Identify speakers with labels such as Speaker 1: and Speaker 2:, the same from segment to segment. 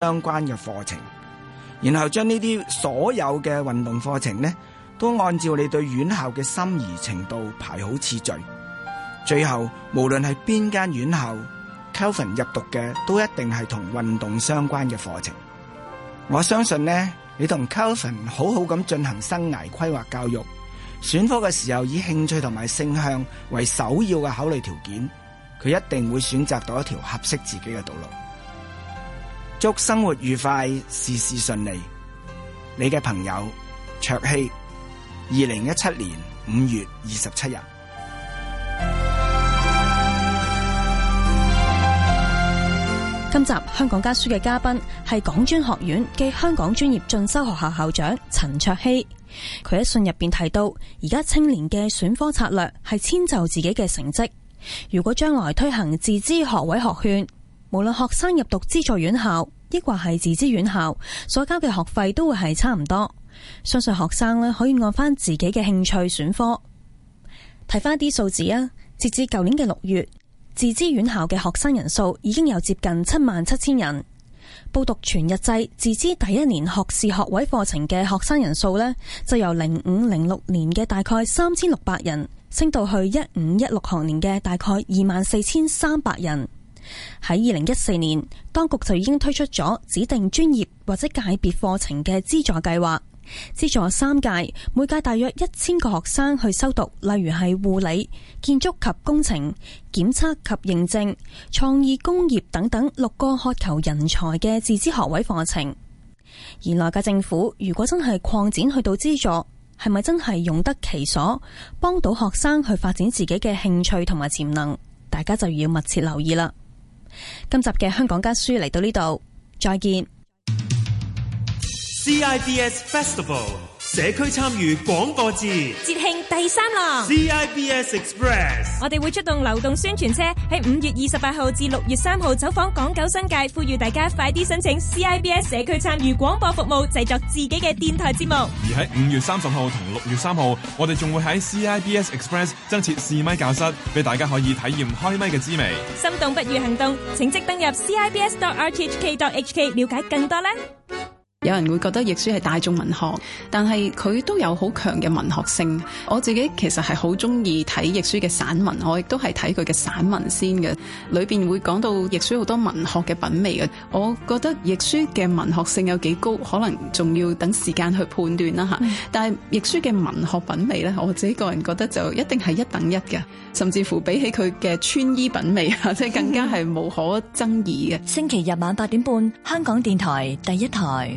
Speaker 1: 相關嘅課程，然後將呢啲所有嘅運動課程呢，都按照你對院校嘅心儀程度排好次序。最後，無論係邊間院校，Calvin 入讀嘅都一定係同運動相關嘅課程。我相信呢，你同 Calvin 好好咁進行生涯規劃教育，選科嘅時候以興趣同埋性向為首要嘅考慮條件，佢一定會選擇到一條合適自己嘅道路。祝生活愉快，事事順利。你嘅朋友卓希，二零一七年五月二十七日。
Speaker 2: 今集香港家書嘅嘉賓係港專學院暨香港專業進修學校校長陳卓希。佢喺信入邊提到，而家青年嘅選科策略係遷就自己嘅成績。如果將來推行自資學位學券，無論學生入讀資助院校，抑或係自資院校，所交嘅學費都會係差唔多。相信學生呢可以按翻自己嘅興趣選科。睇翻啲數字啊，截至舊年嘅六月，自資院校嘅學生人數已經有接近七萬七千人。報讀全日制自資第一年學士學位課程嘅學生人數呢，就由零五零六年嘅大概三千六百人，升到去一五一六學年嘅大概二萬四千三百人。喺二零一四年，當局就已經推出咗指定專業或者界別課程嘅資助計劃，資助三屆，每屆大約一千個學生去修讀，例如係護理、建築及工程、檢測及認證、創意工業等等六個渴求人才嘅自資學位課程。而內嘅政府如果真係擴展去到資助，係咪真係用得其所，幫到學生去發展自己嘅興趣同埋潛能？大家就要密切留意啦。今集嘅香港家書嚟到呢度，再見。
Speaker 3: CIBS Festival 社區參與廣播節
Speaker 4: 節慶第三浪，
Speaker 3: ，CIBS Express
Speaker 4: 我哋會出動流動宣傳車喺五月二十八號至六月三號走訪港九新界，呼籲大家快啲申請 CIBS 社區參與廣播服務，製作自己嘅電台節目。
Speaker 5: 而喺五月三十號同六月三號，我哋仲會喺 CIBS Express 增設試咪教室，俾大家可以體驗開咪嘅滋味。
Speaker 4: 心動不如行動，請即登入 cibs.rthk.hk 了解更多啦。
Speaker 6: 有人會覺得亦舒係大眾文學，但係佢都有好強嘅文學性。我自己其實係好中意睇亦舒嘅散文，我亦都係睇佢嘅散文先嘅。裏邊會講到亦舒好多文學嘅品味嘅。我覺得亦舒嘅文學性有幾高，可能仲要等時間去判斷啦
Speaker 7: 嗯
Speaker 6: 嚇。但係亦舒嘅文學品味呢，我自己個人覺得就一定係一等一嘅，甚至乎比起佢嘅穿衣品味 啊，即係更加係無可爭議嘅。
Speaker 7: 嗯星期日晚八點半，香港電台第一台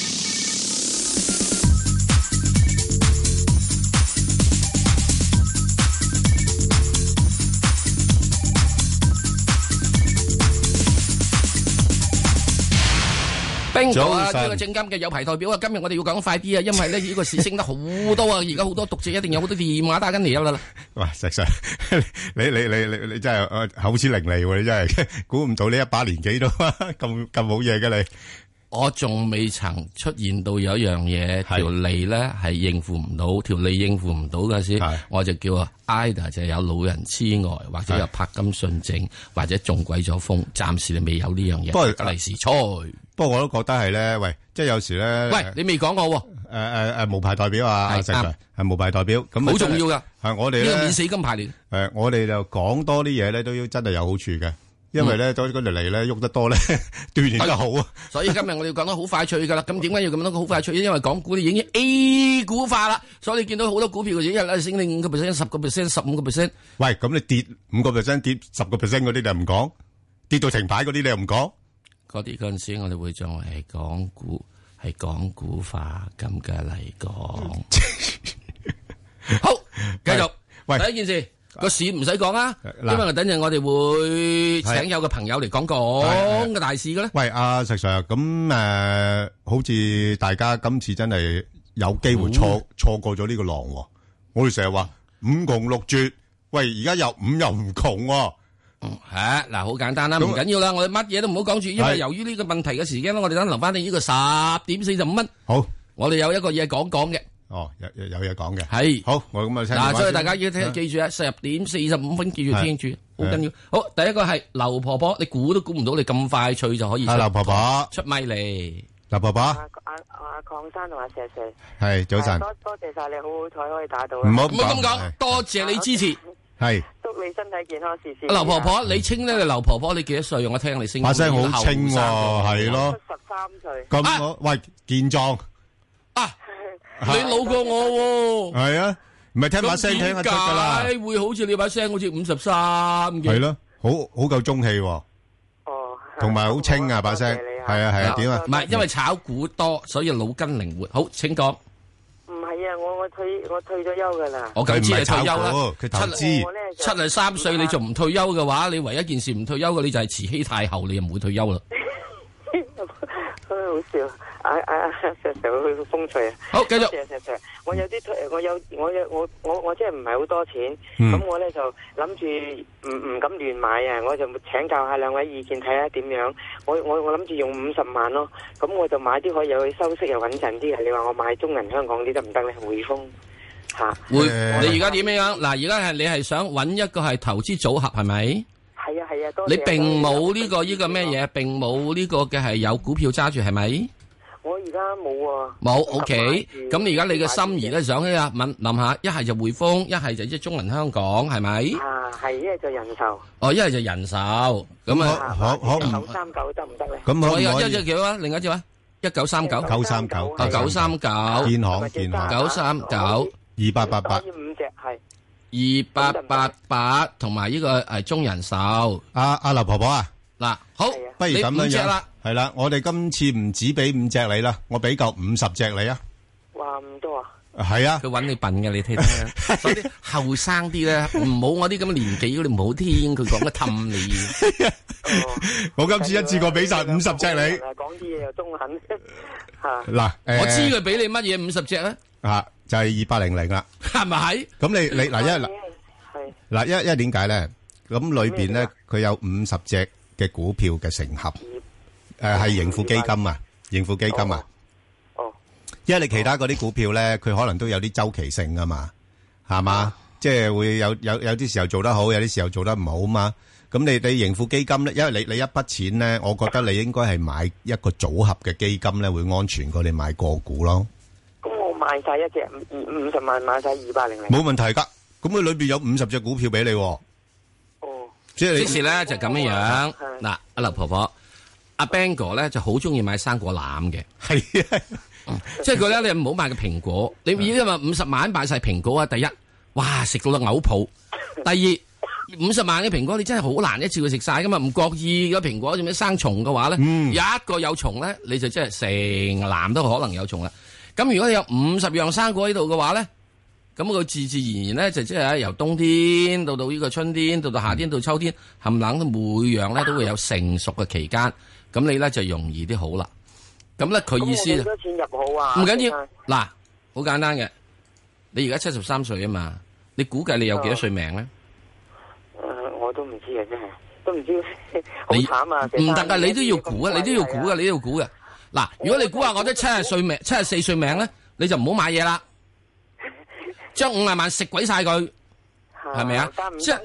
Speaker 8: 冰哥啊，
Speaker 9: 早晨
Speaker 8: 呢個證監嘅有牌代表啊，今日我哋要講快啲啊，因為咧呢個市升得好多啊，而家好多讀者一定有好多電話打緊嚟 啊啦。
Speaker 10: 哇！石 Sir，你你你你你真係呃口齒伶俐喎，你真係 估唔到呢一把年紀都 咁咁冇嘢嘅你。
Speaker 8: 我仲未曾出現到有一樣嘢條脷咧係應付唔到，條脷應付唔到嗰陣時，我就叫啊 ida 就係有老人痴呆，或者有柏金遜症，或者中鬼咗風，暫時你未有呢樣嘢。
Speaker 10: 不過
Speaker 8: 利是猜，
Speaker 10: 不過我都覺得係咧，喂，即係有時咧，
Speaker 8: 喂，你未講我喎，
Speaker 10: 誒誒誒，無牌代表啊，
Speaker 8: 係
Speaker 10: 石
Speaker 8: 啱
Speaker 10: Sir 係無牌代表，咁啊
Speaker 8: 好重要㗎
Speaker 10: 真係係我哋
Speaker 8: 呢
Speaker 10: 咧
Speaker 8: 個免死金牌嚟。
Speaker 10: 誒，我哋就講多啲嘢咧，都要真係有好處嘅，因為咧，嗰嗰條脷咧喐得多 咧，鍛鍊得好啊。
Speaker 8: 所以今日我哋要講得好快脆噶啦，咁點解要咁樣講好快脆？因為港股已經 A 股化啦，所以你見到好多股票已經一日升你五個 percent、十個 percent、十五個 percent。
Speaker 10: 喂，咁你跌五個 percent、跌十個 percent 嗰啲你又唔講，跌到停牌嗰啲你又唔講，
Speaker 8: 嗰啲嗰陣時，我哋會作為係港股係港股化咁嘅嚟 講。好，繼續。
Speaker 10: 喂
Speaker 8: 第一件事個市唔使講啦，因
Speaker 10: 嗱
Speaker 8: 為等陣我哋會請有個朋友嚟講講個大市嘅咧。
Speaker 10: 喂，阿石 Sir，咁誒，好似大家今次真係有機會錯錯過咗呢個浪喎。我哋成日話五窮六絕，喂，而家又五又唔窮喎，
Speaker 8: 吓嗱，好簡單啦，唔緊要啦，我哋乜嘢都唔好講住，因
Speaker 10: 啊係
Speaker 8: 為由於呢個問題嘅時間咧，我哋等留翻你呢個十點四十五蚊。
Speaker 10: 好，
Speaker 8: 我哋有一個嘢講講嘅。
Speaker 10: 哦，有有有嘢講嘅。
Speaker 8: 係
Speaker 10: 好，我咁啊聽電話
Speaker 8: 嗱，所以
Speaker 10: 先
Speaker 8: 大家要聽
Speaker 10: 啊
Speaker 8: 記住啊，十點四十五分記住
Speaker 10: 係
Speaker 8: 聽住，好緊要。好，第一個係劉婆婆，你估都估唔到你咁快脆就可以出。
Speaker 10: 係劉婆婆
Speaker 8: 出咪嚟，
Speaker 10: 劉婆婆
Speaker 11: 阿阿邝生同阿石 Sir，
Speaker 10: 係早晨，
Speaker 11: 多多謝晒你，好好彩可以打到
Speaker 10: 唔
Speaker 11: 啦。
Speaker 10: 好
Speaker 8: 咁講，多謝你支持。
Speaker 10: 係
Speaker 11: 祝你身體健康，事事。
Speaker 8: 劉婆婆，你清呢？你劉婆婆，你幾多歲？我聽你聲，
Speaker 10: 把聲好清
Speaker 8: 後
Speaker 10: 喎，
Speaker 8: 生過我
Speaker 10: 係咯。
Speaker 11: 十三歲，
Speaker 10: 咁我喂健壯
Speaker 8: 你老過我喎。
Speaker 10: 係啊，唔係聽把聲聽得出㗎啦
Speaker 8: 咁，點解會好似你把聲好似五十三嘅？
Speaker 10: 係咯，好好夠中氣喎，
Speaker 11: 哦，
Speaker 10: 同埋好清啊把聲，係啊係
Speaker 8: Dạ.
Speaker 10: 啊，點啊？
Speaker 8: 唔係因為炒股多，所以腦筋靈活。好，請講。
Speaker 11: 唔係啊，我我退我退咗休噶啦。
Speaker 8: 我梗知你退休啦，
Speaker 10: 佢投資
Speaker 8: 七七十三歲你仲唔退休嘅話，你唯一一件事唔退休嘅，你就係慈禧太后，你就唔會退休啦。
Speaker 11: 哎好笑，哎阿阿阿 Sir Sir 去風趣啊！
Speaker 8: 好，繼續。
Speaker 11: Sir Sir，我有啲退，我有我有我我我即係唔係好多錢，咁、
Speaker 12: 嗯
Speaker 11: 我咧就諗住唔唔敢亂買啊！我就請教下兩位意見，睇下點樣。我我我諗住用五十萬咯，咁我就買啲可以有去收息又穩陣啲嘅。你話我買中銀香港啲得唔得咧？匯豐嚇，
Speaker 8: 會你而家點樣？嗱，而家係你係想揾一個係投資組合係咪？
Speaker 11: 係啊係啊，多謝
Speaker 8: 你並冇呢個呢個咩嘢，並冇呢個嘅係有股票揸住係咪？
Speaker 11: 我而家冇啊，
Speaker 8: 冇，OK。咁你而家你嘅心儀咧想咧諗諗下，一係就匯豐，一係就即係中銀香港係咪？
Speaker 11: 啊係一係就人壽，
Speaker 8: 哦，一係就人壽咁啊，
Speaker 10: 好好
Speaker 11: 九三九得唔得咧？
Speaker 10: 咁可唔可以
Speaker 8: 我有一隻叫啊，另一隻啊，一九三九，
Speaker 10: 九三九
Speaker 8: 啊，九三九，
Speaker 10: 建行建行
Speaker 8: 九三九，二
Speaker 10: 八八八
Speaker 11: 可以五隻係。
Speaker 8: 二八八八，同埋呢個誒中人壽。
Speaker 10: 阿阿劉婆婆啊，
Speaker 8: 嗱，好，
Speaker 10: 不如
Speaker 8: 你
Speaker 10: 咁樣
Speaker 8: 五隻
Speaker 10: 樣
Speaker 8: 啦，
Speaker 10: 係啦，我哋今次唔止俾五隻你啦，我俾夠五十隻你啊，
Speaker 11: 哇唔多啊！
Speaker 10: 係啊，
Speaker 8: 佢揾你笨嘅，你 睇睇。所以啲後生啲咧，唔好我啲咁嘅年紀嗰啲唔好聽佢講嘅氹你。
Speaker 11: 哦
Speaker 10: 我今
Speaker 11: 啊
Speaker 10: 次一次過俾晒五十隻你，
Speaker 11: 講啲嘢又中肯 嚇。
Speaker 10: 嗱，誒
Speaker 8: 我知佢俾你乜嘢五十隻啊？
Speaker 10: 啊，就係二八零零啦。
Speaker 8: 係咪？
Speaker 10: 咁你你嗱因為
Speaker 11: 係
Speaker 10: 嗱因為因為點解咧？咁裏邊咧佢有五十隻嘅股票嘅成合，誒係盈富基金啊，盈富基金啊。
Speaker 11: 哦。
Speaker 10: 因為你其他嗰啲股票咧，佢可能都有啲周期性噶嘛，係嘛？即係會有有有啲時候做得好，有啲時候做得唔好嘛。咁你你盈富基金咧，因為你你一筆錢咧，我覺得你應該係買一個組合嘅基金咧，會安全過你買個股咯。
Speaker 11: 咁我買晒一隻五五五十萬，買晒二百零零。
Speaker 10: 冇問題㗎。咁佢裏邊有五十隻股票俾你喎。即係你
Speaker 8: 即時咧就咁樣樣。嗱，阿劉婆婆，阿 Bang 哥咧就好中意買生果籃嘅。
Speaker 10: 係
Speaker 8: 啊，即係佢咧，你唔好買個蘋果。你因為五十萬買晒蘋果啊，第一，哇食到個嘔泡；第二，五十萬嘅蘋果你真係好難一次會食晒噶嘛，唔覺意嘅蘋果做咩生蟲嘅話咧，有一個有蟲咧，你就真係成籃都可能有蟲啦。咁如果你有五十樣生果喺度嘅話咧。咁佢自自然然咧，就即係由冬天到到呢個春天，到到夏天到秋天，冚冷都每樣咧都會有成熟嘅期間。咁你咧就容易啲好啦。咁咧佢意思就
Speaker 11: 咁我幾多錢入好啊？
Speaker 8: 唔緊要，嗱，好簡單嘅。你而家七十三歲啊嘛，你估計你有幾
Speaker 11: 啊
Speaker 8: 多歲命咧？
Speaker 11: 誒我都唔知啊，真係都唔知，好
Speaker 8: 你
Speaker 11: 慘 啊！
Speaker 8: 唔得噶，你都要估啊，你都要估啊，你都要估嘅。嗱，如果你估下我得七十歲命、七十四歲命咧，你就唔好買嘢啦，將五廿萬食鬼晒佢，係咪啊？即係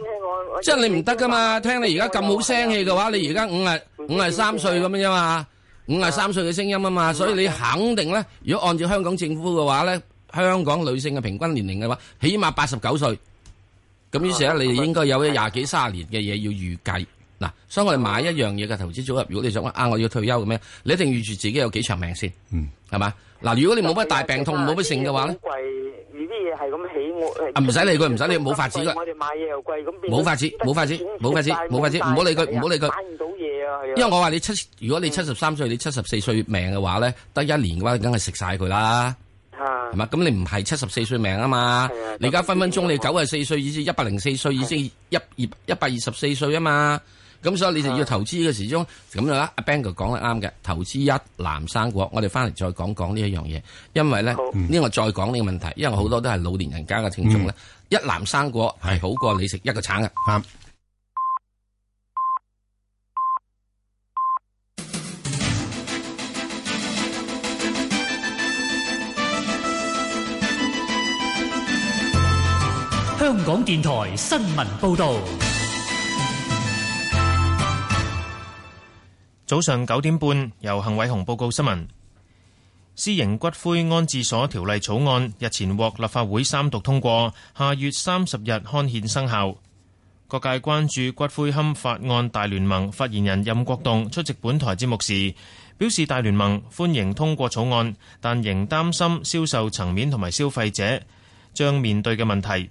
Speaker 8: 即係你唔得噶啊嘛，聽你而家咁好聲氣嘅話，你而家五啊五啊三歲咁樣啫嘛，五啊三歲嘅聲音啊嘛，所以你肯定咧，如果按照香港政府嘅話咧，香港女性嘅平均年齡嘅話，起碼八十九歲。啊咁於是咧，你應該有一廿幾三十年嘅嘢要預計。嗱，所以我哋買一樣嘢嘅投資組合，如果你想話啊，我要退休咁樣，你一定預住自己有幾長命先，
Speaker 10: 嗯，
Speaker 8: 係嘛？嗱，如果你冇乜大病痛、冇乜
Speaker 11: 剩
Speaker 8: 性嘅話咧，
Speaker 11: 啊貴，呢啲嘢係咁起我。
Speaker 8: 啊唔使理佢唔使理佢冇法子㗎
Speaker 11: 我哋買嘢又貴，咁變咗
Speaker 8: 冇法子，冇法子，冇法子，冇法子，唔好理佢，唔好理佢。
Speaker 11: 買唔到嘢啊，係啊。
Speaker 8: 因為我話你七，如果你七十三歲，你七十四歲命嘅話咧，得一年嘅話，梗係食晒佢啦，
Speaker 11: 啊
Speaker 8: 係嘛？咁你唔係七十四歲命啊嘛？你而家分分鐘你九十四歲，以至一百零四歲，以至一二一百二十四歲啊嘛。咁所以你就要投資嘅時鐘咁樣啦。阿 Bang 哥講得啱嘅，投資一籃生果。我哋翻嚟再講講呢一樣嘢，因為咧呢個再講呢個問題，因為好多都係老年人家嘅聽眾咧，一籃生果係好過你食一個橙嘅。
Speaker 10: 啱。
Speaker 12: 港電台新聞報道。
Speaker 13: 早上九點半，由幸偉雄報告新聞。私營骨灰安置所條例草案日前獲立法會三讀通過，下月三十日刊憲生效。各界關注骨灰龕法案大聯盟發言人任國棟出席本台節目時，表示大聯盟歡迎通過草案，但仍擔心銷售層面同埋消費者將面對嘅問題。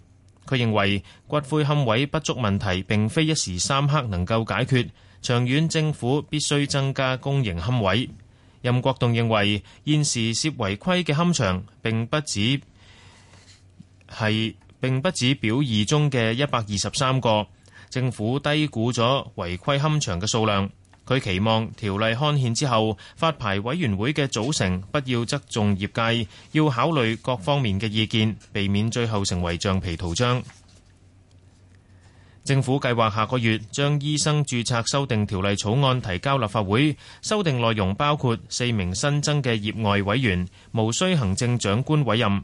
Speaker 13: 佢認為骨灰龕位不足問題並非一時三刻能夠解決，長遠政府必須增加公營龕位。任國棟認為現時涉違規嘅龕場並不止係並不止表二中嘅一百二十三個，政府低估咗違規龕場嘅數量。佢期望條例刊憲之後，發牌委員會嘅組成不要側重業界，要考慮各方面嘅意見，避免最後成為橡皮圖章。政府計劃下個月將醫生註冊修訂條例草案提交立法會，修訂內容包括四名新增嘅業外委員，無需行政長官委任。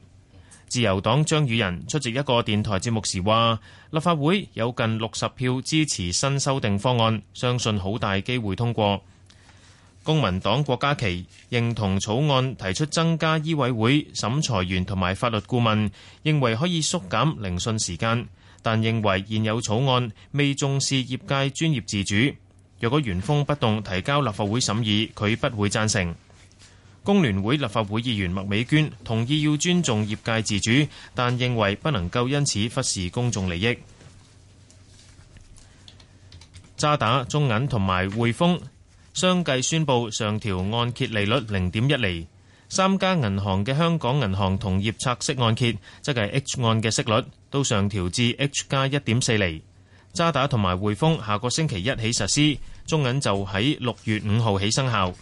Speaker 13: 自由黨張宇人出席一個電台節目時話，立法會有近六十票支持新修訂方案，相信好大機會通過。公民黨郭家麒認同草案提出增加醫委會審裁員同埋法律顧問，認為可以縮減聆訊時間。但認為現有草案未重視業界專業自主，若果原封不動提交立法會審議，佢不會贊成。工聯會立法會議員麥美娟同意要尊重業界自主，但認為不能夠因此忽視公眾利益。渣打、中銀同埋匯豐相繼宣布上調按揭利率零點一厘。三家銀行嘅香港銀行同業拆息按揭，即係 H 按嘅息率，都上調至 H 加一點四厘。渣打同埋匯豐下個星期一起實施，中銀就喺六月五號起生效。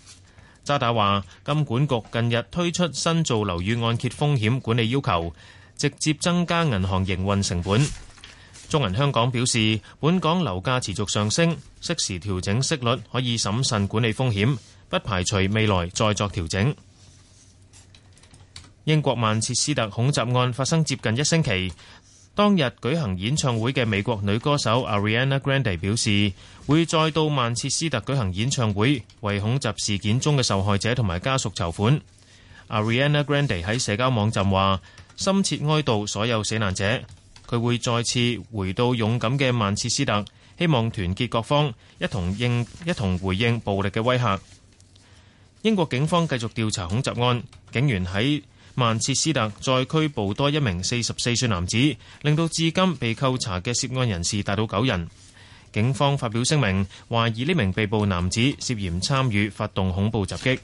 Speaker 13: 渣打話，金管局近日推出新造樓宇按揭風險管理要求，直接增加銀行營運成本。中銀香港表示，本港樓價持續上升，適時調整息率可以審慎管理風險，不排除未來再作調整。英國曼徹斯特恐襲案發生接近一星期，當日舉行演唱會嘅美國女歌手 Ariana Grande 表示，會再到曼徹斯特舉行演唱會，為恐襲事件中嘅受害者同埋家屬籌款。Ariana Grande 喺社交網站話：深切哀悼所有死難者，佢會再次回到勇敢嘅曼徹斯特，希望團結各方，一同應一同回應暴力嘅威嚇。英國警方繼續調查恐襲案，警員喺曼徹斯特再拘捕多一名四十四歲男子，令到至今被扣查嘅涉案人士達到九人。警方發表聲明，懷疑呢名被捕男子涉嫌參與發動恐怖襲擊。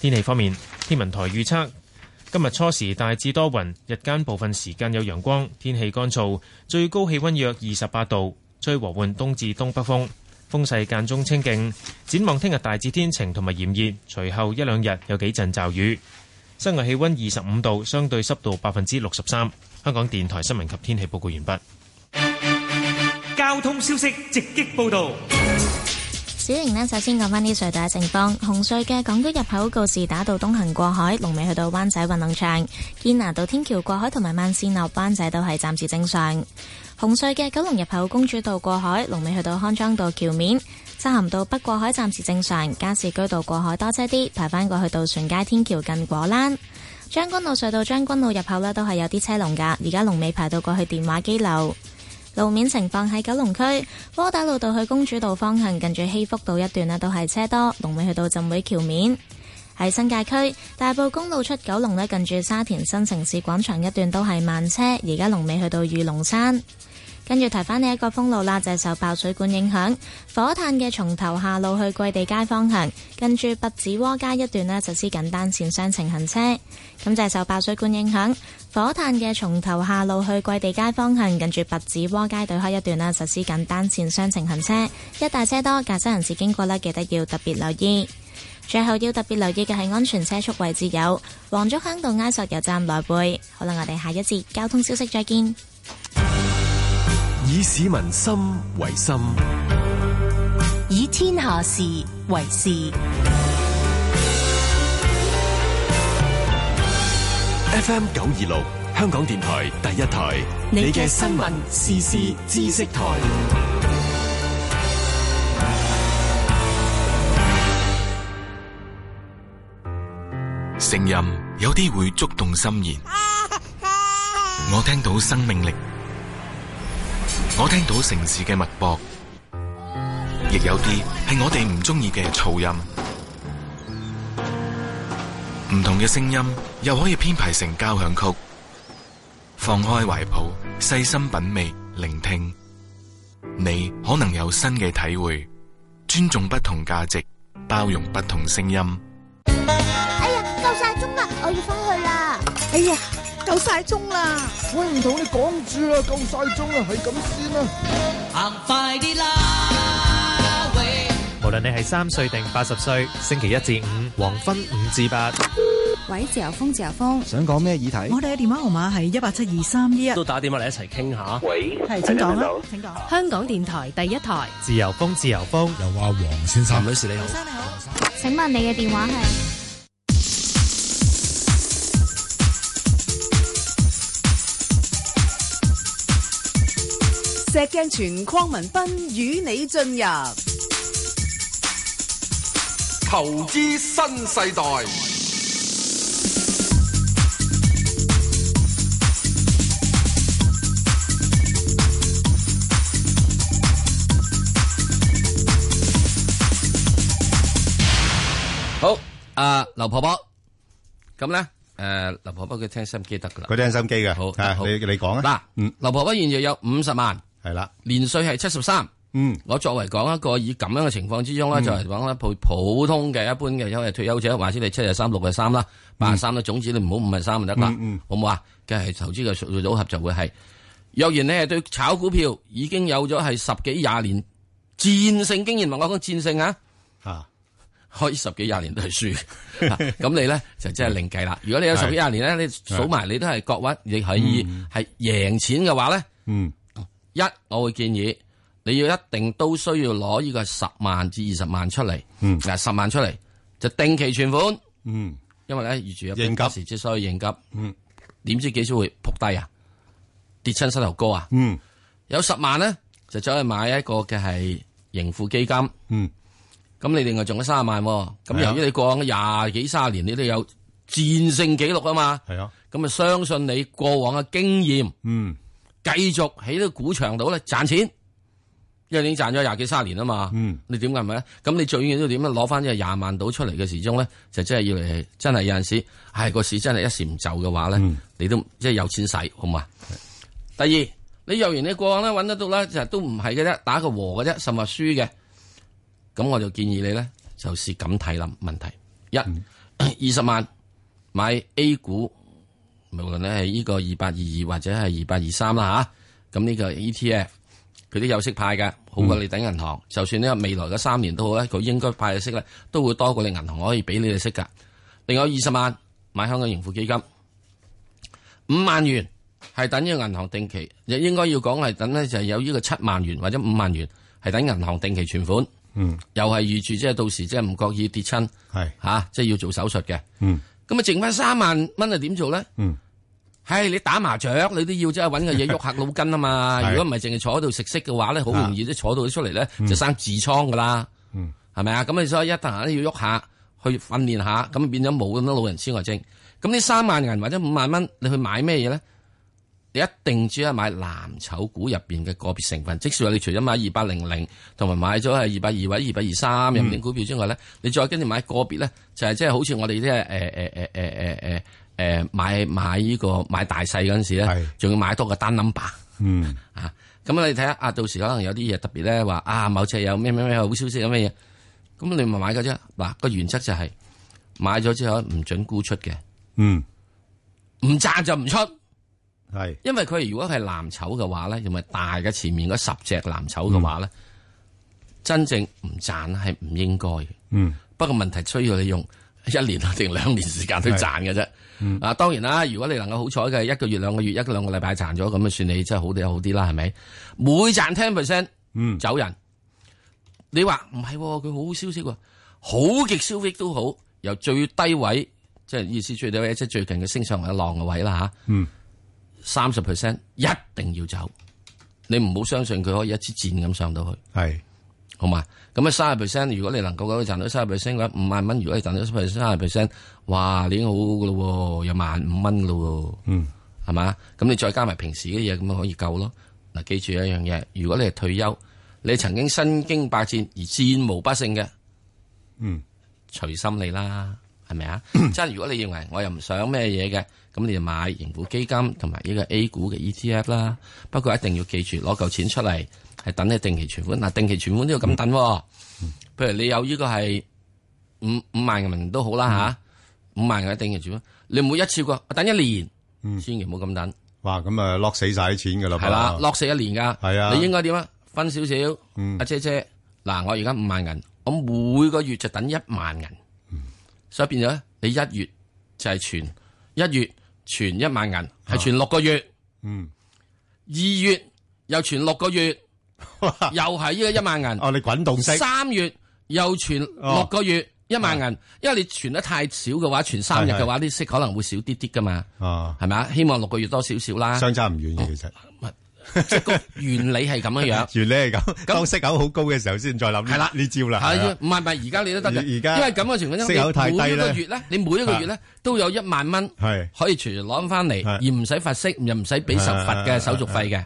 Speaker 13: 天氣方面，天文台預測今日初時大致多雲，日間部分時間有陽光，天氣乾燥，最高氣温約二十八度，吹和緩東至東北風，風勢間中清勁。展望聽日大致天晴同埋炎熱，隨後一兩日有幾陣驟雨。室外氣溫二十五度，相對濕度百分之六十三。香港電台新聞及天氣報告完畢。
Speaker 3: 交通消息直擊報道。
Speaker 14: 小瑩呢，首先講返啲隧道嘅情況。紅隧嘅港島入口告士打道東行過海，龍尾去到灣仔運動場；堅拿道天橋過海同埋慢線落灣仔都係暫時正常。紅隧嘅九龍入口公主道過海，龍尾去到康莊道橋面；漆咸道北過海暫時正常，加士居道過海多車啲，排返過去渡船街天橋近果欄。將軍澳隧道將軍澳入口呢都係有啲車龍㗎，而家龍尾排到過去電話機樓。路面情況喺九龍區窩打老道去公主道方向，近住禧福道一段啊呢都係車多，龍尾去到浸會橋面。喺新界區大埔公路出九龍呢，近住沙田新城市廣場一段都係慢車，而家龍尾去到御龍山。跟住提翻呢一個封路啦，就係受爆水管影響，火炭嘅松頭下路去貴地街方向，近住拔子窩街一段呢，實施緊單線雙程行車。咁就係受爆水管影響，火炭嘅松頭下路去貴地街方向，近住拔子窩街對開一段呢，實施緊單線雙程行車。一大車多，駕駛人士經過呢，記得要特別留意。最後要特別留意嘅係安全車速位置有黃竹坑道埃索油站來回。好啦，我哋下一節交通消息再見。
Speaker 15: 以市民心為心，
Speaker 7: 以天下事為事。
Speaker 15: FM 九二六。香港電台第一台，
Speaker 12: 你
Speaker 15: 你
Speaker 12: 嘅
Speaker 15: 嘅
Speaker 12: 新
Speaker 15: 新
Speaker 12: 聞
Speaker 15: 聞時事知識台。
Speaker 16: 聲音有啲會觸動心弦，我聽到生命力，我聽到城市嘅脈搏，亦有啲係我哋唔中意嘅噪音。唔同嘅聲音又可以編排成交響曲，放開懷抱，細心品味聆聽，你可能有新嘅體會。尊重不同價值，包容不同聲音。
Speaker 17: 哎呀，夠晒鐘啦，我要翻去啦。哎呀，夠晒鐘啦。
Speaker 18: 喂，唔同你講住啦，夠晒鐘啦，係咁先啊啦。
Speaker 19: 行快啲啦！
Speaker 3: 無論你係三歲定八十歲，星期一至五黃昏五至八，
Speaker 20: 喂，自由風，自由風，
Speaker 1: 想講咩議題
Speaker 3: 哎
Speaker 20: 我哋嘅電話號碼係一八七二三一一。
Speaker 3: 打電話嚟一齊傾下。喂
Speaker 20: 係請
Speaker 3: 啊
Speaker 20: 講啦，請講。香港電台第一台，
Speaker 3: 自由風，自由風。又話黃先生，女士你好。
Speaker 14: 請問你嘅電話係？
Speaker 21: 石鏡泉鄺民彬與你進入
Speaker 9: 投資新世代，
Speaker 8: 好，啊，劉婆婆，咁咧，誒，劉婆婆佢聽心機得噶啦，
Speaker 10: 佢聽心機嘅，
Speaker 8: 好，
Speaker 10: 啊
Speaker 8: 好
Speaker 10: 你你講啊，
Speaker 8: 嗱，劉婆婆現在有五十萬，
Speaker 10: 系啦，
Speaker 8: 年税係七十三。
Speaker 10: 嗯，
Speaker 8: 我作為講一個以咁樣嘅情況之中咧，
Speaker 10: 嗯
Speaker 8: 作為講咧普普通嘅一般嘅優惠退休者，或者你七十三、六十三啦、八十三啦，總之你唔好五十三就得啦，
Speaker 10: 嗯嗯嗯
Speaker 8: 好唔好啊？嘅係投資嘅數組合就會係，若然你係對炒股票已經有咗係十幾廿年戰勝經驗，同我講戰勝啊，
Speaker 10: 啊，
Speaker 8: 開十幾廿年都係 輸，咁你咧就真係另計啦。如果你有十幾廿年咧，你數埋你都係各位，你可以係贏錢嘅話咧。
Speaker 10: 嗯，
Speaker 8: 一我會建議你要一定都需要攞呢個十萬至二十萬出嚟，
Speaker 10: 嗯
Speaker 8: 嗱十萬出嚟就定期存款，
Speaker 10: 嗯，
Speaker 8: 因為咧預住有應急時之所以應急，嗯，點知幾時會撲低啊？跌親膝頭哥啊？
Speaker 10: 嗯，
Speaker 8: 有十萬咧就走去買一個嘅係盈富基金，
Speaker 10: 嗯，
Speaker 8: 咁你另外仲有三十萬喎，咁
Speaker 10: 係啊
Speaker 8: 由於你過往廿幾卅年你都有戰勝記錄啊嘛，
Speaker 10: 係啊，
Speaker 8: 咁啊相信你過往嘅經驗。
Speaker 10: 嗯，
Speaker 8: 繼續喺呢個股場度咧賺錢，因為你已經賺咗廿幾三十年啊嘛。
Speaker 10: 嗯
Speaker 8: 你點解唔係咧？咁你最緊要都點咧？攞翻呢個廿萬到出嚟嘅時鐘咧，就真係要嚟，真係有陣時，唉個市真係一時唔就嘅話咧，
Speaker 10: 嗯
Speaker 8: 你都即係有錢使，好嘛？第二，你遊完你過往咧揾得到啦，就都唔係嘅啫，打個和嘅啫，甚或輸嘅。咁我就建議你咧，就是咁睇諗問題。一 二十萬買 A 股無論咧係呢個二八二二或者係二八二三啦吓，咁呢個 ETF 佢啲有息派嘅，好過你等銀行。就算呢個未來嘅三年都好咧，佢應該派嘅息咧都會多過你銀行可以俾你哋息噶。另外二十萬買香港盈富基金，五萬元係等於銀行定期，亦應該要講係等咧就係有呢個七萬元或者五萬元係等銀行定期存款，
Speaker 10: 嗯，
Speaker 8: 又係預住即係到時即係唔覺意跌親
Speaker 10: 係
Speaker 8: 吓，即係要做手術嘅。
Speaker 10: 嗯，
Speaker 8: 咁啊剩翻三萬蚊係點做咧？
Speaker 10: 嗯，
Speaker 8: 唉，你打麻雀你都要即係揾個嘢喐下腦筋啊嘛。
Speaker 10: 係啊
Speaker 8: 如果唔係淨係坐喺度食息嘅話咧，好容易都坐到出嚟咧
Speaker 10: 嗯
Speaker 8: 就生痔瘡噶啦，
Speaker 10: 嗯，
Speaker 8: 係咪啊？咁你所以一旦咧要喐下，去訓練下，咁變咗冇咁多老人痴呆症。咁呢三萬銀或者五萬蚊，你去買咩嘢咧？你一定只係買藍籌股入邊嘅個別成分，即使話你除咗買二八零零同埋買咗係二百二或者二百二三
Speaker 10: 嗯
Speaker 8: 入邊股票之外咧，你再跟住買個別咧，就係即係好似我哋即係誒誒誒誒誒誒誒買買呃呢個買大細嗰陣時咧，仲要買多個單 number。
Speaker 10: 嗯，
Speaker 8: 啊，咁你睇下啊，到時可能有啲嘢特別咧，話啊某隻有咩咩咩好消息有咩嘢，咁你咪買嘅啫。嗱、個原則就係、買咗之後唔准沽出嘅，
Speaker 10: 嗯，
Speaker 8: 唔賺就唔出。
Speaker 10: 係，
Speaker 8: 因為佢如果係藍籌嘅話咧，同埋大嘅前面嗰十隻藍籌嘅話咧，真正唔賺係唔應該嘅。
Speaker 10: 嗯，
Speaker 8: 不過問題需要你用一年啊定兩年時間去賺嘅啫。
Speaker 10: 嗯
Speaker 8: 啊，當然啦，如果你能夠好彩嘅一個月、兩個月、一個兩個禮拜賺咗，咁啊算你真係好啲好啲啦，係咪？每賺 ten percent，
Speaker 10: 嗯，
Speaker 8: 走人。你話唔係喎，佢好消息喎，好極消息都好，由最低位，即係意思最低位，即係最近嘅升上一浪嘅位啦吓。
Speaker 10: 嗯，
Speaker 8: 三十 percent 一定要走。你唔好相信佢可以一支箭咁上到去。
Speaker 10: 系。
Speaker 8: 好嘛？咁啊，三十 percent，如果你能夠夠賺到三十 percent 嘅話，五萬蚊，如果你賺到三十 percent，哇，你已經好好噶咯喎，有萬五蚊噶咯喎，
Speaker 10: 嗯，
Speaker 8: 係嘛？咁你再加埋平時嘅嘢，咁咪可以夠咯。嗱，記住一樣嘢，如果你係退休，你曾經身經百戰而戰無不勝嘅，
Speaker 10: 嗯，
Speaker 8: 隨心你啦，係 咪啊？即係如果你認為我又唔想咩嘢嘅，咁你就買盈富基金同埋呢個 A 股嘅 ETF 啦。不過一定要記住攞嚿錢出嚟，係等你定期存款。嗱，定期存款都要咁等喎。
Speaker 10: 嗯
Speaker 8: 譬如你有呢個係五五萬嘅名都好
Speaker 10: 嗯
Speaker 8: 啦吓，五萬嘅定期存款，你唔會一次過等一年，千祈唔好咁等。
Speaker 10: 嗯哇，咁啊 lock 死晒啲錢噶啦，
Speaker 8: 係啦，lock 死一年噶。
Speaker 10: 係啊嗯
Speaker 8: 你應該點啊？分少少。阿姐姐，嗱，我而家五萬銀，我每個月就等一萬銀，所以變咗咧，你一月就係存一月存一萬銀，係存六個月。
Speaker 10: 嗯，
Speaker 8: 二月又存六個月， 又係呢個一萬銀。
Speaker 10: 哦，你滾動式
Speaker 8: 三月又存
Speaker 10: 哦
Speaker 8: 六個月一萬銀，因為你存得太少嘅話，存三日嘅話，啲息可能會少啲啲噶嘛。
Speaker 10: 啊，
Speaker 8: 係咪啊？希望六個月多少少啦。哦
Speaker 10: 相差唔遠嘅其實。
Speaker 8: 即係個原理係咁樣樣。
Speaker 10: 原理係咁，當息口好高嘅時候先再諗呢呢招啦。係
Speaker 8: 係
Speaker 10: 啊
Speaker 8: 唔係唔係？而家你都得嘅，
Speaker 10: 而家
Speaker 8: 因為咁嘅情況，因為
Speaker 10: 息口太低
Speaker 8: 你
Speaker 10: 呢
Speaker 8: 每一個月咧，你每一個月咧都有一萬蚊
Speaker 10: 係
Speaker 8: 可以隨時攞翻嚟，而唔使罰息，又唔使俾受罰
Speaker 10: 啊
Speaker 8: 嘅手續費嘅。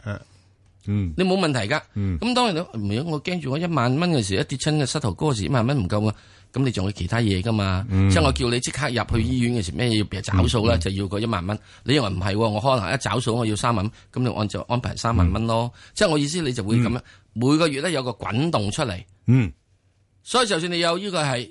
Speaker 10: 嗯，
Speaker 8: 你冇問題噶。咁當然啦，唔係我驚住我一萬蚊嘅時候一跌親嘅膝頭哥嗰時，一萬蚊唔夠啊。咁你仲有其他嘢噶嘛？
Speaker 10: 嗯
Speaker 8: 即係我叫你即刻入去醫院嘅時，咩要找數咧，就要個一萬蚊。你認為唔係喎？我可能一找數我要三萬蚊，咁你按就安排三萬蚊
Speaker 10: 嗯
Speaker 8: 咯。即係我意思，你就會咁樣每個月咧有個滾動出嚟。
Speaker 10: 嗯，
Speaker 8: 所以就算你有呢個係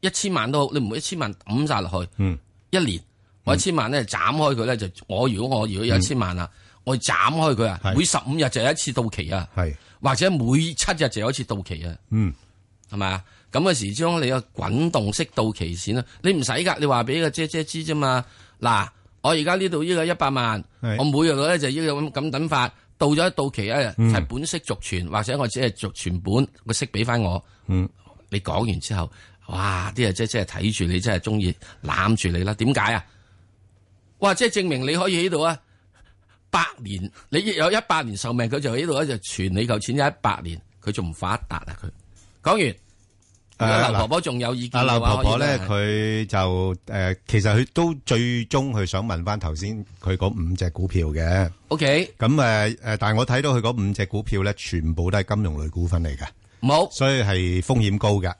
Speaker 8: 一千萬都好，你唔會一千萬抌晒落去。
Speaker 10: 嗯，
Speaker 8: 一年我一千萬咧斬開佢咧就我如果我如果有一千萬啦，啊
Speaker 10: 嗯
Speaker 8: 我斬開佢啊，每十五日就有一次到期啊，
Speaker 10: 係
Speaker 8: 或者每七日就有一次到期啊，
Speaker 10: 嗯，
Speaker 8: 係咪啊？咁嘅時將你個滾動式到期錢啦，你唔使噶，你話俾個姐姐知啫嘛。嗱，我而家呢度呢個一百萬，
Speaker 10: 係
Speaker 8: 我每日咧就呢個咁咁等法，到咗到期咧
Speaker 10: 嗯
Speaker 8: 係本息續存，或者我只係續存本個息俾翻我。
Speaker 10: 嗯，
Speaker 8: 你講完之後，哇！啲人即係即係睇住你，真係中意攬住你啦。點解啊？哇！即係證明你可以喺度啊，百年你有一百年壽命，佢就喺度咧就存你嚿錢一百年，佢仲唔發達啊？佢講完，
Speaker 10: 誒
Speaker 8: 如果劉婆婆仲有意見
Speaker 10: 阿劉
Speaker 8: 嘅話
Speaker 10: 婆婆咧，
Speaker 8: 可
Speaker 10: 佢
Speaker 8: 以
Speaker 10: 就誒，其實佢都最終佢想問翻頭先佢嗰五隻股票嘅。
Speaker 8: OK，
Speaker 10: 咁誒誒，但係我睇到佢嗰五隻股票咧，全部都係金融類股份嚟嘅，
Speaker 8: 冇，
Speaker 10: 所以係風險高嘅。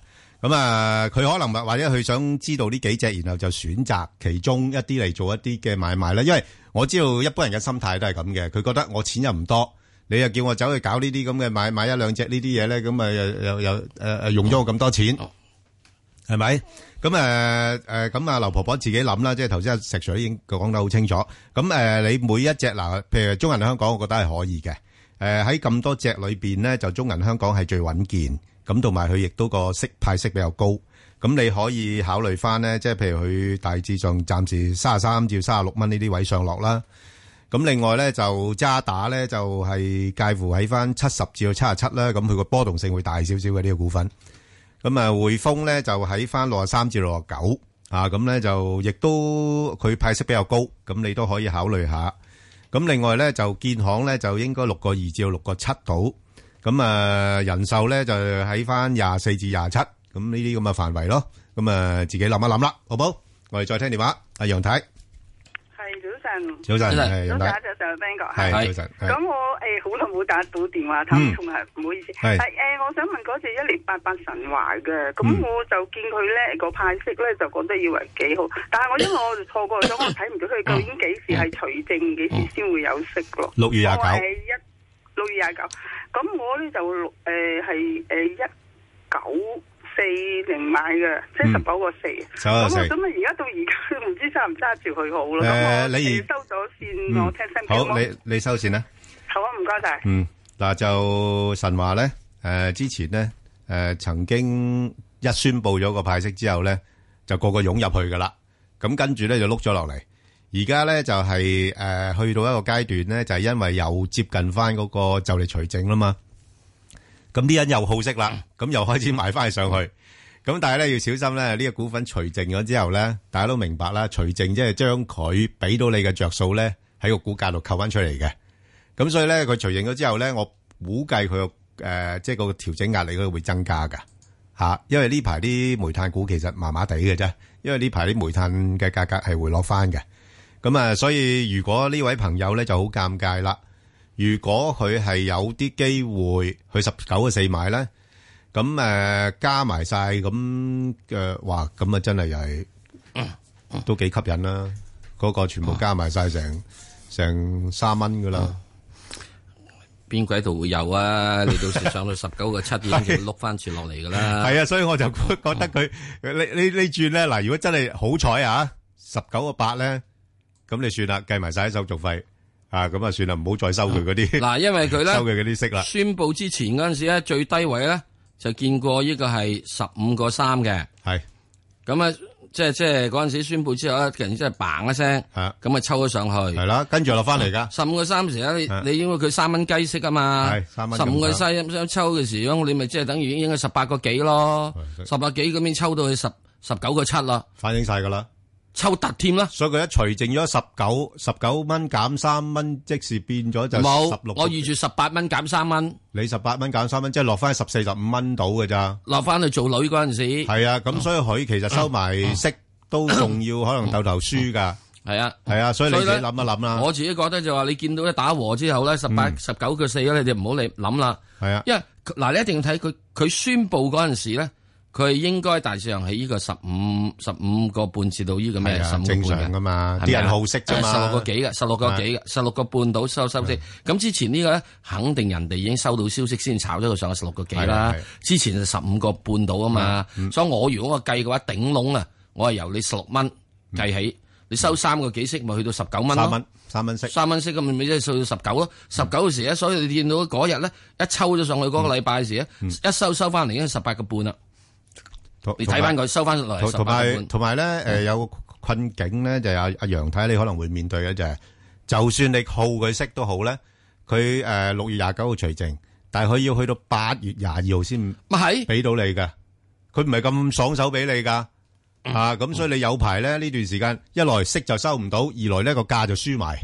Speaker 10: 咁啊，佢可能或或者佢想知道呢幾隻，然後就選擇其中一啲嚟做一啲嘅買賣啦。因為我知道一般人嘅心態都係咁嘅，佢覺得我錢又唔多，你又叫我走去搞呢啲咁嘅買買一兩隻呢啲嘢咧，咁啊又又又誒誒用咗我咁多錢。系咪？咁诶诶，咁啊，劉婆婆自己諗啦，即係頭先阿石 Sir 已經講得好清楚。咁誒、呃你每一隻嗱，譬如中銀香港，我覺得係可以嘅。誒喺咁多隻裏邊咧，就中銀香港係最穩健，咁同埋佢亦都個息派息比較高。咁你可以考慮翻咧，即係譬如佢大致上暫時三十三至三十六蚊呢啲位上落啦。咁另外咧就渣打咧就係、介乎喺翻七十至到七十七啦，咁佢個波動性會大少少嘅呢個股份。咁啊，匯豐咧就喺翻六十三至六十九啊，咁咧就亦都佢派息比較高，咁你都可以考慮下。咁另外咧就建行咧就應該六個二至到六個七度，咁啊人壽咧就喺翻廿四至廿七，咁呢啲咁嘅範圍咯。咁啊自己諗一諗啦，好冇？我哋再聽電話，阿楊太，
Speaker 2: 係，早晨。
Speaker 10: 早晨，
Speaker 2: 早晨，
Speaker 10: 係，楊太。
Speaker 2: 早晨，早晨，Ben哥。
Speaker 10: 係，
Speaker 2: 係。
Speaker 10: 早晨，係。嗯
Speaker 2: 咁我，誒，好耐冇打到電話，溝通啊，唔好意思。
Speaker 10: 係。
Speaker 2: 係，誒，我想問嗰隻108神華嘅，咁
Speaker 10: 嗯。
Speaker 2: 我就見佢呢，個派息呢，就覺得以為幾好，但係我因為我就錯過咗，我睇唔到佢究竟幾時係除證，幾時先會有息咯。
Speaker 10: 嗯6月29
Speaker 2: 我係一-6月29。咁我呢就六-呃誒，係，誒，
Speaker 10: 嗯。19.4
Speaker 2: 1940買嘅，即係19.4咁我想問而家到而家都唔知揸唔揸住佢好咯。咁
Speaker 10: 誒
Speaker 2: 我
Speaker 10: 你而
Speaker 2: 誒收咗
Speaker 10: 嗯
Speaker 2: 線，我聽聲
Speaker 10: 好，你你收線啦。
Speaker 2: 好啊，唔該晒。
Speaker 10: 嗯，嗱就神話咧，誒、之前咧，誒、曾經一宣布咗個派息之後咧，就個個湧入去噶啦，咁跟住咧就碌咗落嚟，而家咧就係、誒、去到一個階段咧，就係、因為又接近翻嗰個就嚟除證啦嘛，咁啲人又好色啦，咁又開始買翻上去。咁但係咧要小心咧，呢、個股份除淨咗之後咧，大家都明白啦，除淨即係將佢俾到你嘅着數咧喺個股價度扣翻出嚟嘅。咁所以咧，佢除淨咗之後咧，我估計佢個誒即係個調整壓力咧會增加㗎嚇、因為呢排啲煤炭股其實麻麻地嘅啫，因為呢排啲煤炭嘅價格係回落翻嘅。咁啊，所以如果呢位朋友咧就好尷尬啦。如果佢係有啲機會去十九個四買咧，咁誒、呃加埋晒咁嘅哇，咁啊真係又係都幾吸引啦！嗰、個全部加埋晒成成三蚊噶啦，
Speaker 8: 邊鬼度會有啊？你到時上到十九個 七點就
Speaker 10: 係
Speaker 8: 碌翻轉落嚟噶啦。
Speaker 10: 係啊，所以我就 覺覺得佢呢呢呢轉咧，嗱，如果真係好彩啊，十九個八咧，咁你算啦，計埋晒啲手續費啊，咁啊算啦，唔好再收佢嗰啲
Speaker 8: 嗱，因為 佢咧
Speaker 10: 收佢嗰啲息啦，
Speaker 8: 宣布之前嗰陣時咧，最低位咧就見過呢個係十五個三嘅，
Speaker 10: 係
Speaker 8: 咁啊，即係即係嗰陣時宣布之後咧，突然之間嘭一聲，咁啊抽咗上去，
Speaker 10: 係啦，跟住落翻嚟㗎，
Speaker 8: 十五個三時咧，
Speaker 10: 係
Speaker 8: 你你因為佢三蚊雞息啊嘛，
Speaker 10: 係三蚊
Speaker 8: 十
Speaker 10: 咁
Speaker 8: 五個
Speaker 10: 上
Speaker 8: 西
Speaker 10: 下
Speaker 8: 咁抽嘅時候，你咪即係等於應該十八個幾咯，十八幾咁樣抽到去十十九個七啦，
Speaker 10: 反映晒㗎啦。
Speaker 8: 抽突添啦，
Speaker 10: 所以佢一除淨咗十九十九蚊減三蚊，即是變咗就
Speaker 8: 冇
Speaker 10: 十六。
Speaker 8: 我預住十八蚊減三蚊，
Speaker 10: 你十八蚊減三蚊，即係落翻十四十五蚊到嘅咋？
Speaker 8: 落翻去做女嗰陣時，哦
Speaker 10: 係啊，咁所以佢其實收埋息都仲要可能鬥頭輸㗎。
Speaker 8: 係啊，
Speaker 10: 係啊，所以你自己
Speaker 8: 所以
Speaker 10: 諗
Speaker 8: 呢
Speaker 10: 一諗啦。
Speaker 8: 我自己覺得就話你見到一打和之後咧，十八十九個四咧，你哋唔好嚟諗啦。
Speaker 10: 係啊，
Speaker 8: 因為佢嗱，你一定要睇佢佢宣布嗰陣時咧，佢係應該大致上喺呢個十五十五個半至到呢個咩
Speaker 10: 係啊
Speaker 8: 十五
Speaker 10: 正常㗎嘛啲人好色啫嘛
Speaker 8: 十六個幾嘅，十六個幾
Speaker 10: 係
Speaker 8: 嘅，十六個半到收收息。咁之前呢個咧，肯定人哋已經收到消息先炒咗佢上去十六個幾
Speaker 10: 係
Speaker 8: 啦
Speaker 10: 啊係啊。
Speaker 8: 之前就十五個半到啊嘛，
Speaker 10: 嗯
Speaker 8: 所以我如果我計嘅話，頂籠啊，我係由你十六蚊計起，你收三個幾息，咪去到十九蚊
Speaker 10: 嗯
Speaker 8: 咯
Speaker 10: 三蚊三蚊息，嗯
Speaker 8: 三蚊息咁咪即係數到十九咯，十九時咧，所以你見到嗰日咧一抽咗上去
Speaker 10: 嗯
Speaker 8: 嗰個禮拜時咧，一收收翻嚟已經十八個半啦。
Speaker 10: 同
Speaker 8: 你睇返佢收返落嚟
Speaker 10: 同
Speaker 8: 18
Speaker 10: 同埋
Speaker 8: 半
Speaker 10: 同埋咧，誒有個困境咧，就係阿阿楊太你可能會面對嘅就係，就算你耗佢息都好咧，佢誒六月廿九號除淨，但係佢要去到八月廿二號先
Speaker 8: 咪係
Speaker 10: 俾到你㗎，佢唔係咁爽手俾你㗎。啊，咁所以你有排咧呢段時間，一來息就收唔到，二來呢個價就輸埋。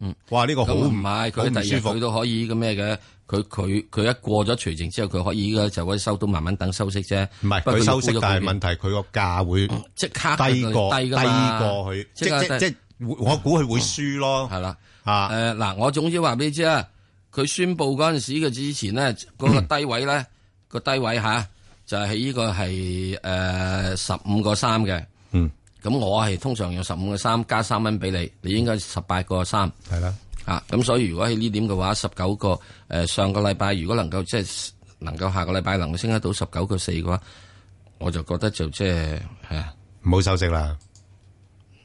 Speaker 8: 嗯，
Speaker 10: 哇！呢個
Speaker 8: 咁
Speaker 10: 好
Speaker 8: 唔
Speaker 10: 唔
Speaker 8: 係
Speaker 10: 好
Speaker 8: 佢
Speaker 10: 唔
Speaker 8: 第
Speaker 10: 舒
Speaker 8: 二日
Speaker 10: 服
Speaker 8: 佢都可以咁咩嘅，佢佢佢一過咗除淨之後，佢可以嘅就可以收到慢慢等收息啫。
Speaker 10: 唔係
Speaker 8: 不過
Speaker 10: 佢
Speaker 8: 要
Speaker 10: 收息
Speaker 8: 沽咗，
Speaker 10: 但
Speaker 8: 佢嗯
Speaker 10: 係問題佢個價會
Speaker 8: 即刻
Speaker 10: 低過
Speaker 8: 低
Speaker 10: 低
Speaker 8: 㗎
Speaker 10: 過
Speaker 8: 嘛
Speaker 10: 佢，即
Speaker 8: 即刻
Speaker 10: 即
Speaker 8: 低嗯
Speaker 10: 即我估佢會輸咯。
Speaker 8: 係啦，
Speaker 10: 啊
Speaker 8: 誒嗱，我總之話俾你知啊，佢宣布嗰陣時嘅之前咧，嗰、個低位咧，個低位吓就係喺呢個係誒十五個三嘅。
Speaker 10: 嗯，
Speaker 8: 咁我係通常用十五個三加三蚊俾你，你應該十八個三。
Speaker 10: 係啦，
Speaker 8: 啊，咁所以如果喺呢點嘅話，十九個誒上個禮拜如果能夠即係能夠下個禮拜能夠升得到十九個四嘅話，我就覺得就即係係啊，
Speaker 10: 唔好收息啦。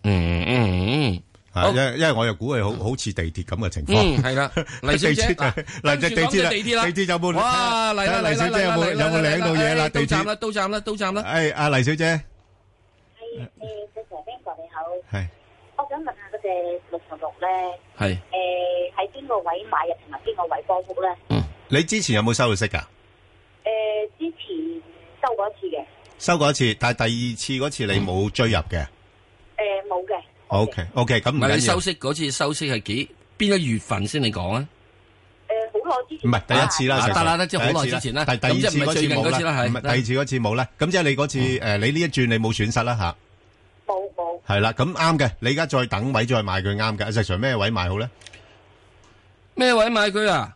Speaker 8: 嗯嗯
Speaker 10: 啊因為因為我又估佢好好似地鐵咁嘅情
Speaker 8: 嗯，
Speaker 10: 況。
Speaker 8: 係啦，黎小姐，
Speaker 10: 地鐵
Speaker 8: 嗱
Speaker 10: 嗱就
Speaker 8: 跟住講
Speaker 10: 地鐵啦啊
Speaker 8: 就地鐵啦，
Speaker 10: 地鐵有冇
Speaker 8: 哇，嚟
Speaker 10: 睇下
Speaker 8: 啦
Speaker 10: 黎小姐有冇有冇領到嘢啦
Speaker 8: 到
Speaker 10: 地
Speaker 8: 站
Speaker 10: 鐵
Speaker 8: 啦，到站啦，到站啦，
Speaker 10: 誒，阿黎小姐，
Speaker 4: 石 Sir 邊個你好？
Speaker 10: 係
Speaker 4: 我想問下嗰只六十六咧，
Speaker 8: 係
Speaker 4: 誒喺邊個位買入同埋邊個位波幅咧？
Speaker 10: 你之前有冇收到息㗎？
Speaker 4: 誒之前收過一次嘅，
Speaker 10: 收過一次，但係第二次嗰次你冇追入嘅。
Speaker 4: 誒冇嘅，
Speaker 10: O K O K，咁唔
Speaker 8: 唔係你
Speaker 10: 緊要
Speaker 8: 收。息嗰次收息係幾邊一月份先你講啊？
Speaker 4: 誒好耐之前
Speaker 10: 唔係第一次啦，
Speaker 8: 啊
Speaker 10: 石 Sir，
Speaker 8: 得啦得即係好耐
Speaker 10: 第一次
Speaker 8: 之前啦
Speaker 10: 但係第二
Speaker 8: 咁即
Speaker 10: 次
Speaker 8: 係唔係
Speaker 10: 嗰次
Speaker 8: 最近嗰
Speaker 10: 冇
Speaker 8: 次啦
Speaker 10: 啦，
Speaker 8: 係
Speaker 10: 唔係第二次嗰次冇啦。咁即係你嗰次誒，你呢一轉你冇損失啦吓。
Speaker 4: 冇冇
Speaker 10: 係啦，咁啱嘅。你而家再等位再買佢啱嘅。石 Sir 咩位買好咧？
Speaker 8: 咩位買佢啊？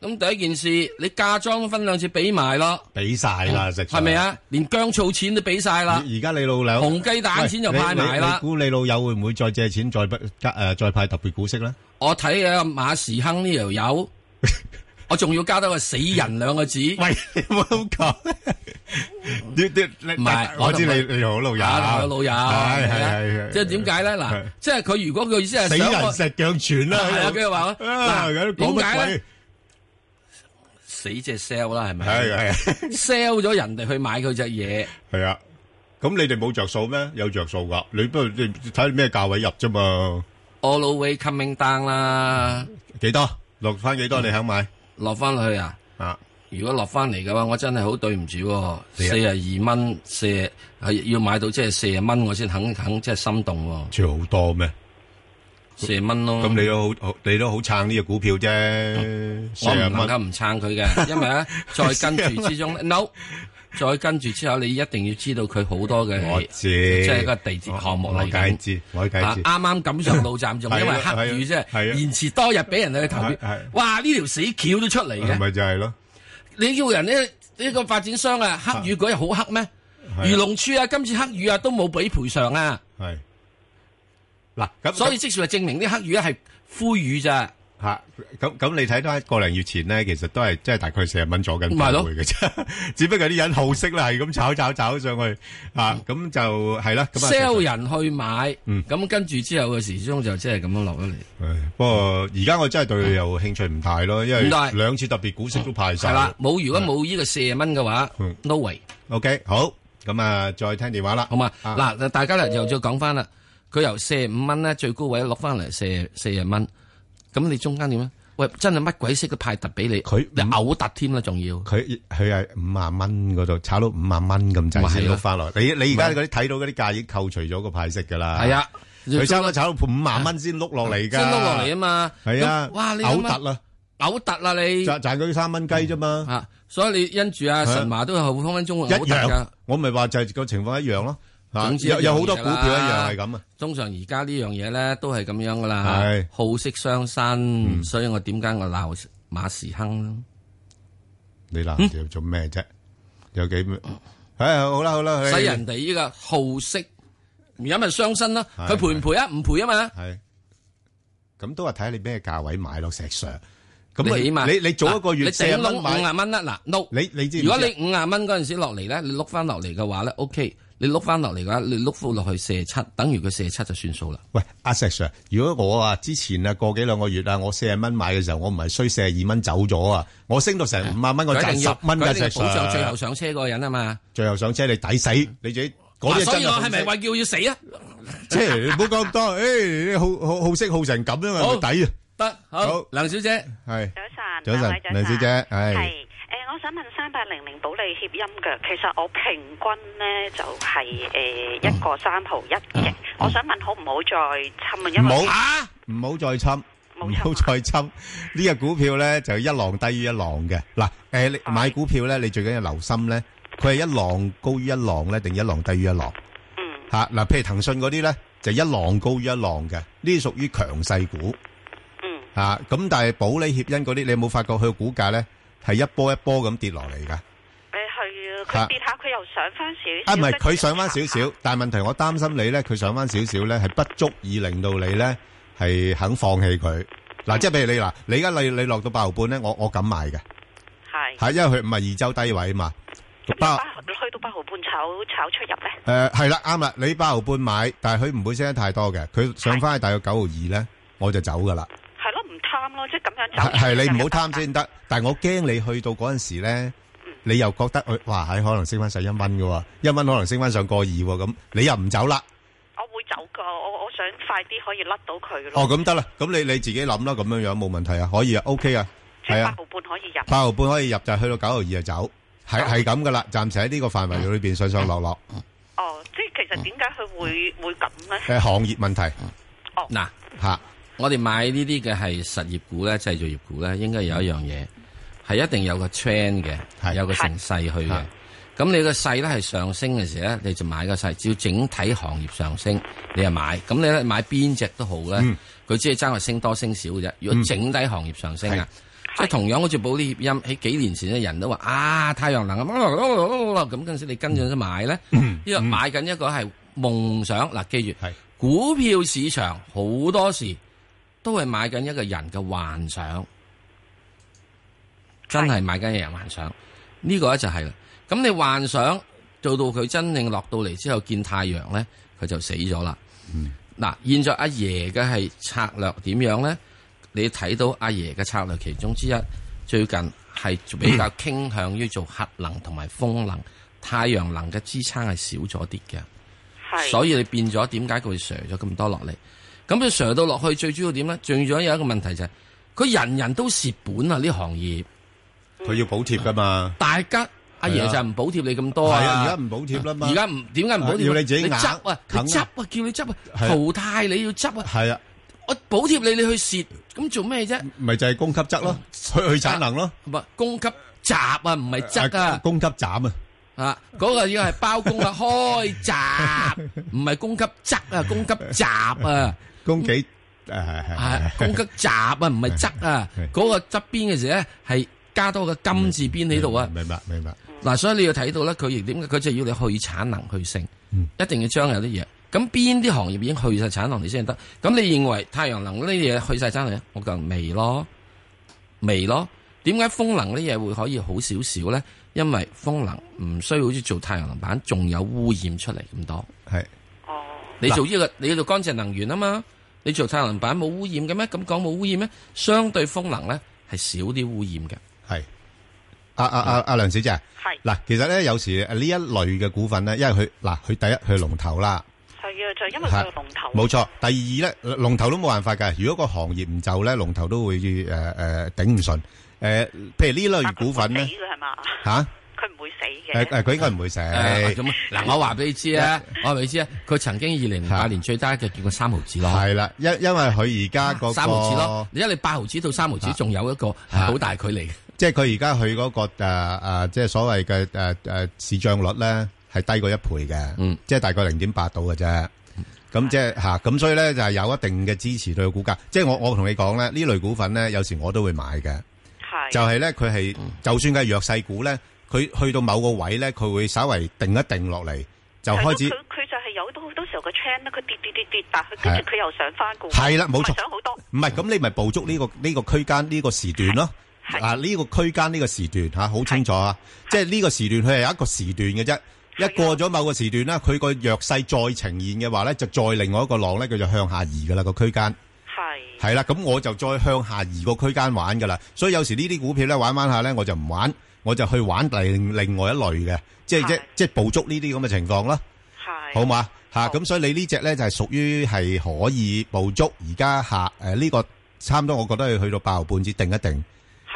Speaker 8: 咁第一件事，你嫁妝分兩次俾埋咯。
Speaker 10: 俾晒啦，石 Sir
Speaker 8: 係咪？啊？連姜醋錢都俾晒啦，
Speaker 10: 而家你老兩
Speaker 8: 紅雞蛋錢就派埋
Speaker 10: 喂你你你
Speaker 8: 啦。
Speaker 10: 估你老友會唔會再借錢再不加誒再派特別股息咧？
Speaker 8: 我睇啊馬時亨呢 條友，我仲要加多個死人兩個字。
Speaker 10: 喂，你冇咁 講，你你
Speaker 8: 唔係，
Speaker 10: 我知
Speaker 8: 同
Speaker 10: 你你好老友
Speaker 8: 啊我老友
Speaker 10: 係係
Speaker 8: 係啊
Speaker 10: 係係
Speaker 8: 即係點解咧？嗱
Speaker 10: 係，
Speaker 8: 即係佢如果佢意思係
Speaker 10: 死
Speaker 8: 想
Speaker 10: 人
Speaker 8: 我
Speaker 10: 石腳全啦，
Speaker 8: 係啊，佢話
Speaker 10: 啊
Speaker 8: 嗱，
Speaker 10: 講乜
Speaker 8: 點解
Speaker 10: 鬼
Speaker 8: 咧？死只 sell 啦，係咪？
Speaker 10: 係係
Speaker 8: sell 咗人哋去買佢只嘢。
Speaker 10: 係啊，咁你哋冇着數咩？有着數噶，你不過你睇咩價位入啫嘛？
Speaker 8: All the way coming down 啦，嗯
Speaker 10: 幾多落翻幾多你肯買？
Speaker 8: 落翻去啊？
Speaker 10: 啊！
Speaker 8: 如果落翻嚟嘅話，我真係好對唔住喎，四十二蚊，四係要買到即係四十蚊，我先肯肯即係心動喎。
Speaker 10: 仲好多咩？
Speaker 8: 四蚊咯。
Speaker 10: 咁你都好，你都好撐呢只股票啫，四
Speaker 8: 我唔
Speaker 10: 啊
Speaker 8: 能夠
Speaker 10: 蚊。
Speaker 8: 唔撐佢嘅，因 為咧再跟住之
Speaker 10: 啊
Speaker 8: 中 no。再跟住之後，你一定要知道佢好多嘅，
Speaker 10: 我知
Speaker 8: 即係一個地鐵項目
Speaker 10: 我
Speaker 8: 嚟
Speaker 10: 梗係
Speaker 8: 緊。
Speaker 10: 知我梗係
Speaker 8: 啊
Speaker 10: 知啊
Speaker 8: 啱啱錦上路站仲因為黑雨啫，延遲多日俾人哋去投票。哇！呢條死橋都出嚟嘅。
Speaker 10: 咪就係咯。
Speaker 8: 你叫人呢呢個發展商啊，黑雨嗰日好黑咩？漁農處啊，今次黑雨啊都冇俾賠償啊。
Speaker 10: 係
Speaker 8: 嗱，所以即係話證明啲黑雨啊係灰雨咋。
Speaker 10: 吓咁咁，你睇翻個零月前咧，其實都係即係大概四十蚊左近
Speaker 8: 咪係
Speaker 10: 徘
Speaker 8: 咯
Speaker 10: 徊嘅啫。 只不過啲人好色啦，係咁炒炒炒上去啊，咁就係啦。咁啊嗯
Speaker 8: sell 人去買，咁跟住之後嘅時鐘就即係咁樣落咗嚟。
Speaker 10: 不過而家我真係對佢有興趣唔大咯，因為
Speaker 8: 唔大
Speaker 10: 兩次特別股息都派晒。
Speaker 8: 係啦，冇如果冇呢個四十蚊嘅話，no way。
Speaker 10: OK，好，咁啊，再聽電話啦，
Speaker 8: 好嘛？嗱，大家咧又再講翻啦，佢由四十五蚊咧最高位落翻嚟四四十蚊，咁你中間點咧？喂，真係乜鬼式嘅派特俾你？佢你嘔突添啦，仲要
Speaker 10: 佢佢係五萬蚊嗰度炒到五萬蚊咁
Speaker 8: 咪
Speaker 10: 滯
Speaker 8: 係
Speaker 10: 先
Speaker 8: 咯
Speaker 10: 碌翻落嚟。你你而家嗰啲睇到嗰啲價已經扣除咗個派息㗎啦。
Speaker 8: 係啊
Speaker 10: 佢差唔多炒到五萬蚊先碌落嚟㗎。
Speaker 8: 先碌落嚟啊嘛。
Speaker 10: 係啊
Speaker 8: 咁哇！你
Speaker 10: 嘔
Speaker 8: 諗下
Speaker 10: 突啦，
Speaker 8: 嘔突啦你。
Speaker 10: 賺賺嗰啲三蚊雞啫嘛。
Speaker 8: 啊，所以你因住阿神華都係好分分鐘嘔
Speaker 10: 一
Speaker 8: 突
Speaker 10: 樣
Speaker 8: 㗎。，
Speaker 10: 我咪話就係個情況一樣咯。嚇
Speaker 8: 總之
Speaker 10: 啊有
Speaker 8: 一樣
Speaker 10: 有好多
Speaker 8: 嘢
Speaker 10: 股
Speaker 8: 啦
Speaker 10: 票一樣係咁啊。。
Speaker 8: 通常而家呢樣嘢咧都係咁樣噶啦，
Speaker 10: 係嗯
Speaker 8: 好色傷身，所以我點解我鬧馬時亨咯？
Speaker 10: 你嗱，條做咩啫？有幾咩？唉，好啦好啦，
Speaker 8: 使人哋呢個好色，而家咪傷身咯。
Speaker 10: 係
Speaker 8: 佢賠唔賠啊？唔賠啊嘛。
Speaker 10: 係咁都係睇下你咩價位買咯，石 Sir。咁啊
Speaker 8: 你起碼
Speaker 10: 你你早一個月
Speaker 8: 嗱你頂
Speaker 10: 40蚊買
Speaker 8: 籠五廿蚊啦，嗱 no。
Speaker 10: 你你知唔知
Speaker 8: 如
Speaker 10: 啊
Speaker 8: 果你五廿蚊嗰陣時落嚟咧，你碌翻落嚟嘅話咧，OK。你碌翻落嚟嘅話，你碌翻落去四十七，等於佢四十七就算數啦。
Speaker 10: 喂，阿石 Sir，如果我啊之前啊個幾兩個月啊，我四十蚊買嘅時候，我唔係衰四十二蚊走咗啊，我升到成五萬蚊，我
Speaker 8: 佢
Speaker 10: 賺
Speaker 8: 一定
Speaker 10: 十
Speaker 8: 要
Speaker 10: 蚊
Speaker 8: 佢
Speaker 10: 嘅
Speaker 8: 一定要
Speaker 10: 石 Sir。
Speaker 8: 保障最後上車嗰個人啊嘛。啊
Speaker 10: 最後上車你抵死，你自己嗰啲
Speaker 8: 嗱所
Speaker 10: 真
Speaker 8: 以
Speaker 10: 係
Speaker 8: 我
Speaker 10: 好
Speaker 8: 係咪
Speaker 10: 識
Speaker 8: 話叫要死啊？
Speaker 10: 即係你唔好 講咁多，誒，你好好好色好成咁啊
Speaker 8: 好
Speaker 10: 嘛，咪抵啊！
Speaker 8: 得好，梁小姐
Speaker 10: 係
Speaker 6: 早
Speaker 10: 早
Speaker 6: 晨，
Speaker 10: 晨，梁小姐，係
Speaker 6: 係誒、我想問三八零零保利協鑫嘅，其實我平均呢就係誒一個三毫一嘅，我想問好唔好再侵啊？因
Speaker 10: 唔
Speaker 6: 為
Speaker 10: 好唔好再侵，啊唔好再侵呢只股票咧就一浪低於一浪嘅。嗱，誒，你買股票咧，你最緊要留心咧，佢係一浪高於一浪咧，定一浪低於一浪？嗯，吓嗱，譬如騰訊嗰啲咧，就一浪高於一浪嘅，呢啲屬於強勢股。嗯，吓咁，但係保利協鑫嗰啲，你有冇發覺佢嘅股價咧係一波一波咁跌落嚟㗎？嚇
Speaker 6: 誒係佢跌下，佢又上翻少少。
Speaker 10: 啊，唔係，
Speaker 6: 跟住
Speaker 10: 佢上返少少，
Speaker 6: 啊
Speaker 10: 但係問題我擔心你咧，佢上返少少咧，係不足以令到你咧係肯放棄佢。
Speaker 6: 嗯
Speaker 10: 嗱，即係譬如你嗱，你而家你你落到八毫半咧，我我敢買嘅，
Speaker 6: 係
Speaker 10: 係因為佢唔係二周低位啊嘛。八
Speaker 6: 八去到八毫半炒炒出入
Speaker 10: 誒
Speaker 6: 咧，
Speaker 10: 係啦，啱啦，你八毫半買，但係佢唔會升得太多嘅，佢上返去大約九毫二咧，我就走噶啦。
Speaker 6: 係咯，唔貪咯，即係咁樣走。
Speaker 10: 係係你唔好貪先得，但係我驚你去到嗰陣時咧，你又覺得佢哇，係可能升翻上一蚊嘅喎，一蚊可能升翻上個二喎，咁你又唔走啦。
Speaker 6: 我會走噶，我我想快啲可以甩到佢咯。
Speaker 10: 哦，咁得啦，咁你你自己諗啦，咁樣樣冇問題啊，可以啊，OK 啊，
Speaker 6: 即
Speaker 10: 係
Speaker 6: 係八
Speaker 10: 啊，
Speaker 6: 毫半可以入。
Speaker 10: 八毫半可以入就去到九毫二就走，係係咁噶啦，暫時喺呢個範圍裏邊上上落 落，
Speaker 6: 哦，即係其實點解佢會會咁咧？
Speaker 10: 誒行業問題
Speaker 8: 嗱
Speaker 10: 吓，
Speaker 8: 我哋買呢啲嘅係實業股咧、製造業股咧，應該有一樣嘢
Speaker 10: 嗯
Speaker 8: 係一定有個 trend 嘅，有個成勢去嘅。咁你個勢咧係上升嘅時咧，你就買個勢，只要整體行業上升，你就買。咁你咧買邊只都好咧，佢、只係爭係升多升少嘅啫。如果整體行業上升啊，即係同樣好似保利協鑫喺幾年前咧，人都話啊 太陽能咁咁嗰陣時，你跟住都買咧，呢個買緊一個係夢想嗱，記住股票市場好多時都係買緊一個人嘅幻想，真係買緊一個人幻想。呢個咧就係啦。咁你幻想做到佢真正落到嚟之後見太陽咧，佢就死咗啦。嗱，現在阿爺嘅係策略點樣咧？你睇到阿爺嘅策略其中之一，最近係比較傾向於做核能同埋風能，太陽能嘅支撐係少咗啲嘅，所以你變咗點解佢會削咗咁多落嚟？咁佢削到落去，最主要點咧？最主要有一個問題就係、佢人人都蝕本啊！呢行業
Speaker 10: 佢要補貼噶嘛，
Speaker 8: 大家阿
Speaker 10: 係
Speaker 8: 爺
Speaker 10: 啊
Speaker 8: 就唔補貼你咁多
Speaker 10: 係啊而家唔補貼啦嘛
Speaker 8: 而家唔點解唔補貼？啊
Speaker 10: 要你自己
Speaker 8: 你
Speaker 10: 硬
Speaker 8: 執啊，你
Speaker 10: 啃啊
Speaker 8: 執啊，叫你執啊，
Speaker 10: 係啊
Speaker 8: 淘汰你要執啊，
Speaker 10: 係啊，
Speaker 8: 我補貼你，你去蝕，咁做咩啫？
Speaker 10: 咪就係供給側咯，去去產能咯，
Speaker 8: 唔係供給閘啊，唔係側啊，
Speaker 10: 供給斬啊，
Speaker 8: 啊，嗰個要係包公啊， 開閘，唔係供給側啊，供給閘啊，
Speaker 10: 供幾誒係係
Speaker 8: 啊，供給閘啊，唔係側啊，嗰個側邊嘅時咧係加多個金字邊喺度啊。
Speaker 10: 明白明白，
Speaker 8: 嗱，所以你要睇到咧，佢亦點解佢就要你去產能去升，
Speaker 10: 嗯
Speaker 8: 一定要將有啲嘢。咁邊啲行業已經去晒產能你先得？咁你認為太陽能呢啲嘢去晒產能咧？我就未咯，未咯。點解風能呢嘢會可以好少少咧？因為風能唔需要好似做太陽能板，仲有污染出嚟咁多。
Speaker 10: 係
Speaker 8: 你做呢、個，你做乾淨能源啊嘛？你做太陽能板冇污染嘅咩？咁講冇污染咩？相對風能咧係少啲污染嘅。
Speaker 10: 係阿阿阿阿梁小姐，
Speaker 6: 係
Speaker 10: 嗱，其實咧有時呢一類嘅股份咧，因為佢嗱佢第一佢龍頭啦。
Speaker 6: 係啊，就係因為佢係龍頭。
Speaker 10: 冇錯。第二咧，龍頭都冇辦法㗎。如果個行業唔就咧，龍頭都會誒誒頂唔順。誒，譬如呢類股份咧
Speaker 6: 死，嘅係嘛？
Speaker 10: 嚇
Speaker 6: 佢唔會死
Speaker 10: 誒誒，
Speaker 6: 嘅。
Speaker 10: 佢應該唔會死。
Speaker 8: 誒咁啊嗱，我話俾你 知啊，我話俾你知啊，佢曾經二零零八年最低就見過三毫子咯。
Speaker 10: 係啦，因因為佢而家嗰個
Speaker 8: 三毫子咯，而家你八毫子到三毫子，仲有一個係好大距離嘅。
Speaker 10: 即係佢而家佢嗰個誒誒，即係所謂嘅誒誒市漲率咧，係低過一倍嘅，嗯，即係大概零點八度嘅啫。
Speaker 8: 嗯
Speaker 10: 咁即係吓，咁所以咧就係有一定嘅支持對個股價。即係我我同你講咧，呢類股份咧，有時我都會買嘅。
Speaker 6: 係
Speaker 10: 就係咧，佢係
Speaker 6: 嗯
Speaker 10: 就算佢係弱勢股咧，佢去到某個位咧，佢會稍微定一定落嚟，就
Speaker 6: 係咯
Speaker 10: 開始
Speaker 6: 佢佢就係有好多好多時候個 trend 咧，佢跌跌跌跌，但係佢跟住佢又上翻嘅喎。
Speaker 10: 係啦，冇錯
Speaker 6: 咪上好多。，
Speaker 10: 唔
Speaker 6: 嗯
Speaker 10: 係咁你咪捕捉呢個呢個區間呢個時段咯。啊，呢個區間呢個時段吓，好清楚啊！即係呢個時段，佢係有一個時
Speaker 6: 啊
Speaker 10: 段嘅啫。一過咗某個時段啦，佢個弱勢再呈現嘅話咧，就再另外一個浪咧，佢就向下移噶啦個區間。係啦，咁我就再向下移個區間玩噶啦。所以有時呢啲股票咧玩玩下咧，我就唔玩，我就去玩另另外一類嘅，即係即即係捕捉呢啲咁嘅情況啦。係好嘛吓，咁所以你呢只咧就係屬於係可以捕捉而家下誒呢個差唔多，我覺得要去到八毫半至定一定，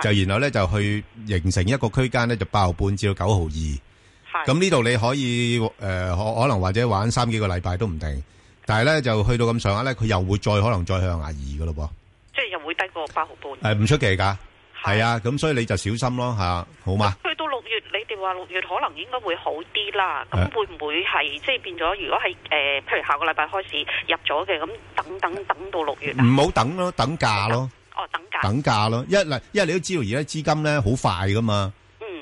Speaker 10: 就然後咧就去形成一個區間咧，就八毫半至到九毫二。咁呢度你可以誒、呃可可能或者玩三幾個禮拜都唔定，但係咧就去到咁上下咧，佢又會再可能再向下移噶咯噃。
Speaker 6: 即係又會低過八毫半。
Speaker 10: 诶，唔出奇噶，係啊，咁所以你就小心咯吓，好嘛？
Speaker 6: 去到六月，你哋話六月可能應該會好啲啦。咁
Speaker 10: 係
Speaker 6: 會唔會係即係變咗？如果係誒、呃譬如下個禮拜開始入咗嘅，咁等等等到六月啊？
Speaker 10: 唔好等咯，等價咯，
Speaker 6: 哦，等價。
Speaker 10: 等價咯，一嗱，因為你都知道而家資金咧好快噶嘛，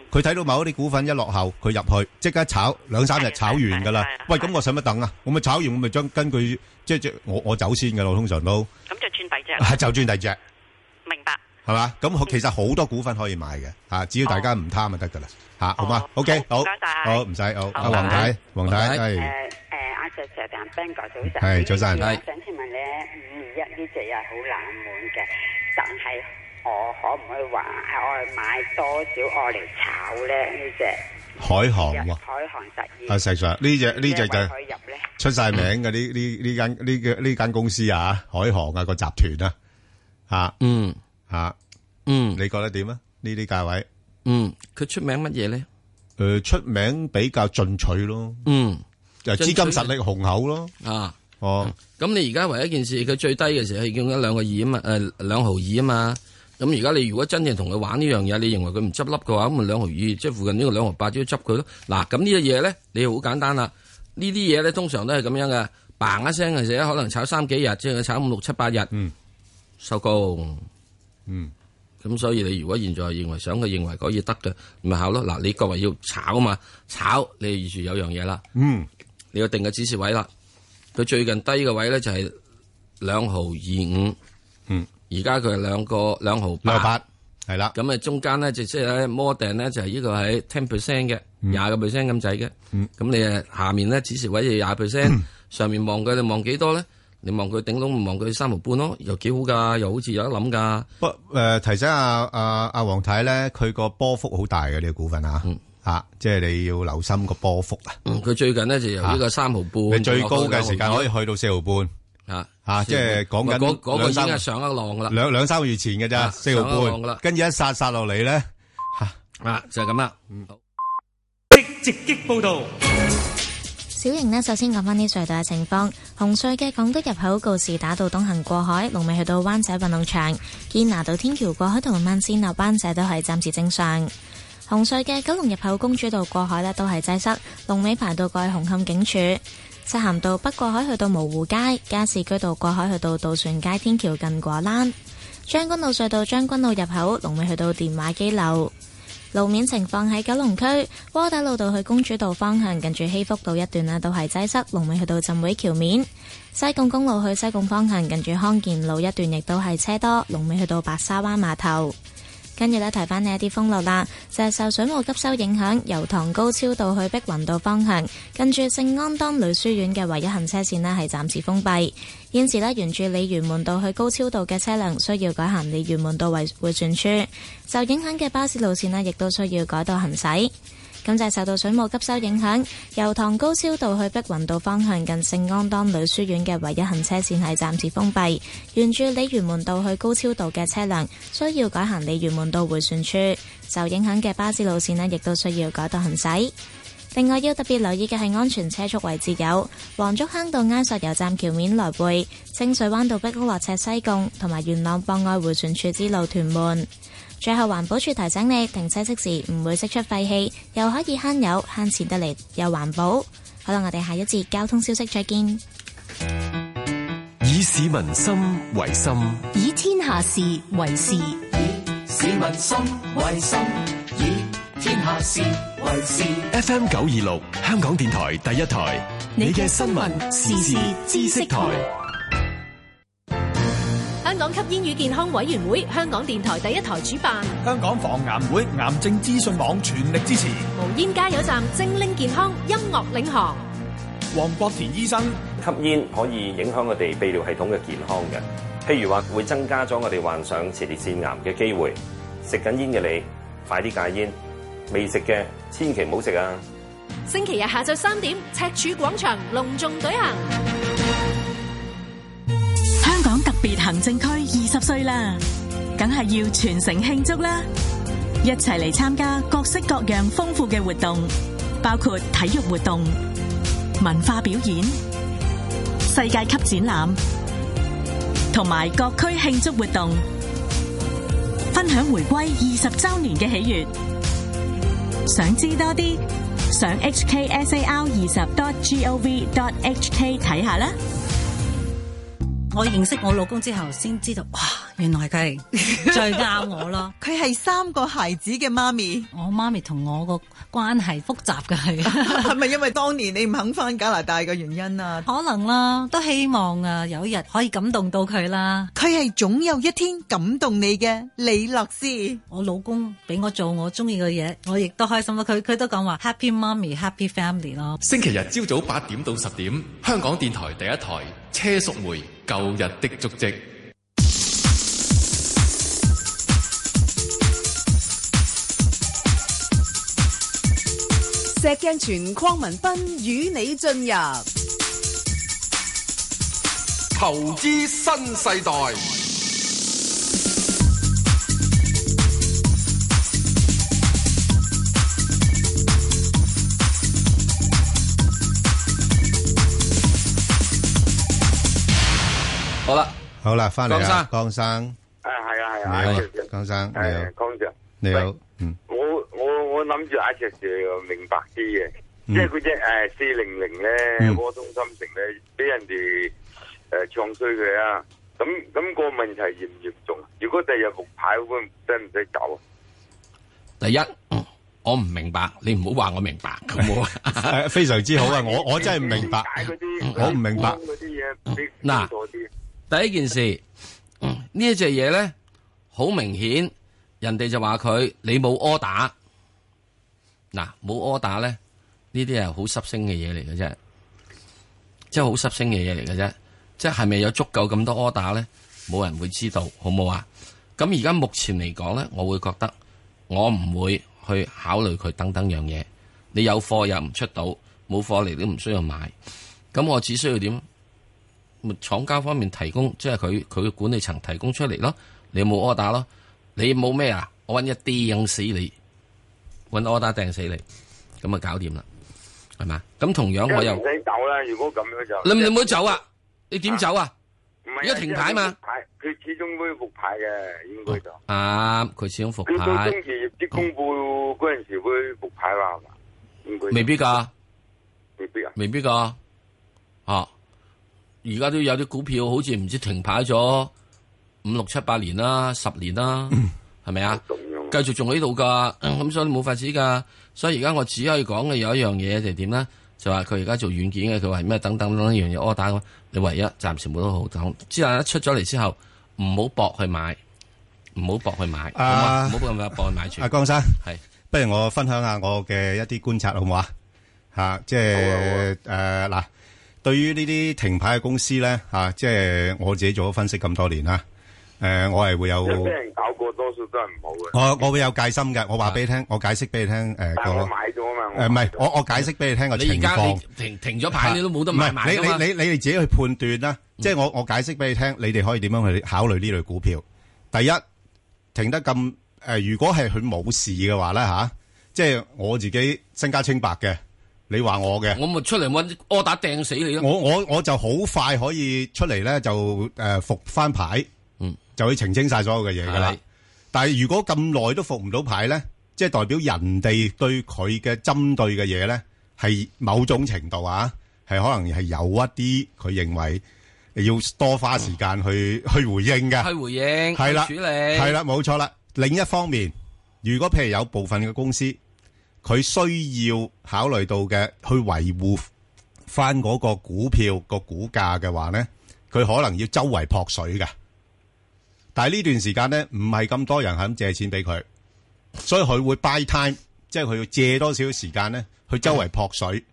Speaker 10: 佢睇到某一啲股份一落後，佢入去即刻炒兩三日炒完噶啦，喂，咁我使乜等啊？我咪炒完，我咪將根據即即我我走先噶啦，我通常都
Speaker 6: 咁就轉第二隻啦。
Speaker 10: 啊就轉第二隻
Speaker 6: 明白。
Speaker 10: 係嘛？咁佢其實好多股份可以買嘅吓，只要大家唔貪就得噶啦吓，好嘛？OK，好，好唔使好，阿黃太，黃太
Speaker 5: 誒
Speaker 10: 係。
Speaker 5: 誒，阿 Sir Sir 同 Ben 哥早晨，
Speaker 10: 係早晨
Speaker 5: 我
Speaker 10: 係
Speaker 5: 想請問你五二一呢只又係好冷門嘅，但係我可唔可以話我買多少愛嚟炒咧？呢只
Speaker 10: 海航喎
Speaker 5: 海航實業
Speaker 10: 啊，石 Sir，呢隻呢隻就
Speaker 5: 咩位可以入咧
Speaker 10: 出晒名嘅呢呢呢間呢個呢間公司啊，海航啊個集團啊，吓，
Speaker 8: 嗯，
Speaker 10: 吓，
Speaker 8: 嗯，
Speaker 10: 你覺得點啊？呢啲價位，
Speaker 8: 嗯，佢出名乜嘢咧？
Speaker 10: 誒，出名比較進取咯，
Speaker 8: 嗯，
Speaker 10: 就資金實力雄厚咯，
Speaker 8: 啊，
Speaker 10: 哦，
Speaker 8: 咁你而家唯一一件事，佢最低嘅時候係見緊兩個二啊嘛，誒、兩毫二啊嘛。咁而家你如果真正同佢玩呢樣嘢，你認為佢唔執笠嘅話，咁咪兩毫二，即係附近呢個兩毫八都要執佢咯。嗱，咁呢啲嘢咧，你好簡單啦。呢啲嘢咧，通常都係咁樣嘅，嘭一聲嘅時候，可能炒三幾日，即係炒五六七八日，
Speaker 10: 嗯，
Speaker 8: 收工，
Speaker 10: 嗯。
Speaker 8: 咁所以你如果現在認為想佢認為可以得嘅，咪考咯。嗱，你各位要炒啊嘛，炒你預住有樣嘢啦。
Speaker 10: 嗯，
Speaker 8: 你要定個指示位啦。佢最近低嘅位咧就係兩毫二五，
Speaker 10: 嗯，
Speaker 8: 而家佢係兩個兩毫
Speaker 10: 兩毫八，係啦。
Speaker 8: 咁啊中間咧就即係咧 more than 咧就係呢個係 ten percent 嘅，廿個 percent 咁滯嘅。
Speaker 10: 嗯
Speaker 8: 咁你啊下面咧指示位就廿 percent，上面望佢你望幾多咧？你望佢頂籠望佢三毫半咯，又幾好㗎，又好似有得諗㗎。
Speaker 10: 不誒提醒阿阿阿黃太咧，佢個波幅好大嘅呢個股份啊，嚇，即係你要留心個波幅啊。
Speaker 8: 佢最近咧就由呢個三毫半，
Speaker 10: 你最高嘅時間可以去到四毫半。
Speaker 8: 啊
Speaker 10: 啊，即係講緊
Speaker 8: 嗰嗰個已經係
Speaker 10: 兩三
Speaker 8: 上一浪噶啦，
Speaker 10: 兩兩三個月前嘅咋，
Speaker 8: 啊
Speaker 10: 四毫
Speaker 8: 上一浪㗎
Speaker 10: 半
Speaker 8: 啦，
Speaker 10: 跟住一殺殺落嚟咧，
Speaker 8: 啊就係咁啦。
Speaker 3: 直擊報道。
Speaker 14: 小小型呢，首先講翻啲隧道嘅情況。紅隧嘅港島入口告士打道東行過海，龍尾去到灣仔運動場；堅拿道天橋過海同埋慢線落灣仔都係暫時正常。紅隧嘅九龍入口公主道過海呢，都係擠塞，龍尾排到過去紅磡警署。漆咸道北過海去到蕪湖街，加士居道過海去到渡船街天橋近果欄。將軍澳隧道將軍澳入口，龍尾去到電話機樓。路面情況喺九龍區窩打老道去公主道方向，近住希福道一段呢都係擠塞，龍尾去到浸會橋面；西貢公路去西貢方向，近住康健路一段亦都係車多，龍尾去到白沙灣碼頭。跟住呢，提翻呢一啲封路啦，就係、受水務急修影響，由唐高超道去碧雲道方向，近住聖安當女書院嘅唯一行車線呢係暫時封閉。現時呢，沿住鯉魚門道去高超道嘅車輛需要改行鯉魚門道為迴旋處，受影響嘅巴士路線呢亦都需要改道行駛。咁就係受到水務急修影響，由唐高超道去碧雲道方向近聖安當女書院嘅唯一行車線係暫時封閉，沿住鯉魚門道去高超道嘅車輛需要改行鯉魚門道迴旋處，受影響嘅巴士路線呢亦都需要改道行駛。另外要特別留意嘅係安全車速位置有黃竹坑道埃索油站橋面來回、清水灣道壁屋落斜西貢同埋元朗博愛迴旋處之路屯門。最後，環保署提醒你停車熄匙唔會釋出廢氣，又可以慳油慳錢得嚟又環保。好啦，我哋下一節交通消息再見。
Speaker 15: 以市民心為心，
Speaker 11: 以天下事為事，
Speaker 22: 市民心為心，以天下事為事。
Speaker 15: FM 九二六香港電台第一台，你嘅新聞時事知識台。
Speaker 23: 香港吸煙與健康委員會、香港電台第一台主辦，
Speaker 24: 香港防癌會癌症資訊網全力支持。
Speaker 23: 無煙加油站精靈健康音樂領航。
Speaker 24: 黃國田醫生，
Speaker 25: 吸煙可以影響我哋泌尿系統嘅健康嘅，譬如話會增加咗我哋患上前列腺癌嘅機會。食緊煙嘅你，快啲戒煙；未食嘅千祈唔好食啊！
Speaker 23: 星期日下晝三點，赤柱廣場隆重舉行。
Speaker 26: 港特別行政區二十歲啦，梗係要全城慶祝啦！一齊嚟參加各式各樣豐富嘅活動，包括體育活動、文化表演、世界級展覽，同埋各區慶祝活動，分享回歸二十週年嘅喜悅。想知多啲，上 hksar 二十 dot gov dot hk 睇下啦。
Speaker 27: 我認識我老公之後，先知道 哇，原來佢係最啱我咯。
Speaker 28: 佢係三個孩子嘅媽咪，
Speaker 27: 我媽咪同我個關係複雜嘅係，
Speaker 28: 係咪因為當年你唔肯翻加拿大嘅原因啊？
Speaker 27: 可能啦，都希望啊有一日可以感動到佢啦。
Speaker 28: 佢係總有一天感動你嘅李樂詩。
Speaker 27: 我老公俾我做我中意嘅嘢，我亦都開心啦。佢佢都講話 Happy Mommy Happy Family 咯。
Speaker 15: 星期日朝早八點到十點，香港電台第一台車淑梅。舊日的足跡，
Speaker 21: 石鏡泉鄺民彬與你進入
Speaker 9: 投資新世代。
Speaker 8: 好啦，
Speaker 10: 好啦，翻嚟啦，江生，
Speaker 29: 啊係啊係
Speaker 10: 你好
Speaker 29: 啊，阿
Speaker 10: 啊，江生，你好，
Speaker 29: 江 Sir，
Speaker 10: 你好，嗯，
Speaker 29: 我我我諗住阿石 Sir 明白啲嘅，
Speaker 8: 嗯
Speaker 29: 即係嗰隻誒四零零咧，
Speaker 10: 嗯
Speaker 29: 窩中心城咧，俾人哋誒唱衰佢啊，咁咁個問題嚴唔嚴重？啊如果第日復牌，會唔使唔使走啊？
Speaker 8: 第一，嗯我唔明白，你唔好話我明白，好唔好啊？
Speaker 10: 誒 ，非常之好啊！我我真係唔明白，我嗯唔明白，嗯
Speaker 29: 嗰啲嘢你
Speaker 8: 嗱
Speaker 29: 多啲，
Speaker 8: 第一件事，嗯呢一隻嘢咧，好明顯，人哋就話佢你冇 order，嗱冇 order 咧，呢啲係好濕星嘅嘢嚟嘅啫，即係好濕星嘅嘢嚟嘅啫，即係係咪有足夠咁多 order 咧？冇人會知道，好冇啊？咁而家目前嚟講咧，我會覺得我唔會去考慮佢等等樣嘢。你有貨又唔出到，冇貨嚟都唔需要買。咁我只需要點？咪廠家方面提供，即係佢佢管理層提供出嚟咯。你冇 order 咯，你冇咩啊？我揾一啲掟死你，揾 order 掟死你，咁啊搞掂啦。系嘛？咁同樣我又
Speaker 29: 唔，使走啦。如果咁樣就
Speaker 8: 你你唔好走啊！你點走啊？
Speaker 29: 唔係啊
Speaker 8: 而家停牌嘛
Speaker 29: 因為佢復牌佢始終都要復牌嘅，應該就。
Speaker 8: 啱，佢始終復
Speaker 29: 佢到
Speaker 8: 牌
Speaker 29: 中，期業績公佈嗰陣時會復牌啦，係嘛？應該
Speaker 8: 未必㗎，
Speaker 29: 未必啊。
Speaker 8: 未必㗎。啊，而家都有啲股票好似唔知停牌咗五六七八年啦，十年啦，係咪啊？繼續仲喺度㗎，咁所以冇法子㗎。所以而家我只可以講嘅有一樣嘢就係點咧，就話佢而家做軟件嘅，佢話咩等等等等一樣嘢 order 咁，你唯一暫時冇得好講。之後一出咗嚟之後，唔好搏去買，唔好搏去買，好嘛
Speaker 10: 啊
Speaker 8: 唔好咁樣搏去買住。
Speaker 10: 阿江生，
Speaker 8: 係
Speaker 10: 不如我分享下我嘅一啲觀察好唔好啊？吓，即係诶嗱，對於呢啲停牌嘅公司咧吓、啊即係我自己做咗分析咁多年啦，诶、我係會有
Speaker 29: 因為俾人搞過，多數都係唔好嘅。
Speaker 10: 我我会有戒心嘅，我話俾你聽，我解釋俾你聽诶、
Speaker 29: 但
Speaker 10: 個
Speaker 29: 我買咗啊嘛。我
Speaker 10: 诶，唔係，我我解釋俾你聽個
Speaker 8: 你而
Speaker 10: 情
Speaker 8: 家
Speaker 10: 況
Speaker 8: 你。停停咗牌，你都冇得買
Speaker 10: 唔係，
Speaker 8: 買㗎
Speaker 10: 你-
Speaker 8: 嘛
Speaker 10: 你-你-你哋自己去判斷啦。即係我-我解釋俾你聽，你哋可以點樣去考慮呢類股票。第一，停得咁，呃，如果係佢冇事嘅話呢，吓，即係我自己身家清白嘅，你話我嘅，我-我-我就好快可以出嚟呢，就，呃，復返牌，就去澄清晒所有嘅嘢㗎啦。但係如果咁耐都復唔到牌呢，即係代表人哋對佢嘅針對嘅嘢呢，係某種程度啊，係可能係有一啲佢認為要多花時間去-去回應嘅。
Speaker 8: 去回應，
Speaker 10: 係啦，
Speaker 8: 去處理，
Speaker 10: 係啦，冇錯啦。另一方面，如果譬如有部分嘅公司，佢需要考慮到嘅，去維護返嗰個股票個股價嘅話呢，佢可能要周圍撲水嘅。但系呢段時間咧，唔係咁多人肯借錢俾佢，所以佢會 buy time，即係佢要借多少時間咧，去周圍撲水。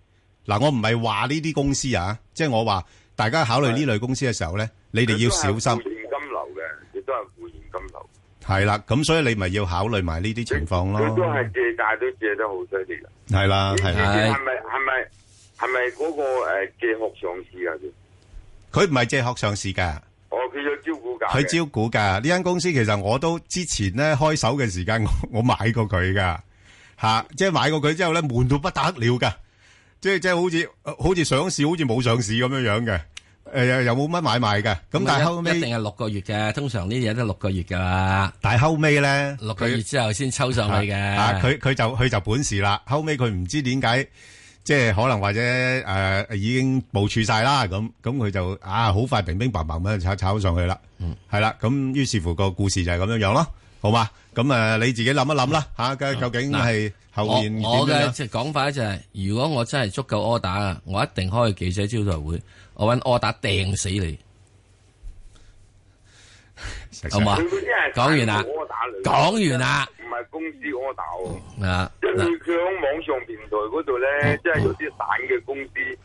Speaker 10: 嗱、我唔係話呢啲公司啊，即係我話大家考慮呢類公司嘅時候咧，你哋要小
Speaker 29: 佢都係
Speaker 10: 心
Speaker 29: 負。現金流嘅，亦都係負現金流。
Speaker 10: 係啦，咁所以你咪要考慮埋呢啲情況
Speaker 8: 嗯
Speaker 29: 佢都
Speaker 10: 咯。
Speaker 29: 係借債都借得好犀利嘅。
Speaker 10: 係啦，係
Speaker 29: 係
Speaker 10: 啦，
Speaker 29: 咪係咪係咪嗰個誒借殼上市啊？
Speaker 10: 佢唔係借殼上市㗎。
Speaker 29: 哦，佢有招股價嘅。
Speaker 10: 佢招股噶呢間公司，其實我都之前咧開手嘅時間，我 我買過佢噶吓，嚇即係買過佢之後咧，悶到不得了噶，即係即係好似好似上市，好似冇上市咁樣樣嘅，诶、又冇乜買賣嘅。咁但係
Speaker 8: 一
Speaker 10: 後
Speaker 8: 一
Speaker 10: 尾，
Speaker 8: 定係六個月嘅，通常呢啲嘢都六個月㗎啦。
Speaker 10: 但係後尾咧，
Speaker 8: 六個月之後先抽上去嘅。
Speaker 10: 啊佢佢就佢就本事啦。後尾佢唔知點解，即係可能或者诶、呃已經部署晒啦，咁咁佢就啊好快乒乒乓乓咁樣炒炒上去啦。嗯，系啦，咁於是乎個故事就係咁樣樣咯，好嘛？咁诶你自己諗一諗啦，吓、究究竟係後面
Speaker 8: 我我
Speaker 10: 點樣
Speaker 8: 嘅
Speaker 10: 樣
Speaker 8: 即係講法就係，如果我真係足夠 order 啊，我一定開記者招待會，我揾 order 掟死你，好嘛
Speaker 29: 佢嗰啲係？
Speaker 8: 講完啦
Speaker 29: 散戶，order 嚟
Speaker 8: 講完啦，
Speaker 29: 唔係公司 order 喎。
Speaker 8: 啊
Speaker 29: 即係
Speaker 8: 嗱
Speaker 29: 佢佢喺網上平台嗰度
Speaker 8: 嗯
Speaker 29: 咧，即係有啲散嘅公司，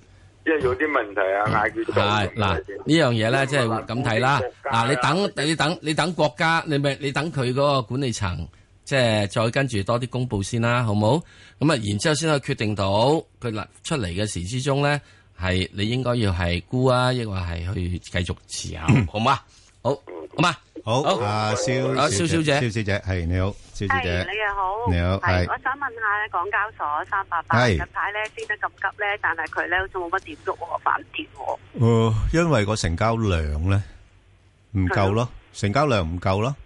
Speaker 29: 即係有啲問題
Speaker 8: 嗯
Speaker 29: 啊，嗌佢做。
Speaker 8: 係嗱呢樣嘢咧，即係咁睇啦。嗱，你等你等你等國家，你咪你等佢嗰個管理層，即係再跟住多啲公佈先啦，好冇？咁啊，然之後先去決定到佢嗱出嚟嘅時之中咧，係你應該要係沽啊，抑或係去繼續持有，好嘛？好，好嘛？
Speaker 10: 好
Speaker 8: 好
Speaker 10: 啊，蕭
Speaker 8: 啊蕭小姐
Speaker 10: 蕭小姐係你好，蕭小姐
Speaker 1: 係你又好，
Speaker 10: 你好
Speaker 1: 係
Speaker 10: 係
Speaker 1: 我想問下咧，港交所三八八
Speaker 10: 係
Speaker 1: 近排咧升得咁急咧，但係佢咧好似冇乜點喐喎，反跌喎。
Speaker 10: 哦，因为个成交量咧唔够咯，成交量唔够咯，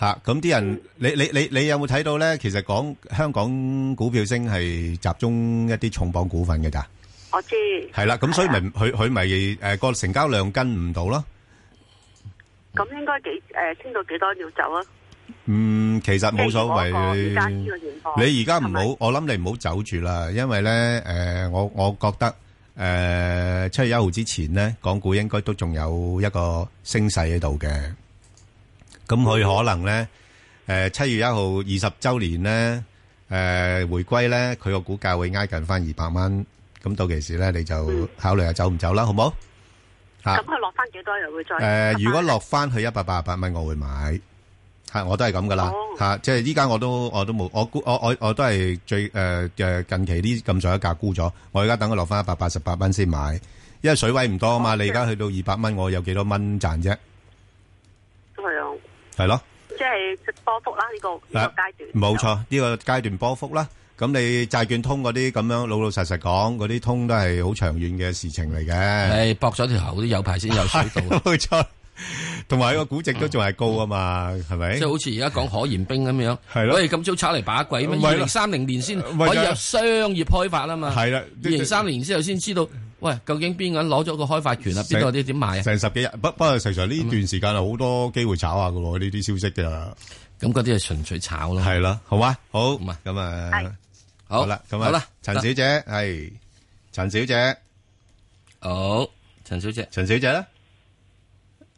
Speaker 10: 吓咁啲人，你你你你有冇睇到咧？其实讲香港股票升系集中一啲重磅股份嘅咋，
Speaker 1: 我知啊
Speaker 10: 系啦，
Speaker 6: À,
Speaker 10: 咁所以咪佢佢咪诶个成交量跟唔到咯。
Speaker 1: 咁應該幾诶升到幾多要走啊？
Speaker 10: 嗯，其實冇所謂。
Speaker 1: 即係如果我而家呢個情況
Speaker 10: 你而家唔好，我諗你唔好走住啦，因為咧，诶、我我覺得诶七、月一號之前咧，港股應該都仲有一個升勢喺度嘅。咁佢可能咧，诶、七月一號二十週年咧，诶、回歸咧，佢個股價會挨近翻二百蚊。咁到其時咧，你就考慮下走唔走啦，好冇？吓、
Speaker 1: 咁佢落翻幾多又會再？
Speaker 10: 诶、如果落翻去一百八十八蚊，我會買。吓，我都係咁噶啦，吓、即係依家我都我都冇，我估我我我都係最诶嘅、近期呢咁上一價沽咗，我而家等佢落翻一百八十八蚊先買，因為水位唔多啊嘛，你而家去到二百蚊，我有幾多蚊賺啫？
Speaker 1: 係啊，
Speaker 10: 係咯，
Speaker 1: 即係波幅啦，呢個呢
Speaker 10: 嗱
Speaker 1: 個階段。
Speaker 10: 冇錯，呢、個階段波幅啦，咁咁你債券通嗰啲咁樣老老實實講，嗰啲通都係好長遠嘅事情嚟嘅。
Speaker 8: 你博咗條喉都有排先有水啊到。
Speaker 10: 冇錯，同埋個估值都仲係高啊嘛，係咪？
Speaker 8: 即係好似而家講可燃冰咁樣，
Speaker 10: 係咯
Speaker 8: 我哋咁早炒嚟把鬼咩？
Speaker 10: 咪
Speaker 8: 二
Speaker 10: 係
Speaker 8: 零
Speaker 10: 咯
Speaker 8: 三零年先
Speaker 10: 咪就
Speaker 8: 可以
Speaker 10: 係
Speaker 8: 有商業開發啊嘛。
Speaker 10: 係啦
Speaker 8: 二零三零年之後先知道，喂，究竟邊個人攞咗個開發權啊？邊個啲點賣啊？
Speaker 10: 成十幾日，不不過實在呢段時間係好多機會炒下嘅喎，呢啲消息嘅。
Speaker 8: 咁嗰啲係純粹炒咯。
Speaker 10: 係啦，好啊，好，咁啊，
Speaker 8: 好
Speaker 10: 好啦，咁
Speaker 8: 好
Speaker 10: 啊
Speaker 8: 啦，
Speaker 10: 陳
Speaker 8: 得
Speaker 10: 小姐係陳小姐，
Speaker 8: 好，陳小姐，
Speaker 10: 陳小姐咧，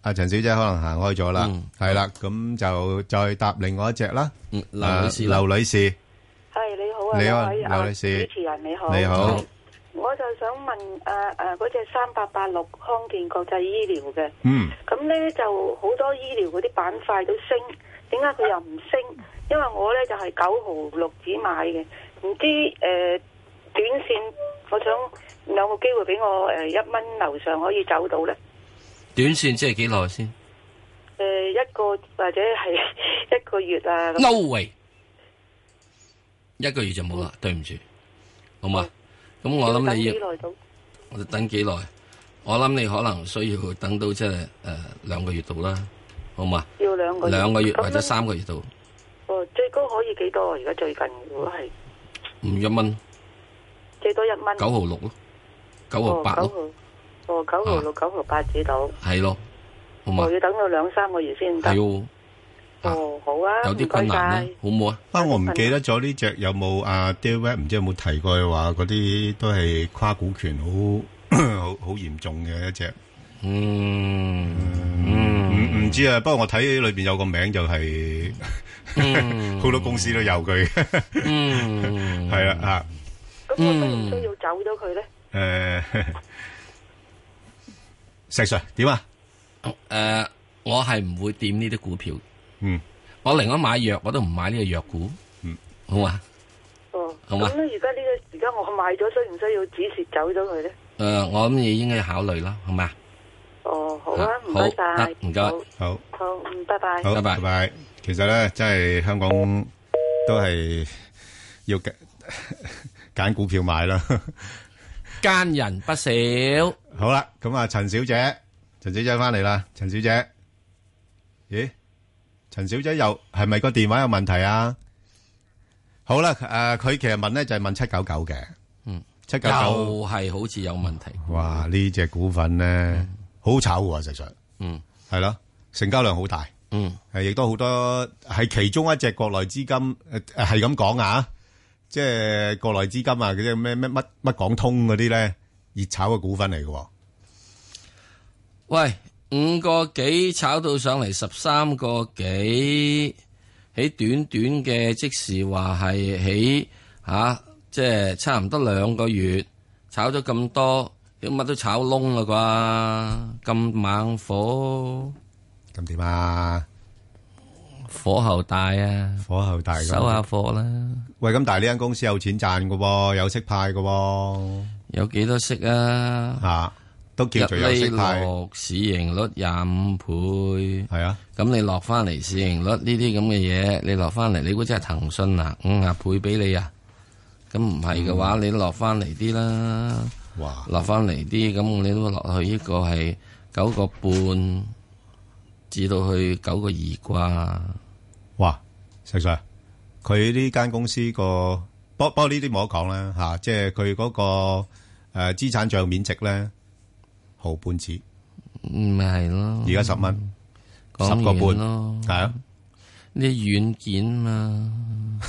Speaker 10: 阿陳小姐可能行開咗啦，係啦，咁就再搭另外一隻啦，
Speaker 8: 劉
Speaker 10: 啊
Speaker 8: 女士啦
Speaker 10: 劉女士。
Speaker 2: 系你好啊，
Speaker 10: 你好
Speaker 2: 兩位
Speaker 10: 劉
Speaker 2: 啊
Speaker 10: 女士
Speaker 2: 主持人你好，
Speaker 10: 你好
Speaker 2: 係，我就想問诶诶嗰只三八八六康健國際醫療嘅，
Speaker 10: 嗯，
Speaker 2: 咁咧就好多醫療嗰啲板塊都升，點解佢又唔升？因為我咧就係九毫六子買嘅，唔知诶、呃短線我想有冇機會俾我诶一蚊樓上可以走到咧？
Speaker 8: 短線即係幾耐先
Speaker 2: 诶、一個或者係 一個月啊咁
Speaker 8: ？No way，一個月就冇啦，對唔住，好嘛？咁我諗
Speaker 2: 嗯等
Speaker 8: 你要
Speaker 2: 幾。耐到？
Speaker 8: 我哋等幾耐？我諗你可能需要等到即係诶兩個月度啦，好嘛？
Speaker 2: 要兩個月
Speaker 8: 兩個月
Speaker 2: 咁
Speaker 8: 或者
Speaker 2: 樣
Speaker 8: 三個月度，
Speaker 2: 哦，最高可以幾多啊？而家最近如果係
Speaker 8: 五一
Speaker 2: 嗯
Speaker 8: 蚊
Speaker 2: 最多一蚊，
Speaker 8: 九毫六咯，九毫八
Speaker 2: 哦
Speaker 8: 咯，
Speaker 2: 九毫，哦九毫六九毫八至到，
Speaker 8: 係咯，好嘛
Speaker 2: 我？要等到兩三個月先得
Speaker 8: 係。喎，
Speaker 2: 哦，好啊，
Speaker 10: 有啲
Speaker 2: 唔該
Speaker 10: 困難啦
Speaker 2: 晒。
Speaker 8: 好唔好啊？
Speaker 10: 不過我唔記得咗呢只有冇啊 d a v e 唔知有冇提過佢話嗰啲都係跨股權好 好好嚴重嘅一隻。
Speaker 8: 嗯
Speaker 10: 唔唔知啊，不過我睇裏邊有個名就係
Speaker 8: 嗯
Speaker 10: 好多公司都有佢。
Speaker 8: 嗯，
Speaker 10: 係啦啊，
Speaker 2: 咁我需唔需要走咗佢咧？
Speaker 10: 誒石 Sir 點啊？
Speaker 8: 诶，我係唔會掂呢啲股票。
Speaker 10: 嗯，
Speaker 8: 我寧可買藥，我都唔買呢個藥股。
Speaker 10: 嗯，
Speaker 8: 好嘛？
Speaker 2: 哦，
Speaker 8: 好嘛
Speaker 2: 咁咧而家呢個而家我買咗，需唔需要止蝕走咗佢咧？
Speaker 8: 诶，我諗你應該考慮啦，啊好嘛？
Speaker 2: 哦，好
Speaker 8: 啊
Speaker 2: 啊，唔
Speaker 8: 好
Speaker 2: 該晒，
Speaker 10: À,
Speaker 8: 得唔該
Speaker 10: 好。
Speaker 2: 好，嗯，拜拜。
Speaker 10: 好，拜拜。其實咧，真係香港都係要揀 揀股票買 啦。
Speaker 8: 奸人不少。
Speaker 10: 好啦，咁啊，陳小姐，陳小姐翻嚟啦，陳小姐，咦，陳小姐又係咪個電話有問題啊？好啦，诶、佢其實問咧就係問七九九嘅，
Speaker 8: 嗯，
Speaker 10: 七九九，
Speaker 8: 又係好似有問題。
Speaker 10: 哇，呢只股份咧好炒嘅喎，實上，
Speaker 8: 嗯，
Speaker 10: 係咯，成交量好大，
Speaker 8: 嗯，
Speaker 10: 系亦都好多係其中一隻國內資金，诶、呃，系咁講啊，即係國內資金啊，嗰啲咩咩乜乜港通嗰啲咧，熱炒嘅股份嚟嘅喎。
Speaker 8: 喂，五個幾炒到上嚟十三個幾，喺短短嘅即時話係喺吓，即係差唔多兩個月炒咗咁多，咁乜都炒窿啦啩，咁猛火，
Speaker 10: 咁點啊？
Speaker 8: 火候大啊，
Speaker 10: 火候大㗎
Speaker 8: 收下火啦。
Speaker 10: 喂，咁但系呢間公司有錢賺噶喎，有息派噶喎，
Speaker 8: 有幾多息啊？
Speaker 10: 吓、都叫做有息派
Speaker 8: 一，厘六市盈率廿五倍，
Speaker 10: 係啊，
Speaker 8: 咁你落翻嚟市盈率呢啲咁嘅嘢，你落翻嚟，你估真係騰訊啊五啊倍俾你啊？咁唔係嘅話，你落翻嚟啲啦，
Speaker 10: 嗯哇，
Speaker 8: 落翻嚟啲，咁你都落去呢個係九個半至到去九個二啩。
Speaker 10: 哇，石 Sir，佢呢間公司個不不過呢啲冇得講啦吓，嚇即係佢嗰個诶资、資產帳面值咧毫半子，
Speaker 8: 咪係咯，
Speaker 10: 而家十蚊， 十
Speaker 8: 嗯講
Speaker 10: 個半
Speaker 8: 完咯，
Speaker 10: 係啊，
Speaker 8: 呢啲軟件嘛，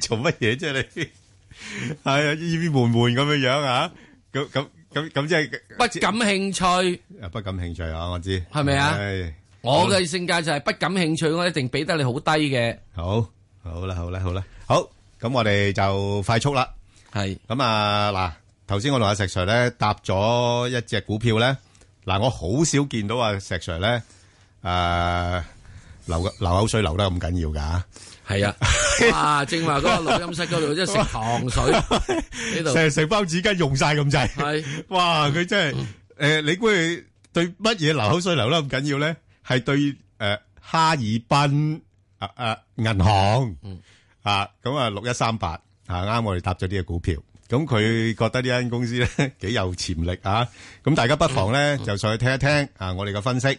Speaker 10: 做乜嘢啫你？ 系啊，依邊悶悶咁樣樣啊，咁咁咁咁即係
Speaker 8: 不感興趣。
Speaker 10: 啊不感興趣啊，我知
Speaker 8: 係咪啊
Speaker 10: 唉
Speaker 8: 我嘅性格就係不感興趣，我一定俾得你好低嘅。
Speaker 10: 好，好啦，好啦，好啦，好，咁我哋就快速啦。
Speaker 8: 系，
Speaker 10: 咁啊嗱，頭先我同阿石 Sir 咧搭咗一隻股票咧，嗱我好少見到阿石 Sir 咧，呃诶、流流口水流得咁緊要噶，
Speaker 8: 系 啊，哇！正話嗰個錄音室嗰度即係食糖水 呢度，
Speaker 10: 成成包紙巾用晒咁滯，
Speaker 8: 係嗯
Speaker 10: 哇！佢真係诶、誒你估佢對乜嘢流口水流得咁緊要咧？係對诶、
Speaker 8: 嗯
Speaker 10: 哈爾濱啊啊銀行。啊，咁啊六一三八啊啱我哋搭咗呢只股票，咁佢覺得呢 間公司咧幾有潛力啊，咁大家不妨
Speaker 8: 嗯
Speaker 10: 咧就上去聽一聽啊，我哋嘅分析，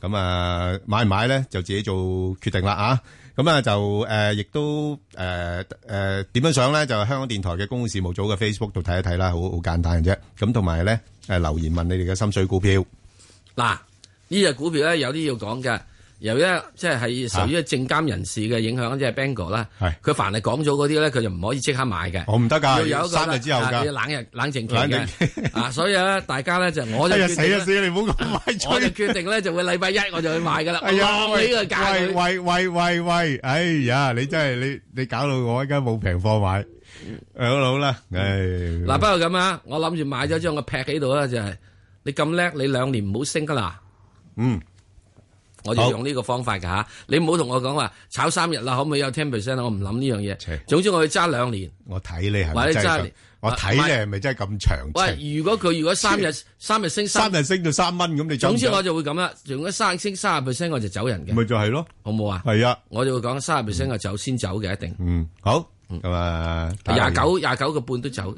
Speaker 10: 咁啊買唔買咧就自己做決定啦啊，咁啊就誒亦都誒誒點樣上咧就香港電台嘅公共事務組嘅 Facebook 度睇一睇啦，好好簡單嘅啫，咁同埋咧誒留言問你哋嘅心水股票。
Speaker 8: 嗱，呢只股票咧有啲要講嘅，由於即係係受於證監人士嘅影響，即係 Bangle 啦，佢凡係講咗嗰啲咧，佢就唔可以即刻買嘅。
Speaker 10: 我唔得㗎
Speaker 8: 要有一個
Speaker 10: 三日之後㗎
Speaker 8: 啊要冷日冷靜期
Speaker 10: 冷
Speaker 8: 嘅。啊，所以咧，大家咧就我就
Speaker 10: 哎呀
Speaker 8: 決
Speaker 10: 死
Speaker 8: 定
Speaker 10: 啊死啊！你唔好咁快
Speaker 8: 我就
Speaker 10: 追。
Speaker 8: 決定咧就會禮拜一我就去買㗎啦。
Speaker 10: 哎呀，
Speaker 8: 我呢個價
Speaker 10: 喂，
Speaker 8: 佢
Speaker 10: 喂，喂，喂，喂，哎呀，你真係你你搞到我而家冇平貨買，誒好啦好啦，唉，
Speaker 8: 嗱，不過咁啊，我諗住買咗之後，我劈喺度啦，就係你咁叻，你兩年唔好升噶啦。
Speaker 10: 嗯，
Speaker 8: 我就用呢個方法㗎吓，你唔好同我講話炒三日啦，可唔可以有 ten percent？我唔啊諗呢樣嘢。總之我去揸兩年。
Speaker 10: 我睇你係
Speaker 8: 或
Speaker 10: 咪
Speaker 8: 者
Speaker 10: 真
Speaker 8: 揸
Speaker 10: 係
Speaker 8: 年，
Speaker 10: 我睇
Speaker 8: 啊
Speaker 10: 你
Speaker 8: 唔係
Speaker 10: 係咪真係咁長情？
Speaker 8: 喂，如果佢如果三日三日升
Speaker 10: 三日升到三蚊咁，你走唔
Speaker 8: 總之
Speaker 10: 走
Speaker 8: 我就會咁啦，如果三升三十 percent 我就走人嘅。
Speaker 10: 咪就係咯，
Speaker 8: 好冇啊？
Speaker 10: 係啊，
Speaker 8: 我就會講三十 percent 我走先走嘅，一定。
Speaker 10: 嗯，好，咁啊，打
Speaker 8: 廿
Speaker 10: 嚟
Speaker 8: 九廿九個半都走。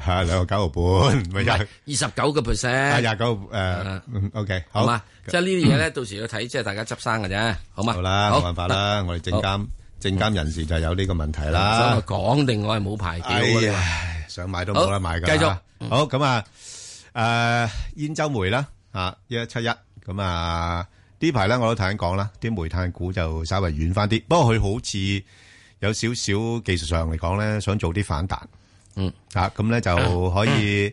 Speaker 10: 係兩個九毫半，咪廿
Speaker 8: 二十九個 percent，啊
Speaker 10: 廿九誒，OK，嗯
Speaker 8: 好
Speaker 10: 好
Speaker 8: 嘛，，即係呢啲嘢咧，到時要睇，即係大家執生嘅啫，好嘛？
Speaker 10: 好啦，
Speaker 8: 好
Speaker 10: 冇辦法啦，我哋證監證監人士就有呢個問題啦。
Speaker 8: 所以我講定我係冇牌
Speaker 10: 哎
Speaker 8: 嘅。
Speaker 10: 呀，想買都冇得買噶。
Speaker 8: 好繼續
Speaker 10: 好咁啊，誒，兗州煤啦，啊，一一七一咁啊，呢排咧我都頭先講啦，啲煤炭股就稍微軟翻啲，不過佢好似有少少技術上嚟講咧，想做啲反彈。
Speaker 8: 嗯，
Speaker 10: 啊，咁咧就可以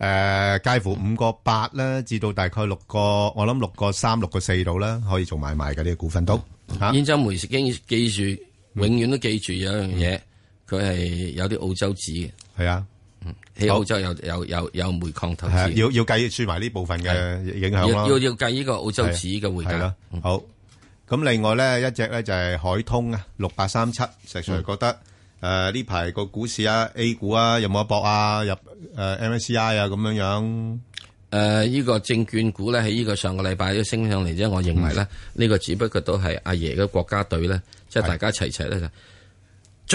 Speaker 10: 誒，介乎五個八啦，至到大概六個，我諗六個三、六個四度啦，可以做買賣嘅呢個股份都。
Speaker 8: 兗州煤食經記住，永遠都記住有一樣嘢，佢係有啲澳洲紙嘅。
Speaker 10: 嗯係啊，
Speaker 8: 喺澳洲有有有有煤礦投
Speaker 10: 係啊
Speaker 8: 資，
Speaker 10: 要要計算埋呢部分嘅影響
Speaker 8: 要
Speaker 10: 咯。
Speaker 8: 要要計呢個澳洲紙嘅匯
Speaker 10: 係
Speaker 8: 價嗯
Speaker 10: 咯。，好。咁另外咧，一隻咧就係海通啊，六八三七。石
Speaker 8: 嗯
Speaker 10: Sir 覺得誒呢排個股市啊，A 股啊，有冇得搏啊？入誒 MSCI 啊，咁樣樣。
Speaker 8: 誒，呢個證券股咧喺呢個上個禮拜都升上嚟啫，我認為咧
Speaker 10: 嗯
Speaker 8: 呢個只不過都係阿爺嘅國家隊咧，即係大家齊齊咧就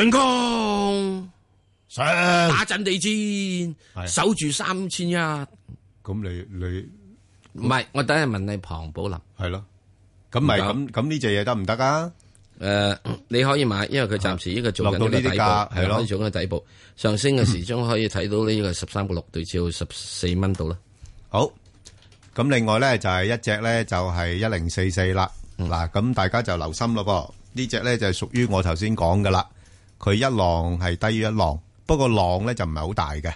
Speaker 8: 進攻，
Speaker 10: 上
Speaker 8: 打陣地戰，守住三千一。
Speaker 10: 咁你
Speaker 8: 你唔係，我等下問你龐寶林
Speaker 10: 係咯，咁咪咁咁呢只嘢得唔得啊？
Speaker 8: 誒，你可以買，因為佢暫時呢個做緊
Speaker 10: 落到
Speaker 8: 呢
Speaker 10: 呢
Speaker 8: 個
Speaker 10: 啲
Speaker 8: 底
Speaker 10: 價
Speaker 8: 部，啊
Speaker 10: 係咯
Speaker 8: 可以做緊個底部 上升嘅時鐘可以睇到呢個十三個六對照十四蚊度啦。
Speaker 10: 好，咁另外咧就係一隻咧就係一零四四啦。嗱，咁大家就留心咯噃。呢只咧就係屬於我頭先講噶啦，佢一浪係低於一浪，不過浪咧就唔係好大嘅。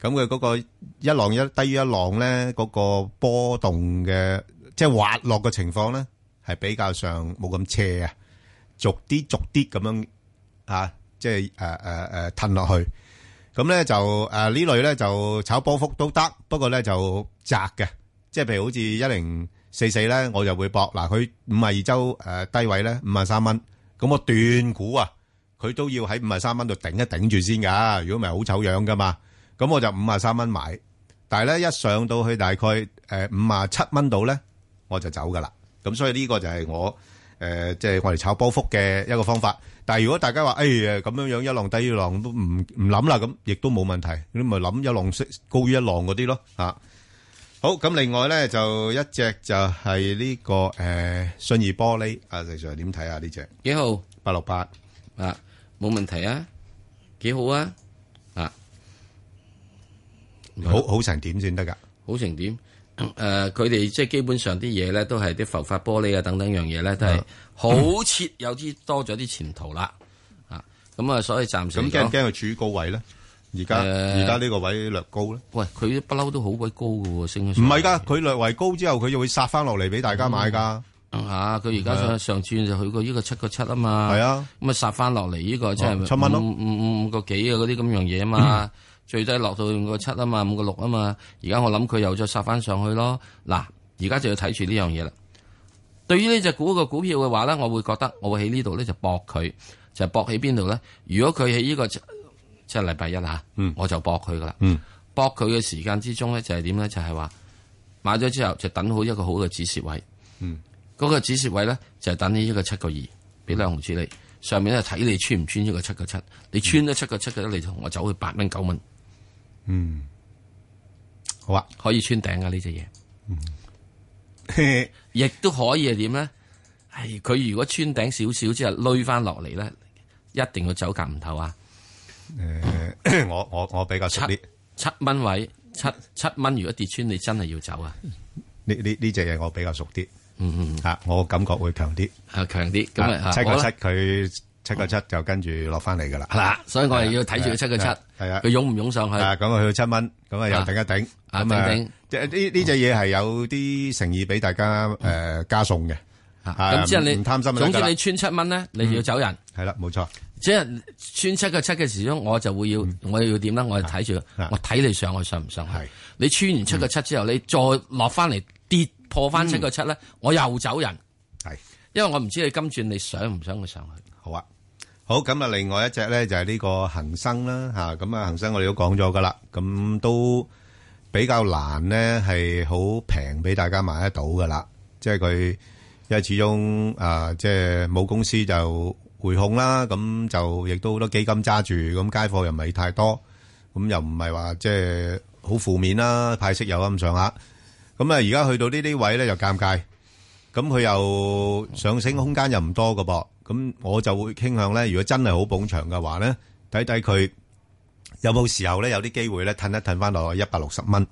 Speaker 10: 咁佢嗰個一浪一低於一浪咧，嗰個波動嘅即係滑落嘅情況咧，係比較上冇咁斜啊，逐啲逐啲咁樣啊，即係誒誒誒褪落去。咁咧就誒呢類咧就炒波幅都得，不過咧就窄嘅，即係譬如好似一零四四咧，我就會搏嗱，佢五啊二周誒低位咧五啊三蚊，咁我斷估啊，佢都要喺五啊三蚊度頂一頂住先㗎，如果唔係好醜樣㗎嘛，咁我就五啊三蚊買，但係咧一上到去大概誒五啊七蚊度咧，我就走㗎啦，咁所以呢個就係我。誒、即係我哋炒波幅嘅一個方法。但係如果大家話誒誒咁樣樣一浪低於一浪都唔唔諗啦，咁亦都冇問題。你咪諗一浪息高於一浪嗰啲咯嚇。好，咁另外咧就一隻就係呢、個誒、信義玻璃，阿石 Sir 點睇啊？呢只
Speaker 8: 幾號？
Speaker 10: 八六八
Speaker 8: 啊，冇問題啊，幾好啊， 啊，
Speaker 10: 好好成點先得㗎？
Speaker 8: 好成點？誒、佢哋即係基本上啲嘢咧，都係啲浮法玻璃啊等等樣嘢咧，都係好似有啲多咗啲前途啦。啊，咁啊，所以暫時
Speaker 10: 咁
Speaker 8: 嚟
Speaker 10: 驚唔
Speaker 8: 講
Speaker 10: 驚佢處於高位咧？而家
Speaker 8: 誒
Speaker 10: 而家呢個位略高咧？
Speaker 8: 喂，佢不嬲都好鬼高嘅喎，升咗
Speaker 10: 唔
Speaker 8: 上
Speaker 10: 係
Speaker 8: 嚟
Speaker 10: 㗎，佢略為高之後，佢就會殺翻落嚟俾大家買㗎。
Speaker 8: 啊！佢而家
Speaker 10: 係啊
Speaker 8: 上上轉就去過呢個七個七啊嘛，
Speaker 10: 係啊，
Speaker 8: 咁啊殺翻落嚟呢個即
Speaker 10: 哦
Speaker 8: 係
Speaker 10: 七蚊咯
Speaker 8: 五五五五個幾啊嗰啲咁樣嘢 啊嘛，最低落到五個七啊嘛，五個六啊嘛，而家我諗佢又再殺翻上去咯。嗱，而家就要睇住呢樣嘢啦。對於呢只股個股票嘅話咧，我會覺得我會喺呢度咧就搏佢，就搏喺邊度咧？如果佢喺呢個即即係禮拜一啊，
Speaker 10: 嗯
Speaker 8: 我就搏佢噶啦。搏佢嘅時間之中咧，就係點咧？就係話買咗之後就等好一個好嘅止蝕位。
Speaker 10: 嗯，
Speaker 8: 嗰個止蝕位咧就係等呢一個七個二，俾兩毫子你。上面咧睇你穿唔穿呢個七個七，你穿咗七個七嘅，你就同我走去八蚊九蚊。
Speaker 10: 嗯，好啊，
Speaker 8: 可以穿頂噶呢只嘢。
Speaker 10: 嗯
Speaker 8: 亦都可以係點咧？係佢如果穿頂少少之後，累翻落嚟咧，一定要走夾唔透啊！
Speaker 10: 誒，我我我比較熟啲，
Speaker 8: 七蚊位七七蚊，如果跌穿你真係要走啊！
Speaker 10: 呢呢呢只嘢我比較熟啲，嗯嗯，嚇我感覺會強啲，
Speaker 8: 啊強啲，咁啊
Speaker 10: 七個
Speaker 8: 好
Speaker 10: 七
Speaker 8: 啦
Speaker 10: 佢七個七就跟住落翻嚟噶啦，啊
Speaker 8: 係啦所以我哋要睇住佢7個7
Speaker 10: 係啊，
Speaker 8: 佢湧唔湧上去
Speaker 10: 啊？咁啊去到七蚊，咁啊又頂一頂，
Speaker 8: 啊
Speaker 10: 咁啊
Speaker 8: 頂頂
Speaker 10: 即係呢呢只嘢係有啲誠意俾大家誒加送嘅，啊
Speaker 8: 咁即係你
Speaker 10: 唔貪心就
Speaker 8: 總
Speaker 10: 得㗎
Speaker 8: 之
Speaker 10: 啦嗯
Speaker 8: 你穿七蚊咧，你就要走人。
Speaker 10: 係啦，冇錯。嗯
Speaker 8: 即係穿七個七嘅時鐘，我就會要我要點咧？我
Speaker 10: 啊
Speaker 8: 就睇住，我睇你上去上唔上去。你穿完七個七之後，你再落翻嚟跌破翻七個七咧，我又走人。
Speaker 10: 嗯係，
Speaker 8: 因為我唔知你今轉你想唔想佢上去。
Speaker 10: 好啊。好咁啊，另外一隻咧就係呢個恒生啦嚇，咁啊恒生我哋都講咗噶啦，咁都比較難咧係好平俾大家買得到噶啦，即係佢因為始終啊即係冇公司就回控啦，咁就亦都好多基金揸住，咁街貨又唔係太多，咁又唔係話即係好負面啦，派息又咁上下，咁啊而家去到呢啲位咧就尷尬。咁佢又上升空間又唔多噶噃，咁我就會傾向咧，如果真係好捧場嘅話咧，睇睇佢有冇時候咧有啲機會咧褪一褪翻落一百六十蚊，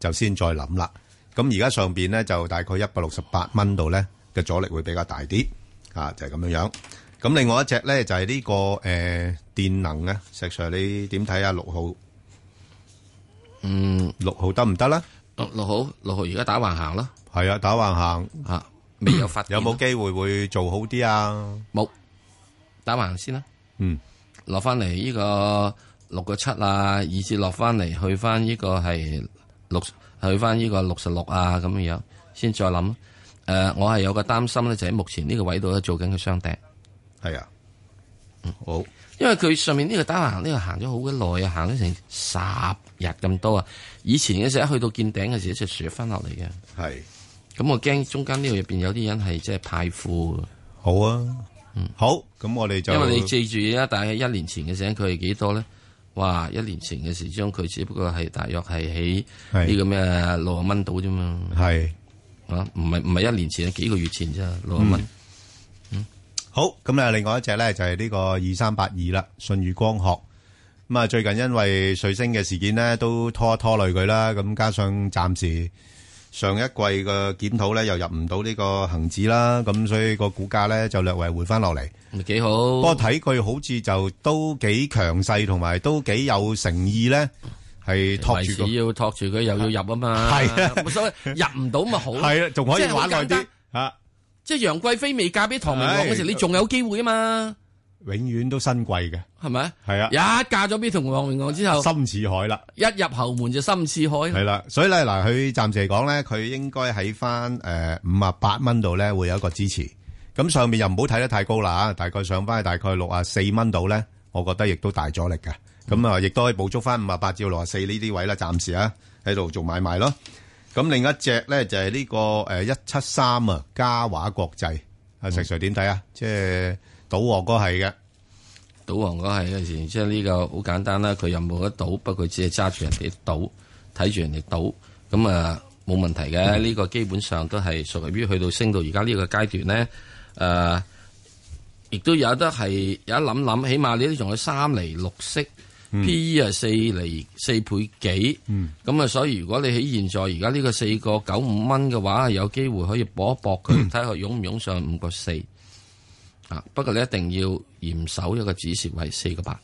Speaker 10: 就先再諗啦。咁而家上邊咧就大概一百六十八蚊度咧嘅阻力會比較大啲，啊就係、咁樣樣。咁另外一隻咧就係、呢、個誒、呃、電能啊，石 Sir 你點睇啊？六號，
Speaker 8: 嗯，
Speaker 10: 六號得唔得啦？
Speaker 8: 六六號六號而家打橫行啦，
Speaker 10: 係啊，打橫行
Speaker 8: 啊，未有發
Speaker 10: 嗯有冇機會會做好啲啊？
Speaker 8: 冇，打橫先啦。
Speaker 10: 嗯，
Speaker 8: 落翻嚟呢個六個七啊，以至落翻嚟去翻呢個係六，去翻呢個六十六啊咁樣樣，先再諗。誒、我係有個擔心咧，就喺目前呢個位度咧做緊個雙頂。
Speaker 10: 係啊，好。
Speaker 8: 因為佢上面呢個打橫呢個行咗好鬼耐啊，行咗成十日咁多啊。以前嘅時候一去到見頂嘅時候，就雪翻落嚟嘅。
Speaker 10: 係。
Speaker 8: 咁我驚中間呢度入邊有啲人係即係派富嘅。
Speaker 10: 好啊，好，咁我哋就
Speaker 8: 嗯因為你記住啊，大概一年前嘅時候佢係幾多咧？哇！一年前嘅時鐘佢只不過係大約係喺
Speaker 10: 係
Speaker 8: 呢個咩六啊蚊度啫嘛。
Speaker 10: 係
Speaker 8: 啊，唔係唔係一年前，幾個月前啫，六啊蚊
Speaker 10: 嗯。好，咁啊，另外一隻咧就係呢個二三八二啦，舜宇光學。咁啊，最近因為瑞星嘅事件咧，都拖一拖累佢啦。咁加上暫時上一季嘅檢討咧，又入唔到呢個恒指啦，咁所以個股價咧就略為回翻落嚟。
Speaker 8: 咪幾好。
Speaker 10: 不過睇佢好似就都幾強勢，同埋都幾有誠意咧，係托住個
Speaker 8: 維持要托住佢，又要入啊嘛。
Speaker 10: 係啊
Speaker 8: 冇所謂，入唔到咪好咯。
Speaker 10: 係啊仲可以
Speaker 8: 即係好
Speaker 10: 玩耐啲
Speaker 8: 簡單
Speaker 10: 啊。
Speaker 8: 即係楊貴妃未嫁俾唐明皇嗰時，
Speaker 10: 係
Speaker 8: 你仲有機會啊嘛，
Speaker 10: 永遠都新貴嘅，
Speaker 8: 係咪？
Speaker 10: 係啊
Speaker 8: 一嫁咗俾唐明皇之後，
Speaker 10: 深似海啦。
Speaker 8: 一入後門就深似海。
Speaker 10: 係啦，所以咧嗱，佢暫時嚟講咧，佢應該喺翻诶五啊八蚊度咧會有一個支持。咁上面又唔好睇得太高啦，啊大概上翻去大概六啊四蚊度咧，我覺得亦都大阻力嘅。咁啊，亦都可以捕捉翻五啊八至六啊四呢啲位啦，暫時啊喺度做買賣咯。咁另一隻咧就係呢個诶一七三啊，嘉華國際啊，石 Sir 點睇啊？即係賭王哥係嘅。
Speaker 8: 賭王嗰係嗰時，即係呢個好簡單啦。佢又冇得賭，不過佢只係揸住人哋賭，睇住人哋賭，咁啊冇問題嘅。呢、個基本上都係屬於去到升到而家呢個階段咧，誒、亦都有得係有得諗諗，起碼你都仲有三厘六息。P E 係四厘四倍幾，咁啊、所以如果你喺現在而家呢個四個九五蚊嘅話，有機會可以搏一搏佢，睇下湧唔湧上五個四。啊，不過你一定要嚴守一個指示位四個八。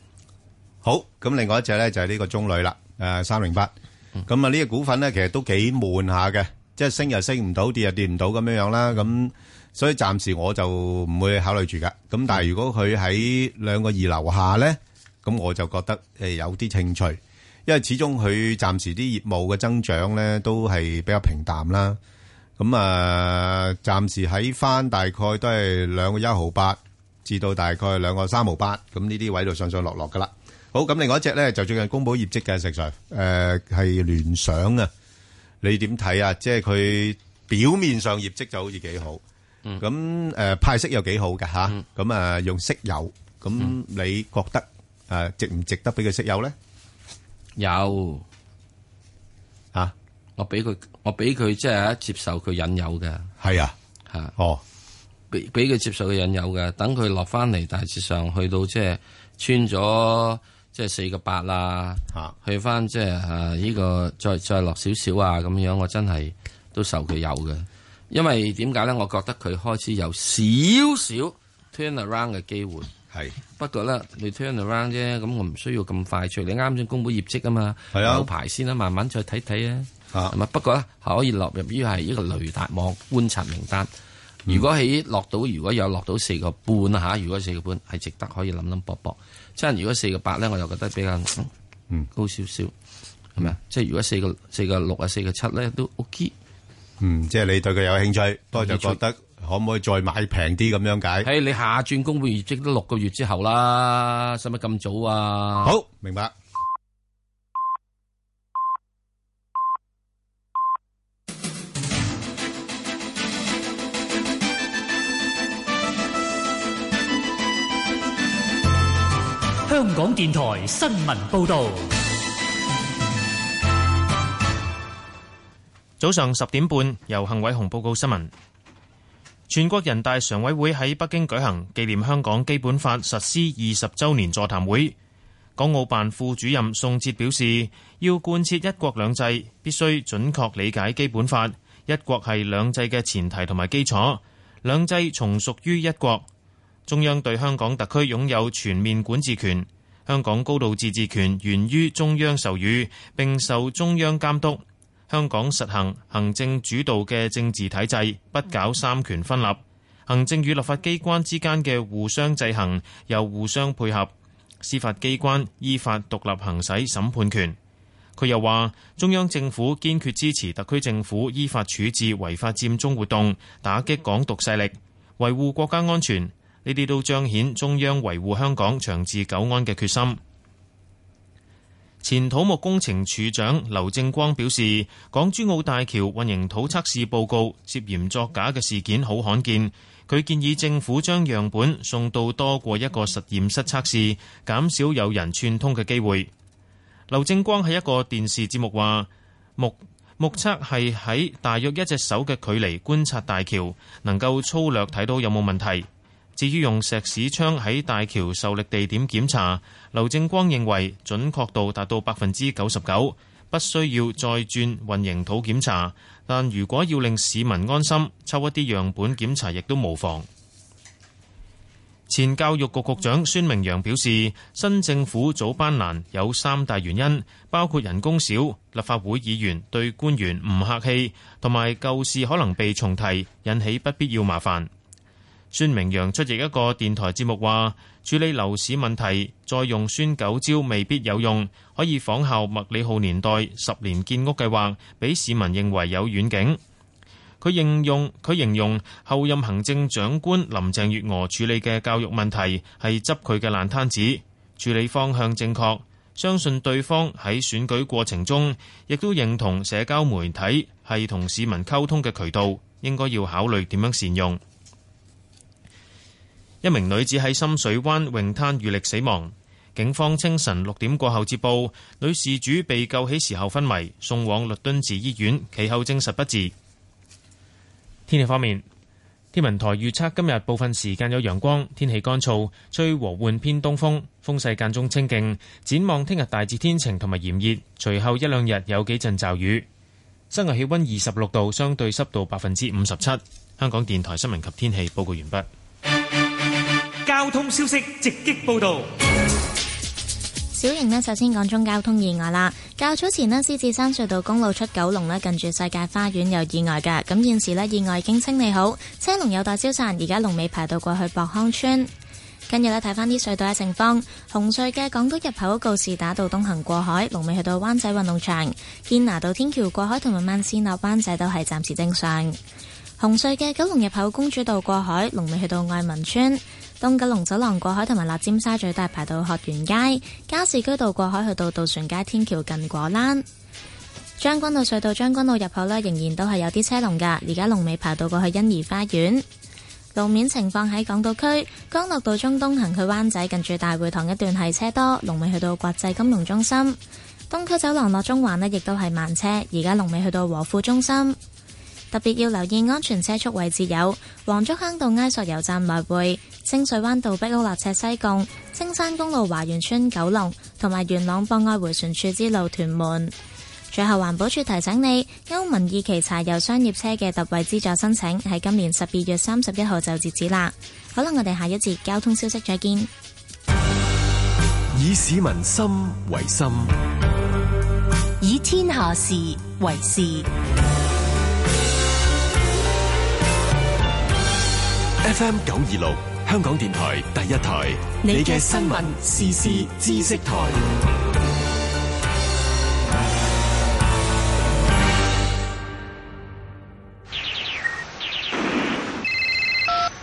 Speaker 10: 好，咁另外一隻咧就係呢個中旅啦，誒三零八。咁啊呢個股份咧其實都幾悶下嘅，即係升又升唔到，跌又跌唔到咁樣樣啦。咁所以暫時我就唔會考慮住噶。咁但係如果佢喺兩個二樓下咧，咁我就覺得誒有啲興趣，因為始終佢暫時啲業務嘅增長咧都係比較平淡啦。咁啊，暫時喺翻大概都係兩個一毫八至到大概兩個三毫八，咁呢啲位度上上落落噶啦。好，咁另外一隻咧就最近公佈業績嘅石 Sir，誒係聯想啊，你點睇啊？即係佢表面上業績就好似幾好，咁誒派息又幾好嘅嚇，咁啊用息友，咁你覺得誒值唔值得俾佢息友咧？
Speaker 8: 有
Speaker 10: 嚇，
Speaker 8: 我俾佢，我俾佢即係接受佢引誘嘅。
Speaker 10: 係啊，
Speaker 8: 嚇
Speaker 10: 哦，
Speaker 8: 俾俾佢接受佢引誘嘅，等佢落翻嚟，大致上去到即係穿咗即係四個八啦，去翻即係誒呢個再再落少少啊咁樣，我真係都受佢有嘅。因為點解咧？我覺得佢開始有少少 turn around 嘅機會。
Speaker 10: 係
Speaker 8: 不過咧，你 turn around 啫，咁我唔需要咁快脆。你啱先公佈業績啊嘛，
Speaker 10: 係啊
Speaker 8: 有排先啦，慢慢再睇睇啊。係咪？不過咧，可以落入於係一個雷達網觀察名單。
Speaker 10: 嗯
Speaker 8: 如果喺落到，如果有落到四個半啊嚇，如果四個半係值得可以諗諗搏搏。即係如果四個八咧，我又覺得比較
Speaker 10: 嗯
Speaker 8: 高少少，係咪啊？即係如果四個四個六啊，四個七咧都 OK。
Speaker 10: 嗯，即係你對佢有興趣，不過就覺得可唔可以再買平啲咁樣解？
Speaker 8: 誒，你下轉公佈業績都六個月之後啦，使乜咁早啊？
Speaker 10: 好，明白。
Speaker 3: 香港電台新聞報道，
Speaker 13: 早上十點半，由幸偉雄報告新聞。全國人大常委會喺北京舉行紀念香港基本法實施二十週年座談會。港澳辦副主任宋哲表示，要貫徹一國兩制，必須準確理解基本法。一國係兩制嘅前提同埋基礎，兩制從屬於一國。中央對香港特區擁有全面管治權，香港高度自治權源於中央授予，並受中央監督。香港實行行政主導嘅政治體制，不搞三權分立。行政與立法機關之間嘅互相制衡，又互相配合。司法機關依法獨立行使審判權。佢又話：中央政府堅決支持特區政府依法處置違法佔中活動，打擊港獨勢力，維護國家安全。呢啲都彰顯中央維護香港長治久安嘅決心。前土木工程處長劉正光表示，港珠澳大橋混凝土測試報告涉嫌作假嘅事件好罕見。佢建議政府將樣本送到多過一個實驗室測試，減少有人串通嘅機會。劉正光喺一個電視節目話：目目測係喺大約一隻手嘅距離觀察大橋，能夠粗略睇到有冇問題。至於用石屎槍喺大橋受力地點檢查，劉正光認為準確度達到百分之九十九，不需要再轉混凝土檢查。但如果要令市民安心，抽一啲樣本檢查亦都無妨。前教育局局長孫明揚表示，新政府組班難有三大原因，包括人工少、立法會議員對官員唔客氣，同埋舊事可能被重提，引起不必要麻煩。孫明揚出席一個電台節目話：處理樓市問題，再用孫九招未必有用，可以仿效麥理浩年代十年建屋計劃，俾市民認為有遠景。佢形容佢形容後任行政長官林鄭月娥處理嘅教育問題係執佢嘅爛攤子，處理方向正確，相信對方喺選舉過程中亦都認同社交媒體係同市民溝通嘅渠道，應該要考慮點樣善用。一名女子喺深水灣泳灘遇溺死亡。警方清晨六點過後接報，女事主被救起時候昏迷，送往律敦治醫院，其後證實不治。天氣方面，天文台預測今日部分時間有陽光，天氣乾燥，吹和緩偏東風，風勢間中清勁。展望聽日大致天晴同埋炎熱，隨後一兩日有幾陣驟雨。室外氣温二十六度，相對濕度百分之五十七。香港電台新聞及天氣報告完畢。
Speaker 30: 交通消息直擊報道。
Speaker 14: 小型呢，首先講中交通意外啦。較早前呢，獅子山隧道公路出九龍呢，近住世界花園有意外㗎。咁現時呢，意外已經清理好，車龍有待消散。而家龍尾排到過去博康村。跟住呢，睇返啲隧道嘅情況，紅隧嘅港島入口告士打道東行過海，龍尾去到灣仔運動場；堅拿道天橋過海同埋慢線落灣仔都係暫時正常。紅隧嘅九龍入口公主道過海，龍尾去到愛民村；東九龍走廊過海同埋落尖沙咀大排到學園街；加士居道過海去到渡船街天橋近果欄；將軍澳隧道將軍澳入口呢，仍然都係有啲車龍噶，而家龍尾排到過去欣怡花園。路面情況喺港島區，江樂道中東行去灣仔，近住大會堂一段係車多，龍尾去到國際金融中心。東區走廊落中環呢，亦都係慢車，而家龍尾去到和富中心。特別要留意安全車速位置有黃竹坑道埃索油站來回、清水灣道壁屋落斜西貢、青山公路華園村九龍，同埋元朗博愛回旋處之路屯門。最後，環保署提醒你，歐盟二期柴油商業車嘅特惠資助申請喺今年十二月三十一號就截止啦。好啦，我哋下一節交通消息再見。
Speaker 15: 以市民心為心，
Speaker 11: 以天下事為事。
Speaker 15: FM 九二六，香港電台第一台，你嘅新聞時事知識台。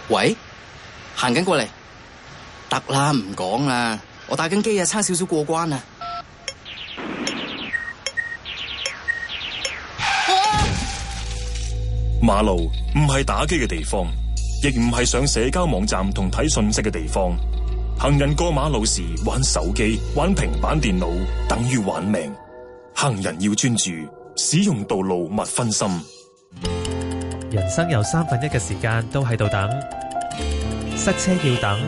Speaker 5: 喂，行緊過嚟，得啦，唔講啦，我打緊機啊，差少少過關啊！
Speaker 6: 馬路唔係打機嘅地方，亦唔係上社交網站同睇信息嘅地方。行人過馬路時玩手機、玩平板電腦，等於玩命。行人要專注，使用道路勿分心。
Speaker 12: 人生有三分一嘅時間都喺度等，塞車要等，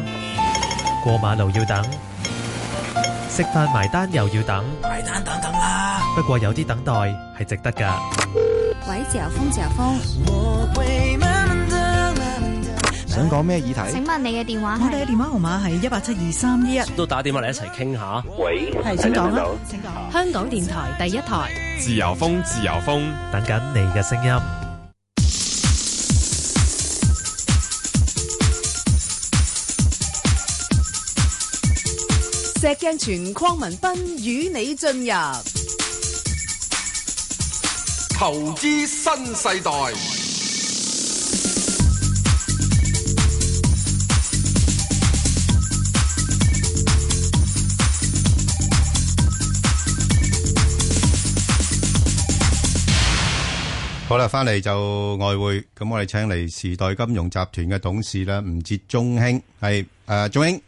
Speaker 12: 過馬路要等，食飯埋單又要等，
Speaker 13: 埋單等等啦。
Speaker 12: 不過有啲等待係值得㗎。
Speaker 16: 喂，自由風，自由風。
Speaker 17: 想講咩議題？
Speaker 16: 請問你嘅電話？
Speaker 18: 我哋嘅電話號碼係一八七二三一一。
Speaker 19: 都打電話嚟一齊傾下。
Speaker 20: 喂，
Speaker 18: 係請
Speaker 3: 啊
Speaker 18: 講啦，請講。
Speaker 13: 香港電台第一台。
Speaker 15: 自由風，自由風，
Speaker 12: 等緊你嘅聲音。
Speaker 21: 石鏡泉鄺民彬與你進入
Speaker 9: 投資新世代。
Speaker 10: 好啦，翻嚟就外匯，咁我哋請嚟時代金融集團嘅董事啦，吳哲中興係誒，中興。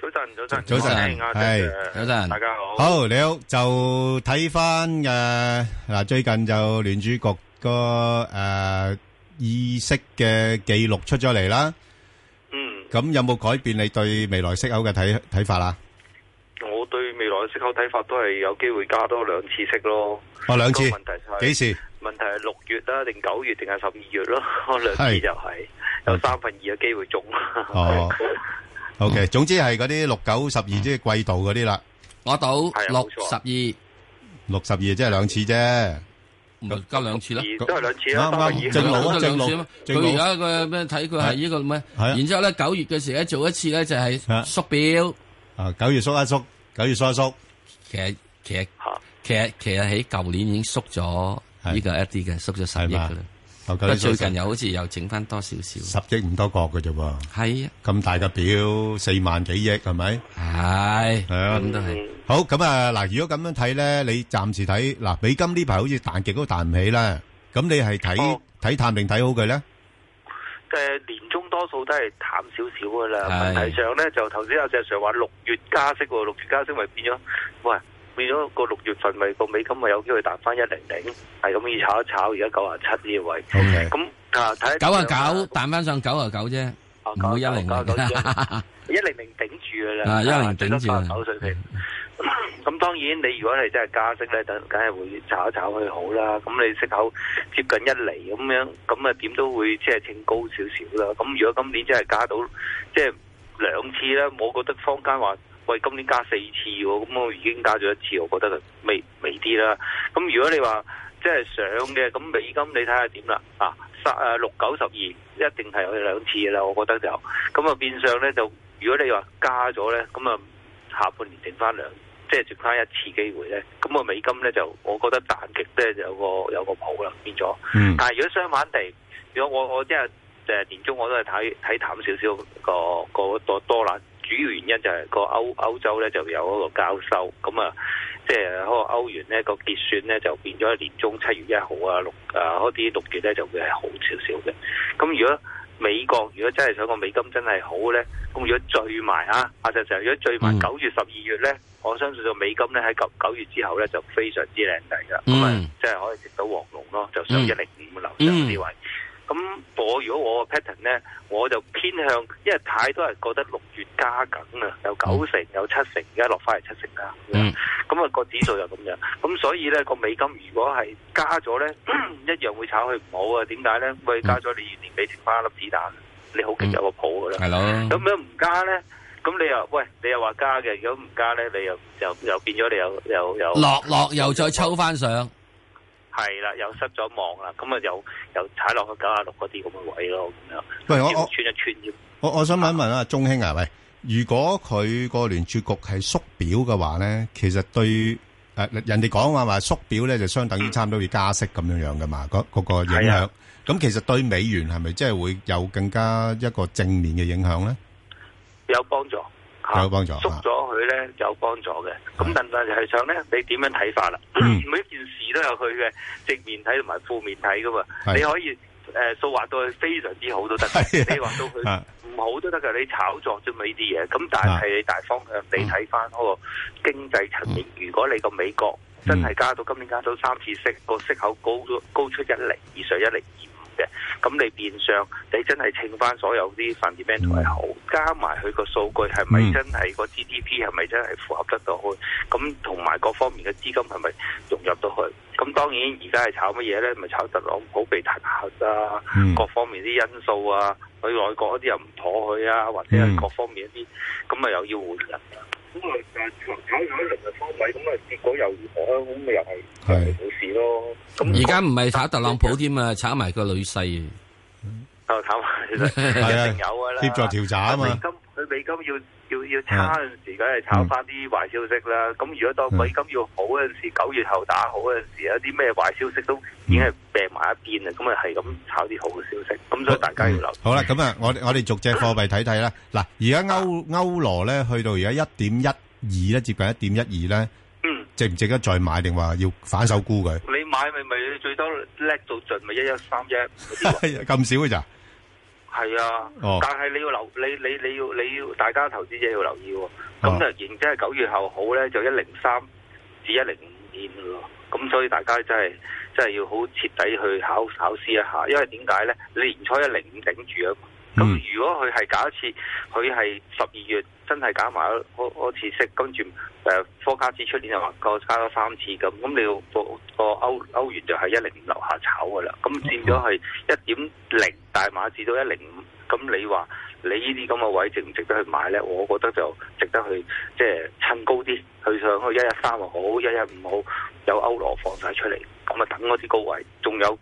Speaker 31: 早晨，早晨，
Speaker 10: 早晨，係
Speaker 8: 早晨，
Speaker 31: 大家好。
Speaker 10: 好，你好，就睇翻誒嗱，最近就聯儲局個誒議息嘅記錄出咗嚟啦。
Speaker 31: 嗯，
Speaker 10: 咁有冇改變你對未來息口嘅睇睇法啊？
Speaker 31: 我對未來息口睇法都係有機會加多兩次息咯。
Speaker 10: 哦，兩次，
Speaker 31: 問題就係
Speaker 10: 幾時？
Speaker 31: 問題係六月啦，定九月定係十二月咯？ 兩次就係有三分二嘅機會中。
Speaker 10: 哦。O K，總之係嗰啲六九十二即係季度嗰啲啦。
Speaker 8: 我賭六十二，
Speaker 10: 六十二即係兩次啫，
Speaker 8: 咪加兩次啦，
Speaker 31: 都係兩次啦，三
Speaker 10: 啱啱正路啊，正路。
Speaker 8: 佢而家個咩睇佢係呢個咩？然之後咧九月嘅時咧做一次咧就係縮表。
Speaker 10: 啊，九月縮一縮，九月縮一縮。
Speaker 8: 其實其實其實其實喺舊年已經縮咗呢個一啲嘅，縮咗十億㗎啦。最近又好似又整翻多少少，
Speaker 10: 十億唔多角嘅啫喎。
Speaker 8: 係啊，
Speaker 10: 咁大嘅表四萬幾億係咪？
Speaker 8: 係
Speaker 10: 係啊，
Speaker 8: 咁都係。
Speaker 10: 好咁啊嗱，如果咁樣睇咧，你暫時睇嗱美金呢排好似彈極都彈唔起啦。咁你係睇睇淡定睇好佢咧？
Speaker 31: 誒年中多數都係淡少少㗎啦。問題上咧就頭先阿石 Sir 話六月加息喎，六月加息咪變咗喂。變咗個六月份咪個美金咪有機會彈翻一零零，係咁易炒一炒，而家九啊七呢個位。咁啊睇
Speaker 8: 九啊九彈翻上九啊九啫，唔會一零零。
Speaker 31: 一零零頂住㗎啦，
Speaker 8: 啊一零頂住
Speaker 31: 啊，九水平。 咁當然你如果係真係加息咧，等梗係會炒一炒佢好啦。咁你息口接近一厘咁樣，咁啊點都會即係整高少少啦。咁如果今年真係加到即係兩次咧，我覺得坊間話。喂，今年加四次喎，咁我已經加咗一次，我覺得微微啲啦。咁如果你話即係上嘅，咁美金你睇下點啦。啊，三誒六九十二一定係有兩次嘅啦，我覺得就咁啊變相咧就，如果你話加咗咧，咁啊下半年剩翻兩，即係剩翻一次機會咧，咁個美金咧就我覺得彈極咧就有個有個譜啦，變咗。嗯、但係如果相反地，如果我我即係誒年中我都係睇睇淡少少個個個多啦。主要原因就係個歐歐洲咧就有嗰個交收，咁啊，即係嗰個歐元咧個結算咧就變咗年中七月一號啊六啊嗰啲六月咧就會係好少少嘅。咁如果美國如果真係想個美金真係好咧，咁如果聚埋啊，阿石 Sir，如果聚埋
Speaker 17: 嗯
Speaker 31: 九月十二月咧，我相信個美金咧喺九九月之後咧就非常之靚仔噶，咁啊
Speaker 17: 嗯
Speaker 31: 即係可以食到黃龍咯，就上
Speaker 17: 嗯
Speaker 31: 一零五啊樓上呢位。咁我如果我個 pattern 咧，我就偏向，因為太多人覺得六月加緊啊，有九成，有七成，而家落翻嚟七成啦。
Speaker 17: 嗯
Speaker 31: 咁啊個指數就咁樣，咁所以咧個美金如果係加咗咧， 一樣會炒佢唔好啊？點解咧？喂，加咗你年尾剩翻一粒子彈，你好極有個譜啊噶啦。
Speaker 17: 係咯
Speaker 31: 咁樣唔加咧，咁你又喂，你又話加嘅，如果唔加咧，你又又又變咗你又又又
Speaker 17: 落落又再抽翻上，
Speaker 31: 係啦，又失咗望啦，咁啊又又踩落去九啊六嗰啲咁嘅位咯，咁樣。啊
Speaker 10: 喂我
Speaker 31: 要
Speaker 10: 我
Speaker 31: 穿一穿要。
Speaker 10: 我我想問一問啊，鐘兄啊，喂，如果佢個聯儲局係縮表嘅話咧，其實對誒、呃人哋講話話縮表咧，就相等於差唔多要加息咁樣樣噶嘛，嗰、嗰個影
Speaker 31: 係
Speaker 10: 響
Speaker 31: 啊。
Speaker 10: 咁其實對美元係咪即係會有更加一個正面嘅影響咧？
Speaker 31: 有幫助，嚇
Speaker 10: 有幫助
Speaker 31: 捉咗佢咧有幫助嘅。咁但係就係想咧，你點樣睇法啦？每一件事都有佢嘅正面睇同埋負面睇噶嘛。
Speaker 19: 係
Speaker 31: 你可以誒數畫到佢非常之好都得，你畫到佢
Speaker 19: 啊
Speaker 31: 唔好都得㗎。你炒作啫嘛呢啲嘢。咁但係你大方向，你睇翻嗰個經濟層面，如果你個美國真係加到今年加到三次息，個息口高咗高出一厘以上一厘二五嘅，咁你變相你真係稱翻所有啲 fundamental 係好，加埋佢個數據係咪
Speaker 19: 嗯
Speaker 31: 真係個 GDP 係咪真係符合得到去？咁同埋各方面嘅資金係咪融入到去？咁當然而家係炒乜嘢咧？咪炒特朗普被彈劾啊，各方面啲因素啊，佢內閣嗰啲又唔妥佢啊，或者係各方面一啲，咁啊又要換人啊。咁啊，但係炒咗一輪嘅方位，咁啊結果又如何啊？咁咪又係
Speaker 10: 係
Speaker 31: 冇事咯。
Speaker 17: 而家唔係炒特朗普添啊，炒埋個女婿。
Speaker 31: 啊，坦 白其實
Speaker 17: 係
Speaker 31: 一定有㗎啦，
Speaker 17: 啊協助調查啊嘛啊
Speaker 31: 佢美金佢美金要要要差嗰陣時，梗係炒翻啲壞消息啦。咁如果
Speaker 17: 嗯
Speaker 31: 當美金要好嗰陣時，九月後打好嗰陣時，有啲咩壞消息都已經係病埋一邊啦。咁啊係咁炒啲好嘅消息，咁所以大家要留意。
Speaker 10: 好啦，咁啊，我我哋逐隻貨幣睇睇啦。嗱，而家歐歐羅咧去到而家一點一二咧，接近一點一二咧，
Speaker 31: 嗯，
Speaker 10: 值唔值得再買定話要反手沽佢？
Speaker 17: 嗯
Speaker 31: 你買咪咪最多叻到盡咪一一三一嗰啲 咯。
Speaker 10: 咁少嘅咋？
Speaker 31: 係啊，
Speaker 10: 哦
Speaker 31: 但係你要留，你你你要你要大家投資者要留意喎。
Speaker 10: 哦
Speaker 31: 咁就然之係九月後好咧，就一零三至一零五點咯。咁所以大家真係真係要好徹底去考考試一下，因為點解咧？你年初一零五頂住啊嘛。
Speaker 10: 嗯
Speaker 31: 如果佢係搞一次，佢係十二月真係搞埋嗰嗰次息，跟住誒科家指出年又話個加咗三次咁，咁你要個個歐歐元就係一零五樓下炒噶啦，咁佔咗係一點零大碼至到一零五，咁你話你呢啲咁嘅位值唔值得去買咧？我覺得就值得去即係趁高啲去上去一一三又好，一一五好，有歐羅放晒出嚟，咁啊等嗰啲高位，仲有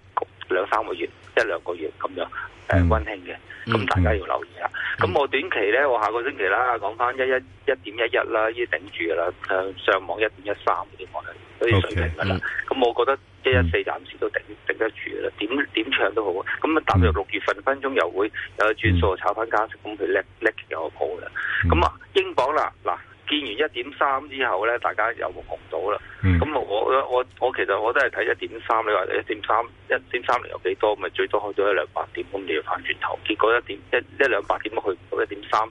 Speaker 31: 兩三個月一兩個月咁樣誒温馨嘅。咁大家要留意啦。咁我短期咧，我下個星期啦，講翻一一一點一一啦，呢啲頂住噶啦，上上網一點一三嗰啲我係嗰啲水平噶
Speaker 10: 嗯
Speaker 31: 啦。咁我覺得一一四暫時都頂頂得住噶啦，點點唱都好啊。咁啊，踏入六月份分鐘又會有轉數炒翻加息，咁佢叻叻有個譜啦。咁啊，英鎊啦，嗱。見完一點三之後咧，大家有目共睹啦。咁、我我我我其實我都係睇一點三，你話一點三一點三零有幾多？咪最多去到一兩百點，咁你要翻轉頭。結果一點一一兩百點都去唔到一點三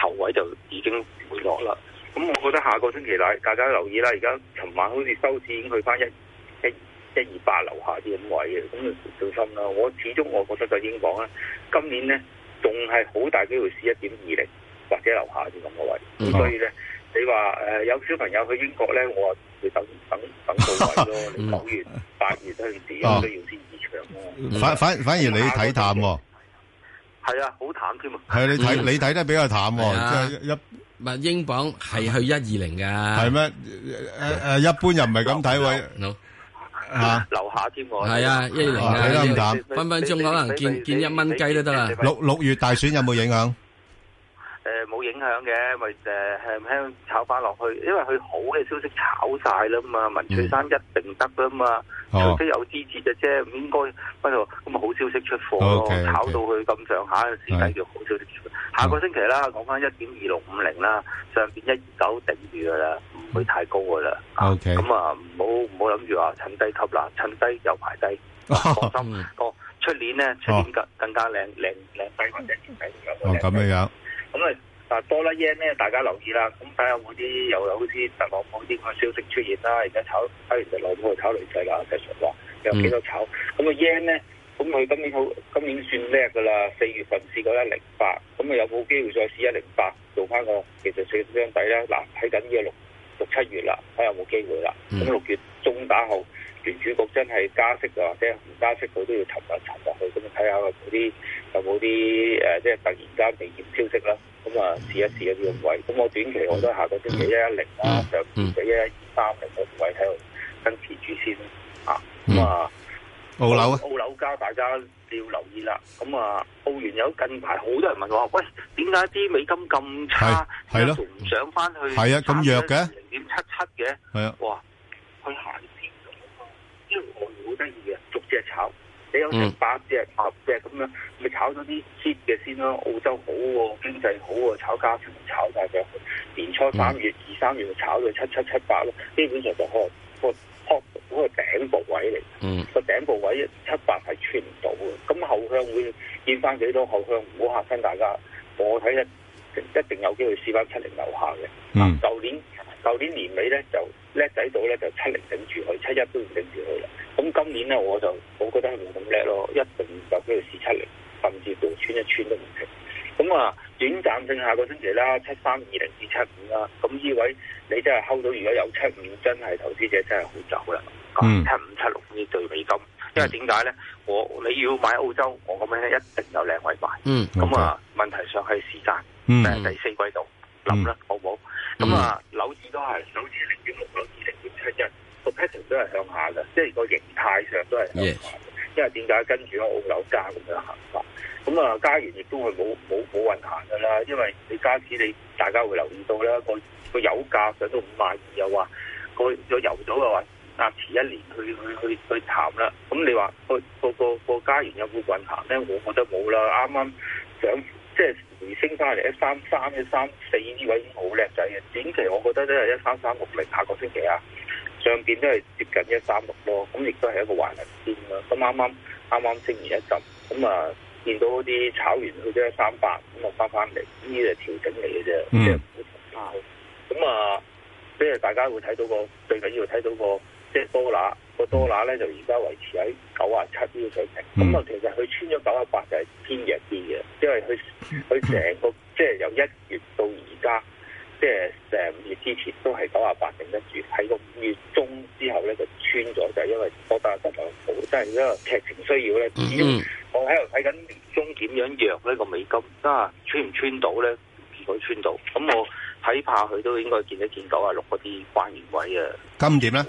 Speaker 31: 頭位就已經回落啦。咁我覺得下個星期大大家留意啦。而家尋晚好似收市已經去翻一一一二八樓下啲咁位嘅，咁就小心啦。我始終我覺得個英鎊咧，今年咧仲係好大機會試一點二零或者樓下啲咁嘅位。咁、
Speaker 20: 嗯
Speaker 31: 所以咧，你話誒、呃有小朋友去英國咧，我話要等等等到位咯。你九月、八月嗰陣時
Speaker 10: 哦
Speaker 31: 應該要先移場咯。
Speaker 10: 反反反而你睇淡喎。
Speaker 31: 係啊，好淡添啊。
Speaker 10: 係你睇你睇得比較淡
Speaker 31: 係
Speaker 10: 喎，
Speaker 31: 啊
Speaker 10: 即係一
Speaker 17: 唔係英鎊係去一二零㗎。
Speaker 10: 係咩？誒誒，一般又唔係咁睇位。
Speaker 17: No
Speaker 10: 啊，
Speaker 31: 樓下添喎。
Speaker 17: 係啊，一零
Speaker 10: 哦
Speaker 17: 啊，
Speaker 10: 睇得咁淡
Speaker 17: 分分鐘可能見見一蚊雞都得啦。
Speaker 10: 六六月大選有冇影響？
Speaker 31: 誒呃冇影響嘅，咪誒輕輕炒翻落去，因為佢好嘅消息炒晒啦嘛，文翠珊一定得啦嘛，
Speaker 10: 哦
Speaker 31: 除非有支持嘅啫，唔應該不過咁啊好消息出貨咯
Speaker 19: OK，OK
Speaker 31: 炒到佢咁上下嘅時計叫好消息出
Speaker 10: 嗯
Speaker 31: 貨。下個星期啦，講翻一點二六五零啦，上邊一二九頂住噶啦，唔會太高噶啦。
Speaker 10: OK 哦
Speaker 31: 咁啊，唔好唔好諗住話趁低吸啦，趁低又排低，放心個出年咧，出年更更加靚靚靚低或者年底有個靚低
Speaker 10: 哦，咁樣樣。
Speaker 31: 咁啊，嗱多啦 yen 咧，大家留意啦。咁睇下會啲又有啲特朗普啲咁嘅消息出現啦。而家炒炒完特朗普去炒女仔啦，繼續話有幾多炒。咁啊 yen 咧，咁佢今年好，今年算叻噶啦。四月份試過一零八，咁啊有冇機會再試一零八做翻個其實四箱底咧？嗱，睇緊呢個六六七月啦，睇下有冇機會啦。咁六月中打後。聯儲局真係加息嘅，或者唔加息佢都要沉落沉落去，咁睇下有冇啲有冇啲誒，即係突然間未見消息啦。咁啊，試一試一呢個位。咁我短期我都係下個星期一一零啦，上星期一一二三零嗰個位睇度跟持住先啊。咁啊，
Speaker 10: 澳樓啊
Speaker 31: 澳樓價大家要留意啦。咁啊，澳元有近排好多人問我，喂，點解啲美金咁差，
Speaker 10: 係係咯
Speaker 31: 仲唔上翻去？
Speaker 10: 係啊咁弱嘅
Speaker 31: 零點七七嘅。
Speaker 10: 係啊
Speaker 31: 哇，佢行先咗，因為我好得意嘅，逐隻炒，你有成
Speaker 10: 嗯
Speaker 31: 八隻、八隻咁樣，咪炒咗啲 hit 嘅先咯。澳洲好喎、經濟好喎、炒家全部炒晒上去。年
Speaker 10: 嗯
Speaker 31: 初三月、二三月就炒到七七七八咯，基本上就可個 top 嗰個頂部位嚟。
Speaker 17: 嗯
Speaker 31: 個頂部位七百係穿唔到嘅，咁後向會見翻幾多後向，唔好嚇親大家。我睇一一定有機會試翻七零樓下嘅。
Speaker 10: 嗯
Speaker 31: 舊年舊年年尾咧就叻仔到咧就七零頂住佢，七一都唔頂住佢啦。咁今年咧我就我覺得係冇咁叻咯，一定有機會試七零，甚至乎穿一穿都唔停。咁啊，短暫性下個星期啦，七三二零至七五啦，咁呢位你真係睺到，如果有七五，真係投資者真係好走啦。
Speaker 19: 嗯
Speaker 31: 七五七六呢對美金，因為點解咧？我你要買澳洲，我咁樣咧一定有靚位買。
Speaker 17: 嗯
Speaker 31: 咁啊，問題上係時間，
Speaker 17: 嗯
Speaker 31: 誒第四季度諗啦，好冇？咁啊，樓市都係樓市零點六，樓市零點七一，個 pattern 都係向下嘅，即係個形態上都係向下嘅。因為點解跟住個澳樓價咁樣行法？咁啊，加元亦都係冇冇冇運行㗎啦，因為你加紙你大家會留意到啦，個個油價上到五萬二又話個個油組又話啊遲一年去去去去談啦。咁你話個個個個加元有冇運行咧？我覺得冇啦，啱啱想即係回升翻嚟一三三一三四呢位已經好叻仔嘅，短期我覺得都係一三三六零下個星期啊。上邊都係接近一三六咯，咁亦都係一個橫行線啦。咁啱啱啱啱升完一陣，咁啊見到啲炒完去咗一三八，咁啊翻翻嚟，呢啲係調整嚟嘅啫，即
Speaker 10: 嗯
Speaker 31: 係唔好同拋。咁啊，即係大家會睇到個最緊要睇到個即係多拿個多拿咧，就而家維持喺九啊七呢個水平。咁啊、其實佢穿咗九啊八就係偏弱啲嘅，因為佢佢成個即係由一月到而家。即係誒五月之前都係九啊八定得住，喺個五月中之後咧就穿咗，就係因為覺得特朗普真係因為劇情需要咧。始終我喺度睇緊年中點樣弱呢個美金啊，穿唔穿到咧？如果穿到，咁我睇怕佢都應該見一見九啊六嗰啲關鍵位啊。
Speaker 10: 金點咧？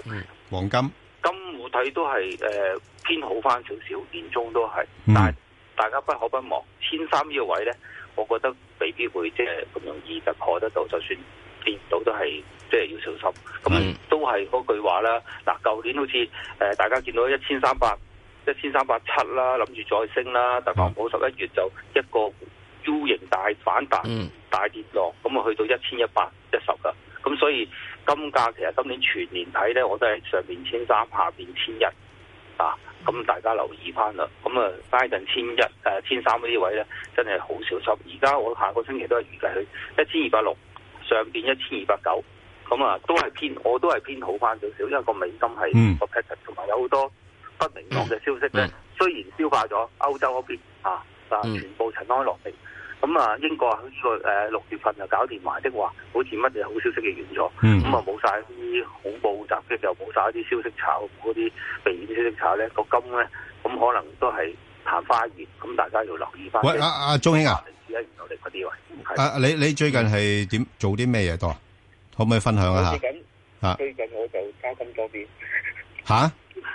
Speaker 10: 黃金？
Speaker 31: 金我睇都係誒、呃偏好翻少少，年中都係，但係大家不可不忘千三呢個位咧，我覺得未必會即係咁容易突破得到，就算跌到都係即係要小心。咁都係嗰句話啦。嗱，舊年好似誒、呃大家見到一千三百一千三百七啦，諗住再升啦，特朗普十一月就一個 U 型大反彈。
Speaker 6: 嗯
Speaker 31: 大跌落，咁啊去到一千一百一十啦。咁所以金價其實今年全年睇咧，我都係上邊千三，下邊千一啊。咁大家留意翻啦。咁啊，挨近千一誒千三呢啲位咧，真係好小心。而家我下個星期都係預計佢一千二百六，上邊一千二百九。咁啊，都係偏，我都係偏好翻少少，因為個美金係個 pattern，同埋有好多不明朗嘅消息
Speaker 10: 嗯
Speaker 31: 咧。雖然消化咗歐洲嗰邊啊，啊全部塵埃落定。咁啊，英國呢個誒六月份就搞掂埋的話，好似乜嘢好消息嘅完
Speaker 10: 嗯
Speaker 31: 咗，咁啊冇晒啲恐怖襲擊，又冇晒啲消息炒，嗰啲避險消息炒咧，個金咧咁可能都係曇花熱，咁大家要留意翻。
Speaker 10: 喂，阿-阿鍾兄啊，
Speaker 31: 而家原來你嗰啲位係
Speaker 10: 啊，你-你最近係點-做啲咩嘢多？可唔可以分享一下？
Speaker 31: 我最近
Speaker 10: 啊
Speaker 31: 最近我就加金多啲，
Speaker 10: 吓？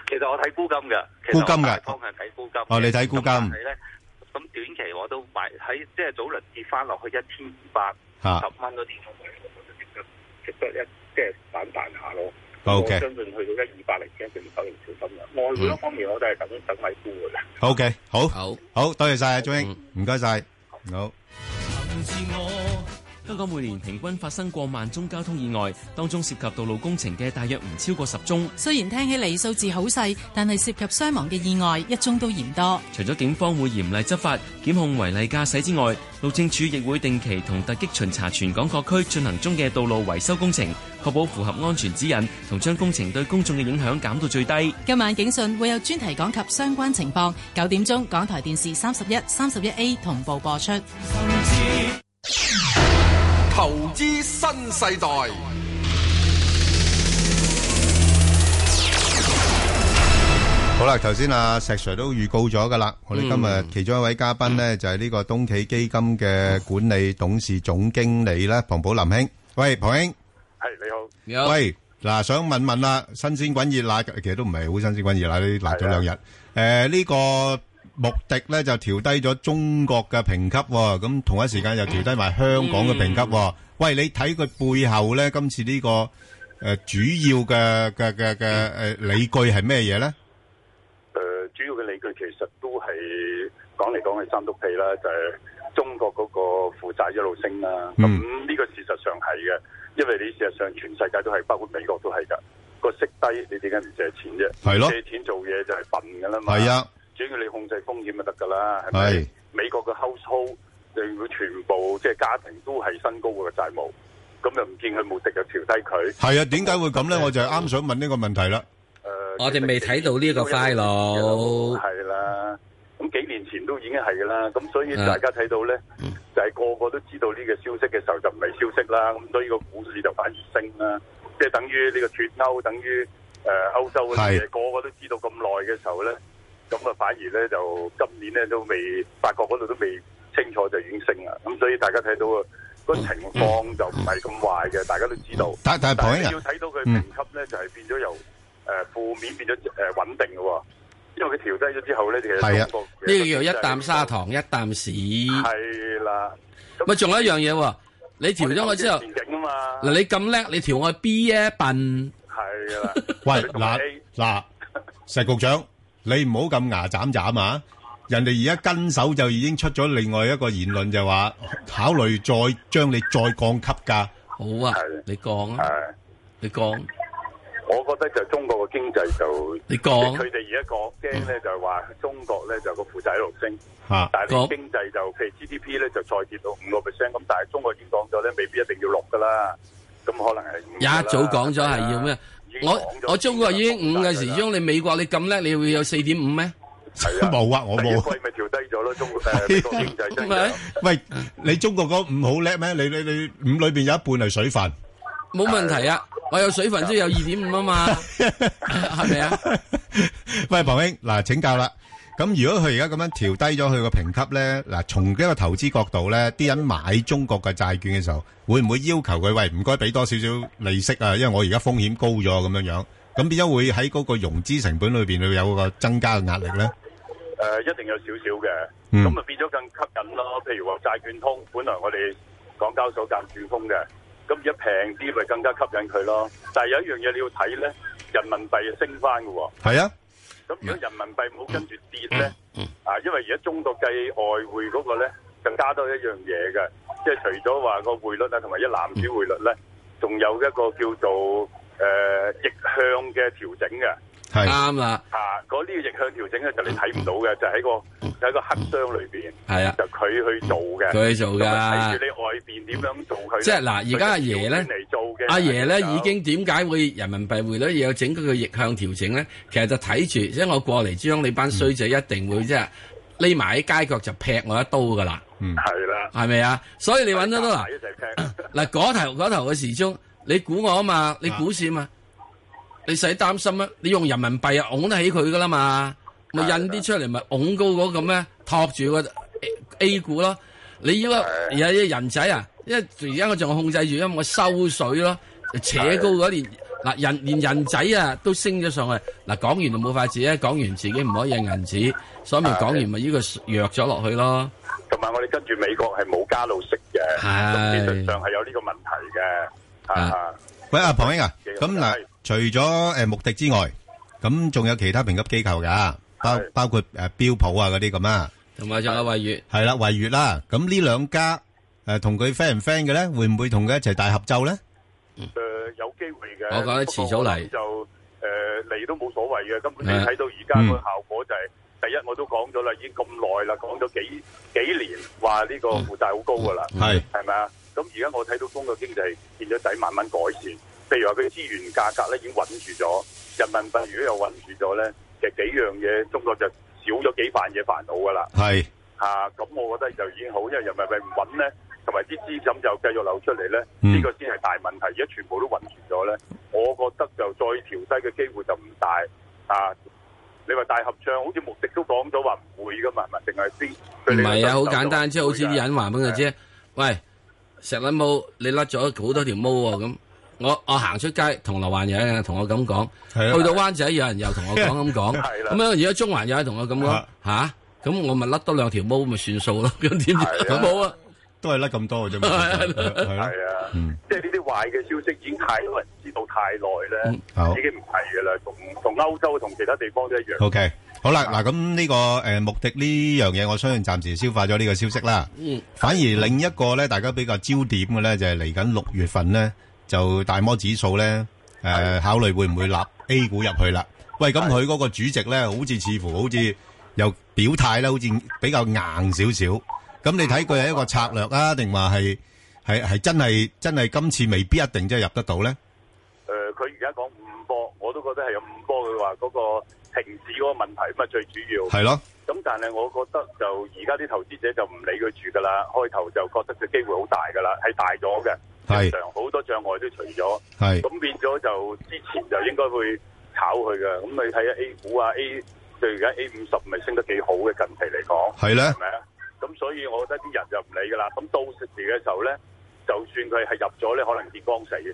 Speaker 31: 其實我睇沽金嘅，其實
Speaker 10: 沽金㗎
Speaker 31: 我大方向睇沽金嘅。
Speaker 10: 哦你睇沽金
Speaker 31: 咁但係咧，咁短期我都買喺即係早輪跌翻落去一千二百十蚊嗰啲，我覺得值得值得一即係反彈下咯。
Speaker 10: OK
Speaker 31: 我相信去到一二百零一定要九零小心啦。外匯嗰方面我都係等等米沽嘅啦。
Speaker 10: OK，好。好，多謝晒啊，鍾兄，唔該晒。好。
Speaker 4: 自我
Speaker 19: 香港每年平均發生過萬宗交通意外，當中涉及道路工程嘅大約唔超過十宗。
Speaker 20: 雖然聽起嚟數字好細，但係涉及傷亡嘅意外一宗都嫌多。
Speaker 19: 除咗警方會嚴厲執法、檢控違例駕駛之外，路政署亦會定期同突擊巡查全港各區進行中嘅道路維修工程，確保符合安全指引，同將工程對公眾嘅影響減到最低。
Speaker 20: 今晚警訊會有專題講及相關情況，九點鐘港台電視三十一、三十一 A 同步播出。
Speaker 9: 投資新世代，
Speaker 10: 好啦，頭先阿石 Sir 都預告咗噶啦，我哋今
Speaker 8: 嗯
Speaker 10: 日其中一位嘉賓咧就係呢個東企基金嘅管理董事總經理啦，龐寶林兄。喂，龐兄，
Speaker 22: 係，你好。
Speaker 10: 喂，嗱，想問問啦，新鮮滾熱辣，其實都唔係好新鮮滾熱辣，呢辣咗兩日。誒，呢個穆迪咧就調低咗中國嘅評級喎，咁同一時間又調低埋香港嘅評級喎。喂，你睇佢背後咧，今次呢個誒主要嘅嘅嘅嘅誒理據係咩嘢咧？
Speaker 22: 誒，呃主要嘅理據其實都係講嚟講去三篤屁啦，就係、中國嗰個負債一路升啦。
Speaker 10: 嗯
Speaker 22: 咁呢、個事實上係嘅，因為你事實上全世界都係，包括美國都係㗎。個息低，你點解唔借錢啫？
Speaker 10: 係咯
Speaker 22: 借錢做嘢就係笨㗎啦嘛。
Speaker 10: 係啊，
Speaker 22: 主要你控制風險就得㗎啦，係咪
Speaker 10: 係？
Speaker 22: 美國嘅 household 你會全部即係家庭都係新高嘅債務，咁又唔見佢冇息就調低佢。呃
Speaker 10: 係啊，點解會咁咧？我就係啱想問呢個問題啦。
Speaker 8: 我哋未睇到呢個 file。
Speaker 22: 係啦，咁幾年前都已經係噶啦，咁所以
Speaker 10: 啊
Speaker 22: 大家睇到咧，
Speaker 10: 嗯
Speaker 22: 就係、個個都知道呢個消息嘅時候就唔係消息啦，咁所以個股市就反而升啦，即係等於呢個脱歐，等於誒、呃、歐洲嗰啲嘢，個個都知道咁耐嘅時候咧，咁啊反而咧就今年咧都未法國嗰度都未清楚就已經升啦，咁所以大家睇到啊個情況就唔係咁壞嘅，大家都知道。
Speaker 10: 嗯但但係
Speaker 22: 係
Speaker 10: 龐
Speaker 22: 你
Speaker 10: 兄
Speaker 22: 要
Speaker 10: 啊，
Speaker 22: 睇到佢評級咧，就係變咗由誒負面變咗誒穩定嘅喎，因為佢調低咗之後咧，其實
Speaker 8: 係啊
Speaker 22: 中國
Speaker 8: 呢個叫一啖砂糖一啖屎。
Speaker 22: 係啦，
Speaker 8: 咪仲有一樣嘢喎，你調咗我之後，
Speaker 22: 前景啊嘛，
Speaker 8: 嗱你咁叻，你調我 B 啊笨。
Speaker 22: 係啦。
Speaker 10: 喂，嗱嗱，石局長，你唔好咁牙斬斬啊！人哋而家跟手就已經出咗另外一個言論，就話考慮再將你再降級㗎。
Speaker 8: 好啊，
Speaker 22: 你
Speaker 8: 講
Speaker 22: 啊，
Speaker 8: 你講。
Speaker 22: 我覺得就中國嘅經濟就
Speaker 8: 你講
Speaker 22: 佢哋而家講驚咧，就係話中國咧就個負債一路升，
Speaker 8: 嗯
Speaker 10: 嚇
Speaker 22: 但係
Speaker 8: 講
Speaker 22: 你經濟就譬如 GDP 咧就再跌到五個 percent，咁但係中國已經講咗咧，未必一定要六噶啦，咁可能係五
Speaker 8: 一早講咗係要咩？我我中國已經五嘅時鐘，你美國你咁叻，你會有四點五咩？
Speaker 10: 冇啊，我
Speaker 22: 第一
Speaker 10: 冇。
Speaker 22: 季咪調低咗咯，中國
Speaker 8: 啊
Speaker 22: 誒美國經濟增長。
Speaker 10: 喂，你中國嗰五好叻咩？你你你五裏邊有一半係水分，
Speaker 8: 冇問題啊！我有水分即係有二點五啊嘛，係咪啊？
Speaker 10: 喂，龐兄，嗱，請教啦。咁如果佢而家咁樣調低咗佢個評級咧，嗱，從一個投資角度咧，啲人買中國嘅債券嘅時候，會唔會要求佢喂唔該俾多少少利息啊？因為我而家風險高咗咁樣樣，咁變咗會喺嗰個融資成本裏邊會有個增加嘅壓力咧。
Speaker 22: 誒、呃一定有少少嘅，
Speaker 10: 嗯
Speaker 22: 咁咪、變咗更吸引咯。譬如話債券通，本來我哋港交所間轉通嘅，咁而家平啲咪更加吸引佢咯。但係有一樣嘢你要睇咧，人民幣升翻嘅喎。
Speaker 10: 係啊，
Speaker 22: 咁如果人民幣冇跟住跌咧，啊，因為而家中國計外匯嗰個咧，就加多一樣嘢嘅，即係除咗話個匯率啊，同埋一籃子匯率咧，仲有一個叫做誒、呃逆向嘅調整嘅。
Speaker 10: 係
Speaker 8: 啱啦。
Speaker 22: 啊！嗰呢個逆向調整咧，就你睇唔到嘅，就喺個喺個黑箱裏邊，
Speaker 8: 嗯係啊
Speaker 22: 就佢去做嘅，
Speaker 8: 佢去做㗎
Speaker 22: 咁睇住你外邊點樣做佢。
Speaker 8: 即係嗱，而家阿爺咧
Speaker 22: 嚟做嘅，，啊
Speaker 8: 阿爺咧已經點解會人民幣匯率有整嗰個逆向調整咧？其實就睇住，即係我過嚟將你班衰仔一定會即係匿埋喺街角就劈我一刀噶啦，
Speaker 22: 嗯係啦，
Speaker 8: 係咪啊？所以你揾得到嗱
Speaker 22: 一齊聽。
Speaker 8: 嗱嗰頭嗰頭嘅時鐘，你估我啊嘛，你股市啊嘛，你使擔心啊？你用人民幣啊，拱得起佢噶啦嘛，咪印啲出嚟咪拱高嗰個咩，托住個 A- A 股咯。你要而家啲人仔啊，因為而家我仲控制住，因為我收水咯，扯高嗰年嗱人連人仔啊都升咗上去。嗱講完就冇法子啊，講完自己唔可以印銀紙，所以咪講完咪呢個弱咗落去咯。
Speaker 22: 同埋我哋跟住美國係冇加到息嘅，
Speaker 8: 係
Speaker 22: 咁技術上係有呢個問題嘅。啊，
Speaker 10: 喂，阿龐兄啊，咁嗱，除咗誒穆迪之外，咁仲有其他評級機構㗎，包包括誒標普啊嗰啲咁啊。
Speaker 8: 同埋仲有惠譽，
Speaker 10: 係啦，惠譽啦，咁呢兩家誒，同佢friend 唔 friend 嘅咧？會唔會同佢一齊大合奏咧？
Speaker 22: 誒呃有機會嘅。
Speaker 8: 嗯我覺得遲早嚟
Speaker 22: 不過我諗就誒嚟都冇所謂嘅，根本你
Speaker 8: 係嗯
Speaker 22: 睇到而家個效果就係、第一，我都講咗啦，已經咁耐啦，講咗幾幾年，話呢個
Speaker 8: 嗯
Speaker 22: 負債好高噶啦，
Speaker 10: 係
Speaker 22: 係咪啊？咁而家我睇到中國經濟見咗底慢慢改善，譬如話佢資源價格咧已經穩住咗，人民幣如果又穩住咗咧，其實幾樣嘢中國就少咗幾萬嘢煩惱噶啦。
Speaker 10: 係
Speaker 22: 啊，咁我覺得就已經好，因為人民幣唔穩咧，同埋啲資金就繼續流出嚟咧，
Speaker 10: 嗯
Speaker 22: 呢、個先係大問題。而家全部都混住咗咧，我覺得就再調低嘅機會就唔大啊！你話大合唱，好似穆迪都講咗話唔會噶嘛，係咪？定係先
Speaker 8: 唔係啊，好簡單，即係好似啲人話俾佢知，喂，石甩毛，你甩咗好多條毛喎咁。我我行出街，銅鑼灣有人同我咁講，
Speaker 17: 啦
Speaker 8: 去到灣仔有人又同我講咁講，
Speaker 17: 係啦
Speaker 8: 咁樣而家中環有人同我咁講吓，咁我咪甩多兩條毛咪算數咯，咁點知冇啊？
Speaker 10: 都係甩咁多嘅啫嘛，係咯。
Speaker 22: 係啊，
Speaker 10: 嗯
Speaker 22: 即係呢啲壞嘅消息已經太多人知道太耐咧，
Speaker 10: 嗯好
Speaker 22: 已經唔係噶啦，同同歐洲同其他地方都一樣。
Speaker 10: OK，好啦，嗱，咁呢個，誒，穆迪呢樣嘢，我相信暫時消化咗呢個消息啦。
Speaker 22: 嗯。
Speaker 10: 反而另一個呢，大家比較焦點嘅呢，就係嚟緊六月份呢，就大摩指數呢，誒，考慮會唔會納A股入去啦。喂，咁佢嗰個主席呢，好似似乎好似有表態啦，好似比較硬少少。咁你睇佢係一個策略啊，定話係-係-係真係-真係今次未必一定真係入得到呢？
Speaker 22: 誒，呃佢而家講五波，我都覺得係有五波。佢話嗰個停止嗰個問題咁啊，最主要
Speaker 10: 係咯。
Speaker 22: 咁但係我覺得就而家啲投資者就唔理佢住㗎啦，開頭就覺得佢機會好大㗎啦，係大咗嘅。
Speaker 10: 係
Speaker 22: 常好多障礙都除咗。
Speaker 10: 係
Speaker 22: 咁變咗就之前就應該會炒佢嘅。咁你睇下 A 股啊，A 對而家 A 五十咪升得幾好嘅近期嚟講。
Speaker 10: 係呢
Speaker 22: 係咪啊？咁所以我覺得啲人就唔理㗎啦。咁到時嘅時候咧，就算佢係入咗咧，可能見光死嘅。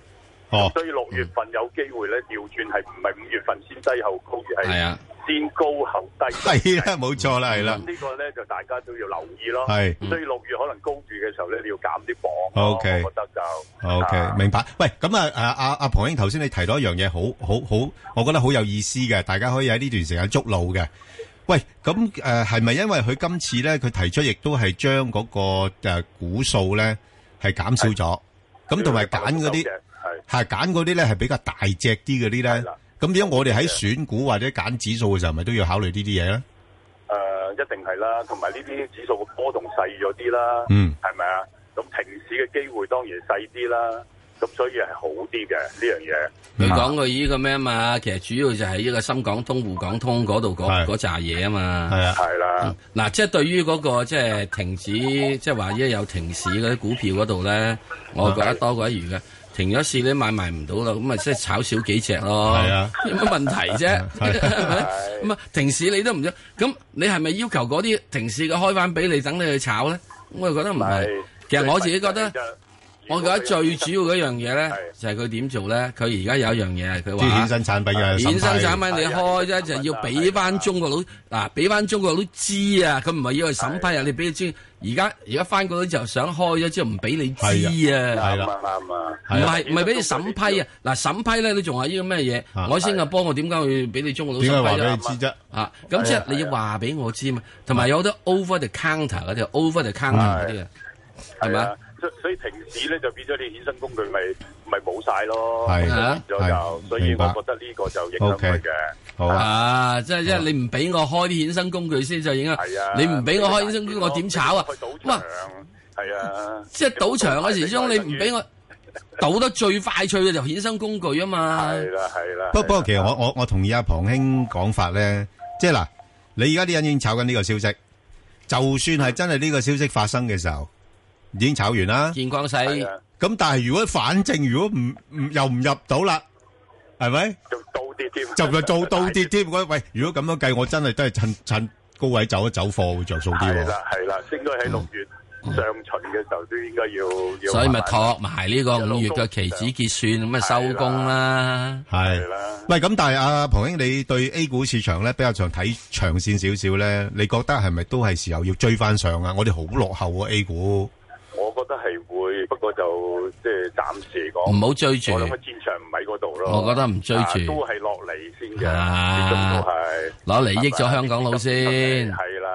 Speaker 10: 哦
Speaker 22: 所以六月份有機會咧，調轉係唔係五月份先低後高，而
Speaker 10: 係
Speaker 22: 係
Speaker 10: 啊
Speaker 22: 先高後低。
Speaker 10: 係啦冇錯啦係啦
Speaker 22: 咁呢個咧就大家都要留意咯。
Speaker 10: 係
Speaker 22: 所以六月可能高住嘅時候咧，你要減啲磅咯。
Speaker 10: OK
Speaker 22: 啊我覺得就
Speaker 10: OK，明白。喂，咁啊，啊，阿-阿龐兄頭先你提到一樣嘢，好-好-好-我覺得好有意思嘅，大家可以喺呢段時間捉路嘅。喂，咁，誒，係咪因為佢今次呢，佢提出亦都係將嗰個，誒，股數呢，係減少咗，咁同埋揀嗰啲-係，揀嗰啲呢，係比較大隻啲嗰啲呢，咁變咗我哋喺選股或者揀指數嘅時候，咪都要考慮呢啲嘢呢？
Speaker 22: 誒、呃一定係啦，同埋呢啲指數嘅波動細咗啲啦，
Speaker 10: 嗯
Speaker 22: 係咪啊？咁停市嘅機會當然細啲啦，咁所以係好啲嘅呢樣嘢。
Speaker 8: 佢講佢依個咩啊嘛，其實主要就係呢個深港通、滬港通嗰度嗰嗰扎嘢啊嘛。嗯
Speaker 10: 係啊，
Speaker 22: 係啦。
Speaker 8: 嗱，即係對於嗰個即係停止，即係話依家有停市嗰啲股票嗰度咧，我覺得多過一餘嘅。停咗市你買賣唔到啦，咁咪即係炒少幾隻咯。
Speaker 17: 係啊
Speaker 8: 有乜問題啫？ 係咪咁啊，停市你都唔知，咁你係咪要求嗰啲停市嘅開翻俾你，等你去炒咧？我又覺得唔係。其實我自己覺得。我覺得最主要嗰樣嘢咧，就係佢點做咧？佢而家有一樣嘢係佢話啊
Speaker 10: 啲衍生產品嘅審批
Speaker 8: 衍生產品你開啫，就要俾翻中國佬嗱，俾翻中國佬知啊！佢唔係要去審批啊，你俾佢知。而家而家翻嗰啲就想開咗之後唔俾你知啊，
Speaker 22: 係啦，啱啊，
Speaker 8: 唔係唔係俾你審批啊！嗱審批咧，你仲話呢個咩嘢？我新加坡我點解會俾你中國佬
Speaker 10: 啊點解
Speaker 8: 審
Speaker 10: 話
Speaker 8: 批
Speaker 10: 俾你
Speaker 8: 啊？
Speaker 10: 知啫？
Speaker 8: 啊，咁即係你要話俾我知嘛，同埋有好多 over the counter 嗰啲，over the counter 嗰啲啊，係咪
Speaker 22: 係
Speaker 8: 啊
Speaker 22: 啊？，所所以停市咧就變咗你衍生工具咪咪冇晒咯，
Speaker 8: 係啊
Speaker 22: 咁變咗就，
Speaker 8: 係
Speaker 22: 所以
Speaker 8: 明白
Speaker 22: 我覺得呢個就影響佢嘅。
Speaker 10: 好
Speaker 8: 啊！即係即係你唔俾我開啲衍生工具先就影響，你唔俾我開衍生工具，我點炒啊？哇！
Speaker 22: 係啊，
Speaker 8: 即係賭場嗰時鐘，你唔俾我賭得最快脆嘅就衍生工具啊嘛。係
Speaker 22: 啦，係啦
Speaker 10: 不不過其實我我我同意阿龐兄講法咧，即係嗱，你而家啲人已經炒緊呢個消息，就算係真係呢個消息發生嘅時候，已經炒完啦。
Speaker 8: 見光死。
Speaker 10: 咁但係如果反正如果唔唔又唔入到啦，係咪？
Speaker 22: 就倒跌添，
Speaker 10: 就就 做倒跌添。喂喂，如果咁樣計，我真係都係趁趁高位走一走貨會着數啲
Speaker 22: 係
Speaker 10: 喎。嗯
Speaker 22: 啦，係啦，應該喺六月上旬嘅時候都應該要要。
Speaker 8: 所以咪托埋呢個五月嘅期指結算，咁咪收工啦。
Speaker 10: 係喂，咁但係阿龐兄，你對 A 股市場咧比較上睇長線少少咧，你覺得係咪都係時候要追翻上啊？我哋好落後喎 A 股。
Speaker 22: 我覺得係會，不過就即係暫時嚟講，
Speaker 10: 唔好追住
Speaker 22: 我諗個戰場唔喺嗰度咯。
Speaker 8: 我覺得唔追住
Speaker 22: 啊都係落嚟先嘅，
Speaker 8: 啊
Speaker 22: 始終都係
Speaker 8: 攞嚟益咗香港佬先
Speaker 22: 係啦。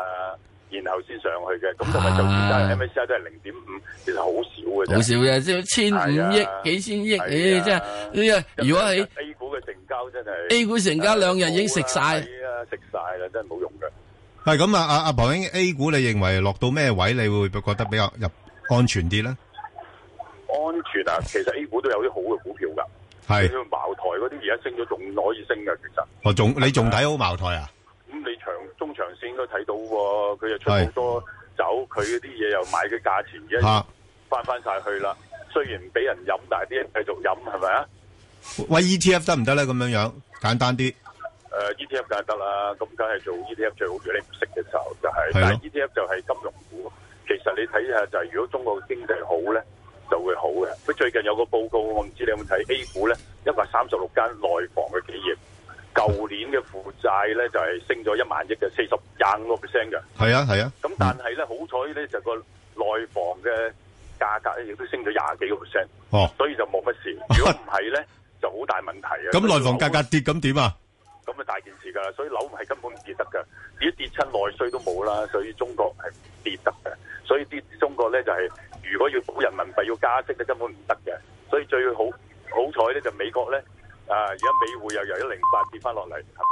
Speaker 22: 然然後先上去嘅。咁同埋就算真係 MSCI 都係零點五，其實好少嘅啫。
Speaker 8: 好少嘅，即係千五億、幾千億，咦！真係啊呢個，如果喺
Speaker 22: A 股嘅成交真係
Speaker 8: A 股成交兩日已經食晒，
Speaker 22: 係啊，食晒啦，真係冇用嘅。
Speaker 10: 係，咁啊，啊，阿 Paul，A 股你認為落到咩位你會覺得比較入安全啲呢？
Speaker 22: 安全啊，其實 A 股都有啲好嘅股票㗎。
Speaker 10: 係
Speaker 22: 你去茅台嗰啲而家升咗，仲可以升嘅，其實。
Speaker 10: 我仲-你仲睇好茅台啊？
Speaker 22: 咁你長中長線都睇到喎，佢又出好多酒，佢啲嘢又買嘅價錢而家翻翻晒去啦。雖然唔俾人飲，但係啲人繼續飲係咪啊？
Speaker 10: 喂，E ETF 得唔得呢？咁樣樣，簡單啲。
Speaker 22: 誒、ETF 梗係得啦，咁梗係做 ETF 最好。如果你唔識嘅時候就係、
Speaker 10: 係咯
Speaker 22: 但係 ETF 就係金融股。其實你睇下就係、如果中國經濟好咧，就會好嘅。佢最近有個報告，我唔知你有冇睇 A 股咧，一百三十六間內房嘅企業，舊年嘅負債咧就係、升咗一萬億嘅，四十廿五個 percent 嘅。
Speaker 10: 係啊，係啊。
Speaker 22: 咁但係咧，好彩咧就個內房嘅價格咧亦都升咗廿幾個 percent，
Speaker 10: 哦
Speaker 22: 所以就冇乜事。如果唔係咧，就好大問題啊！
Speaker 10: 咁內房價格跌，咁點啊？
Speaker 22: 咁啊大件事㗎啦，所以樓係根本唔跌得㗎，如果跌親內需都冇啦，所以中國係唔跌得嘅，所以啲中國咧就係、如果要保人民幣要加息咧根本唔得嘅，所以最好好彩咧就美國咧啊而家美匯又由一零八跌翻落嚟。係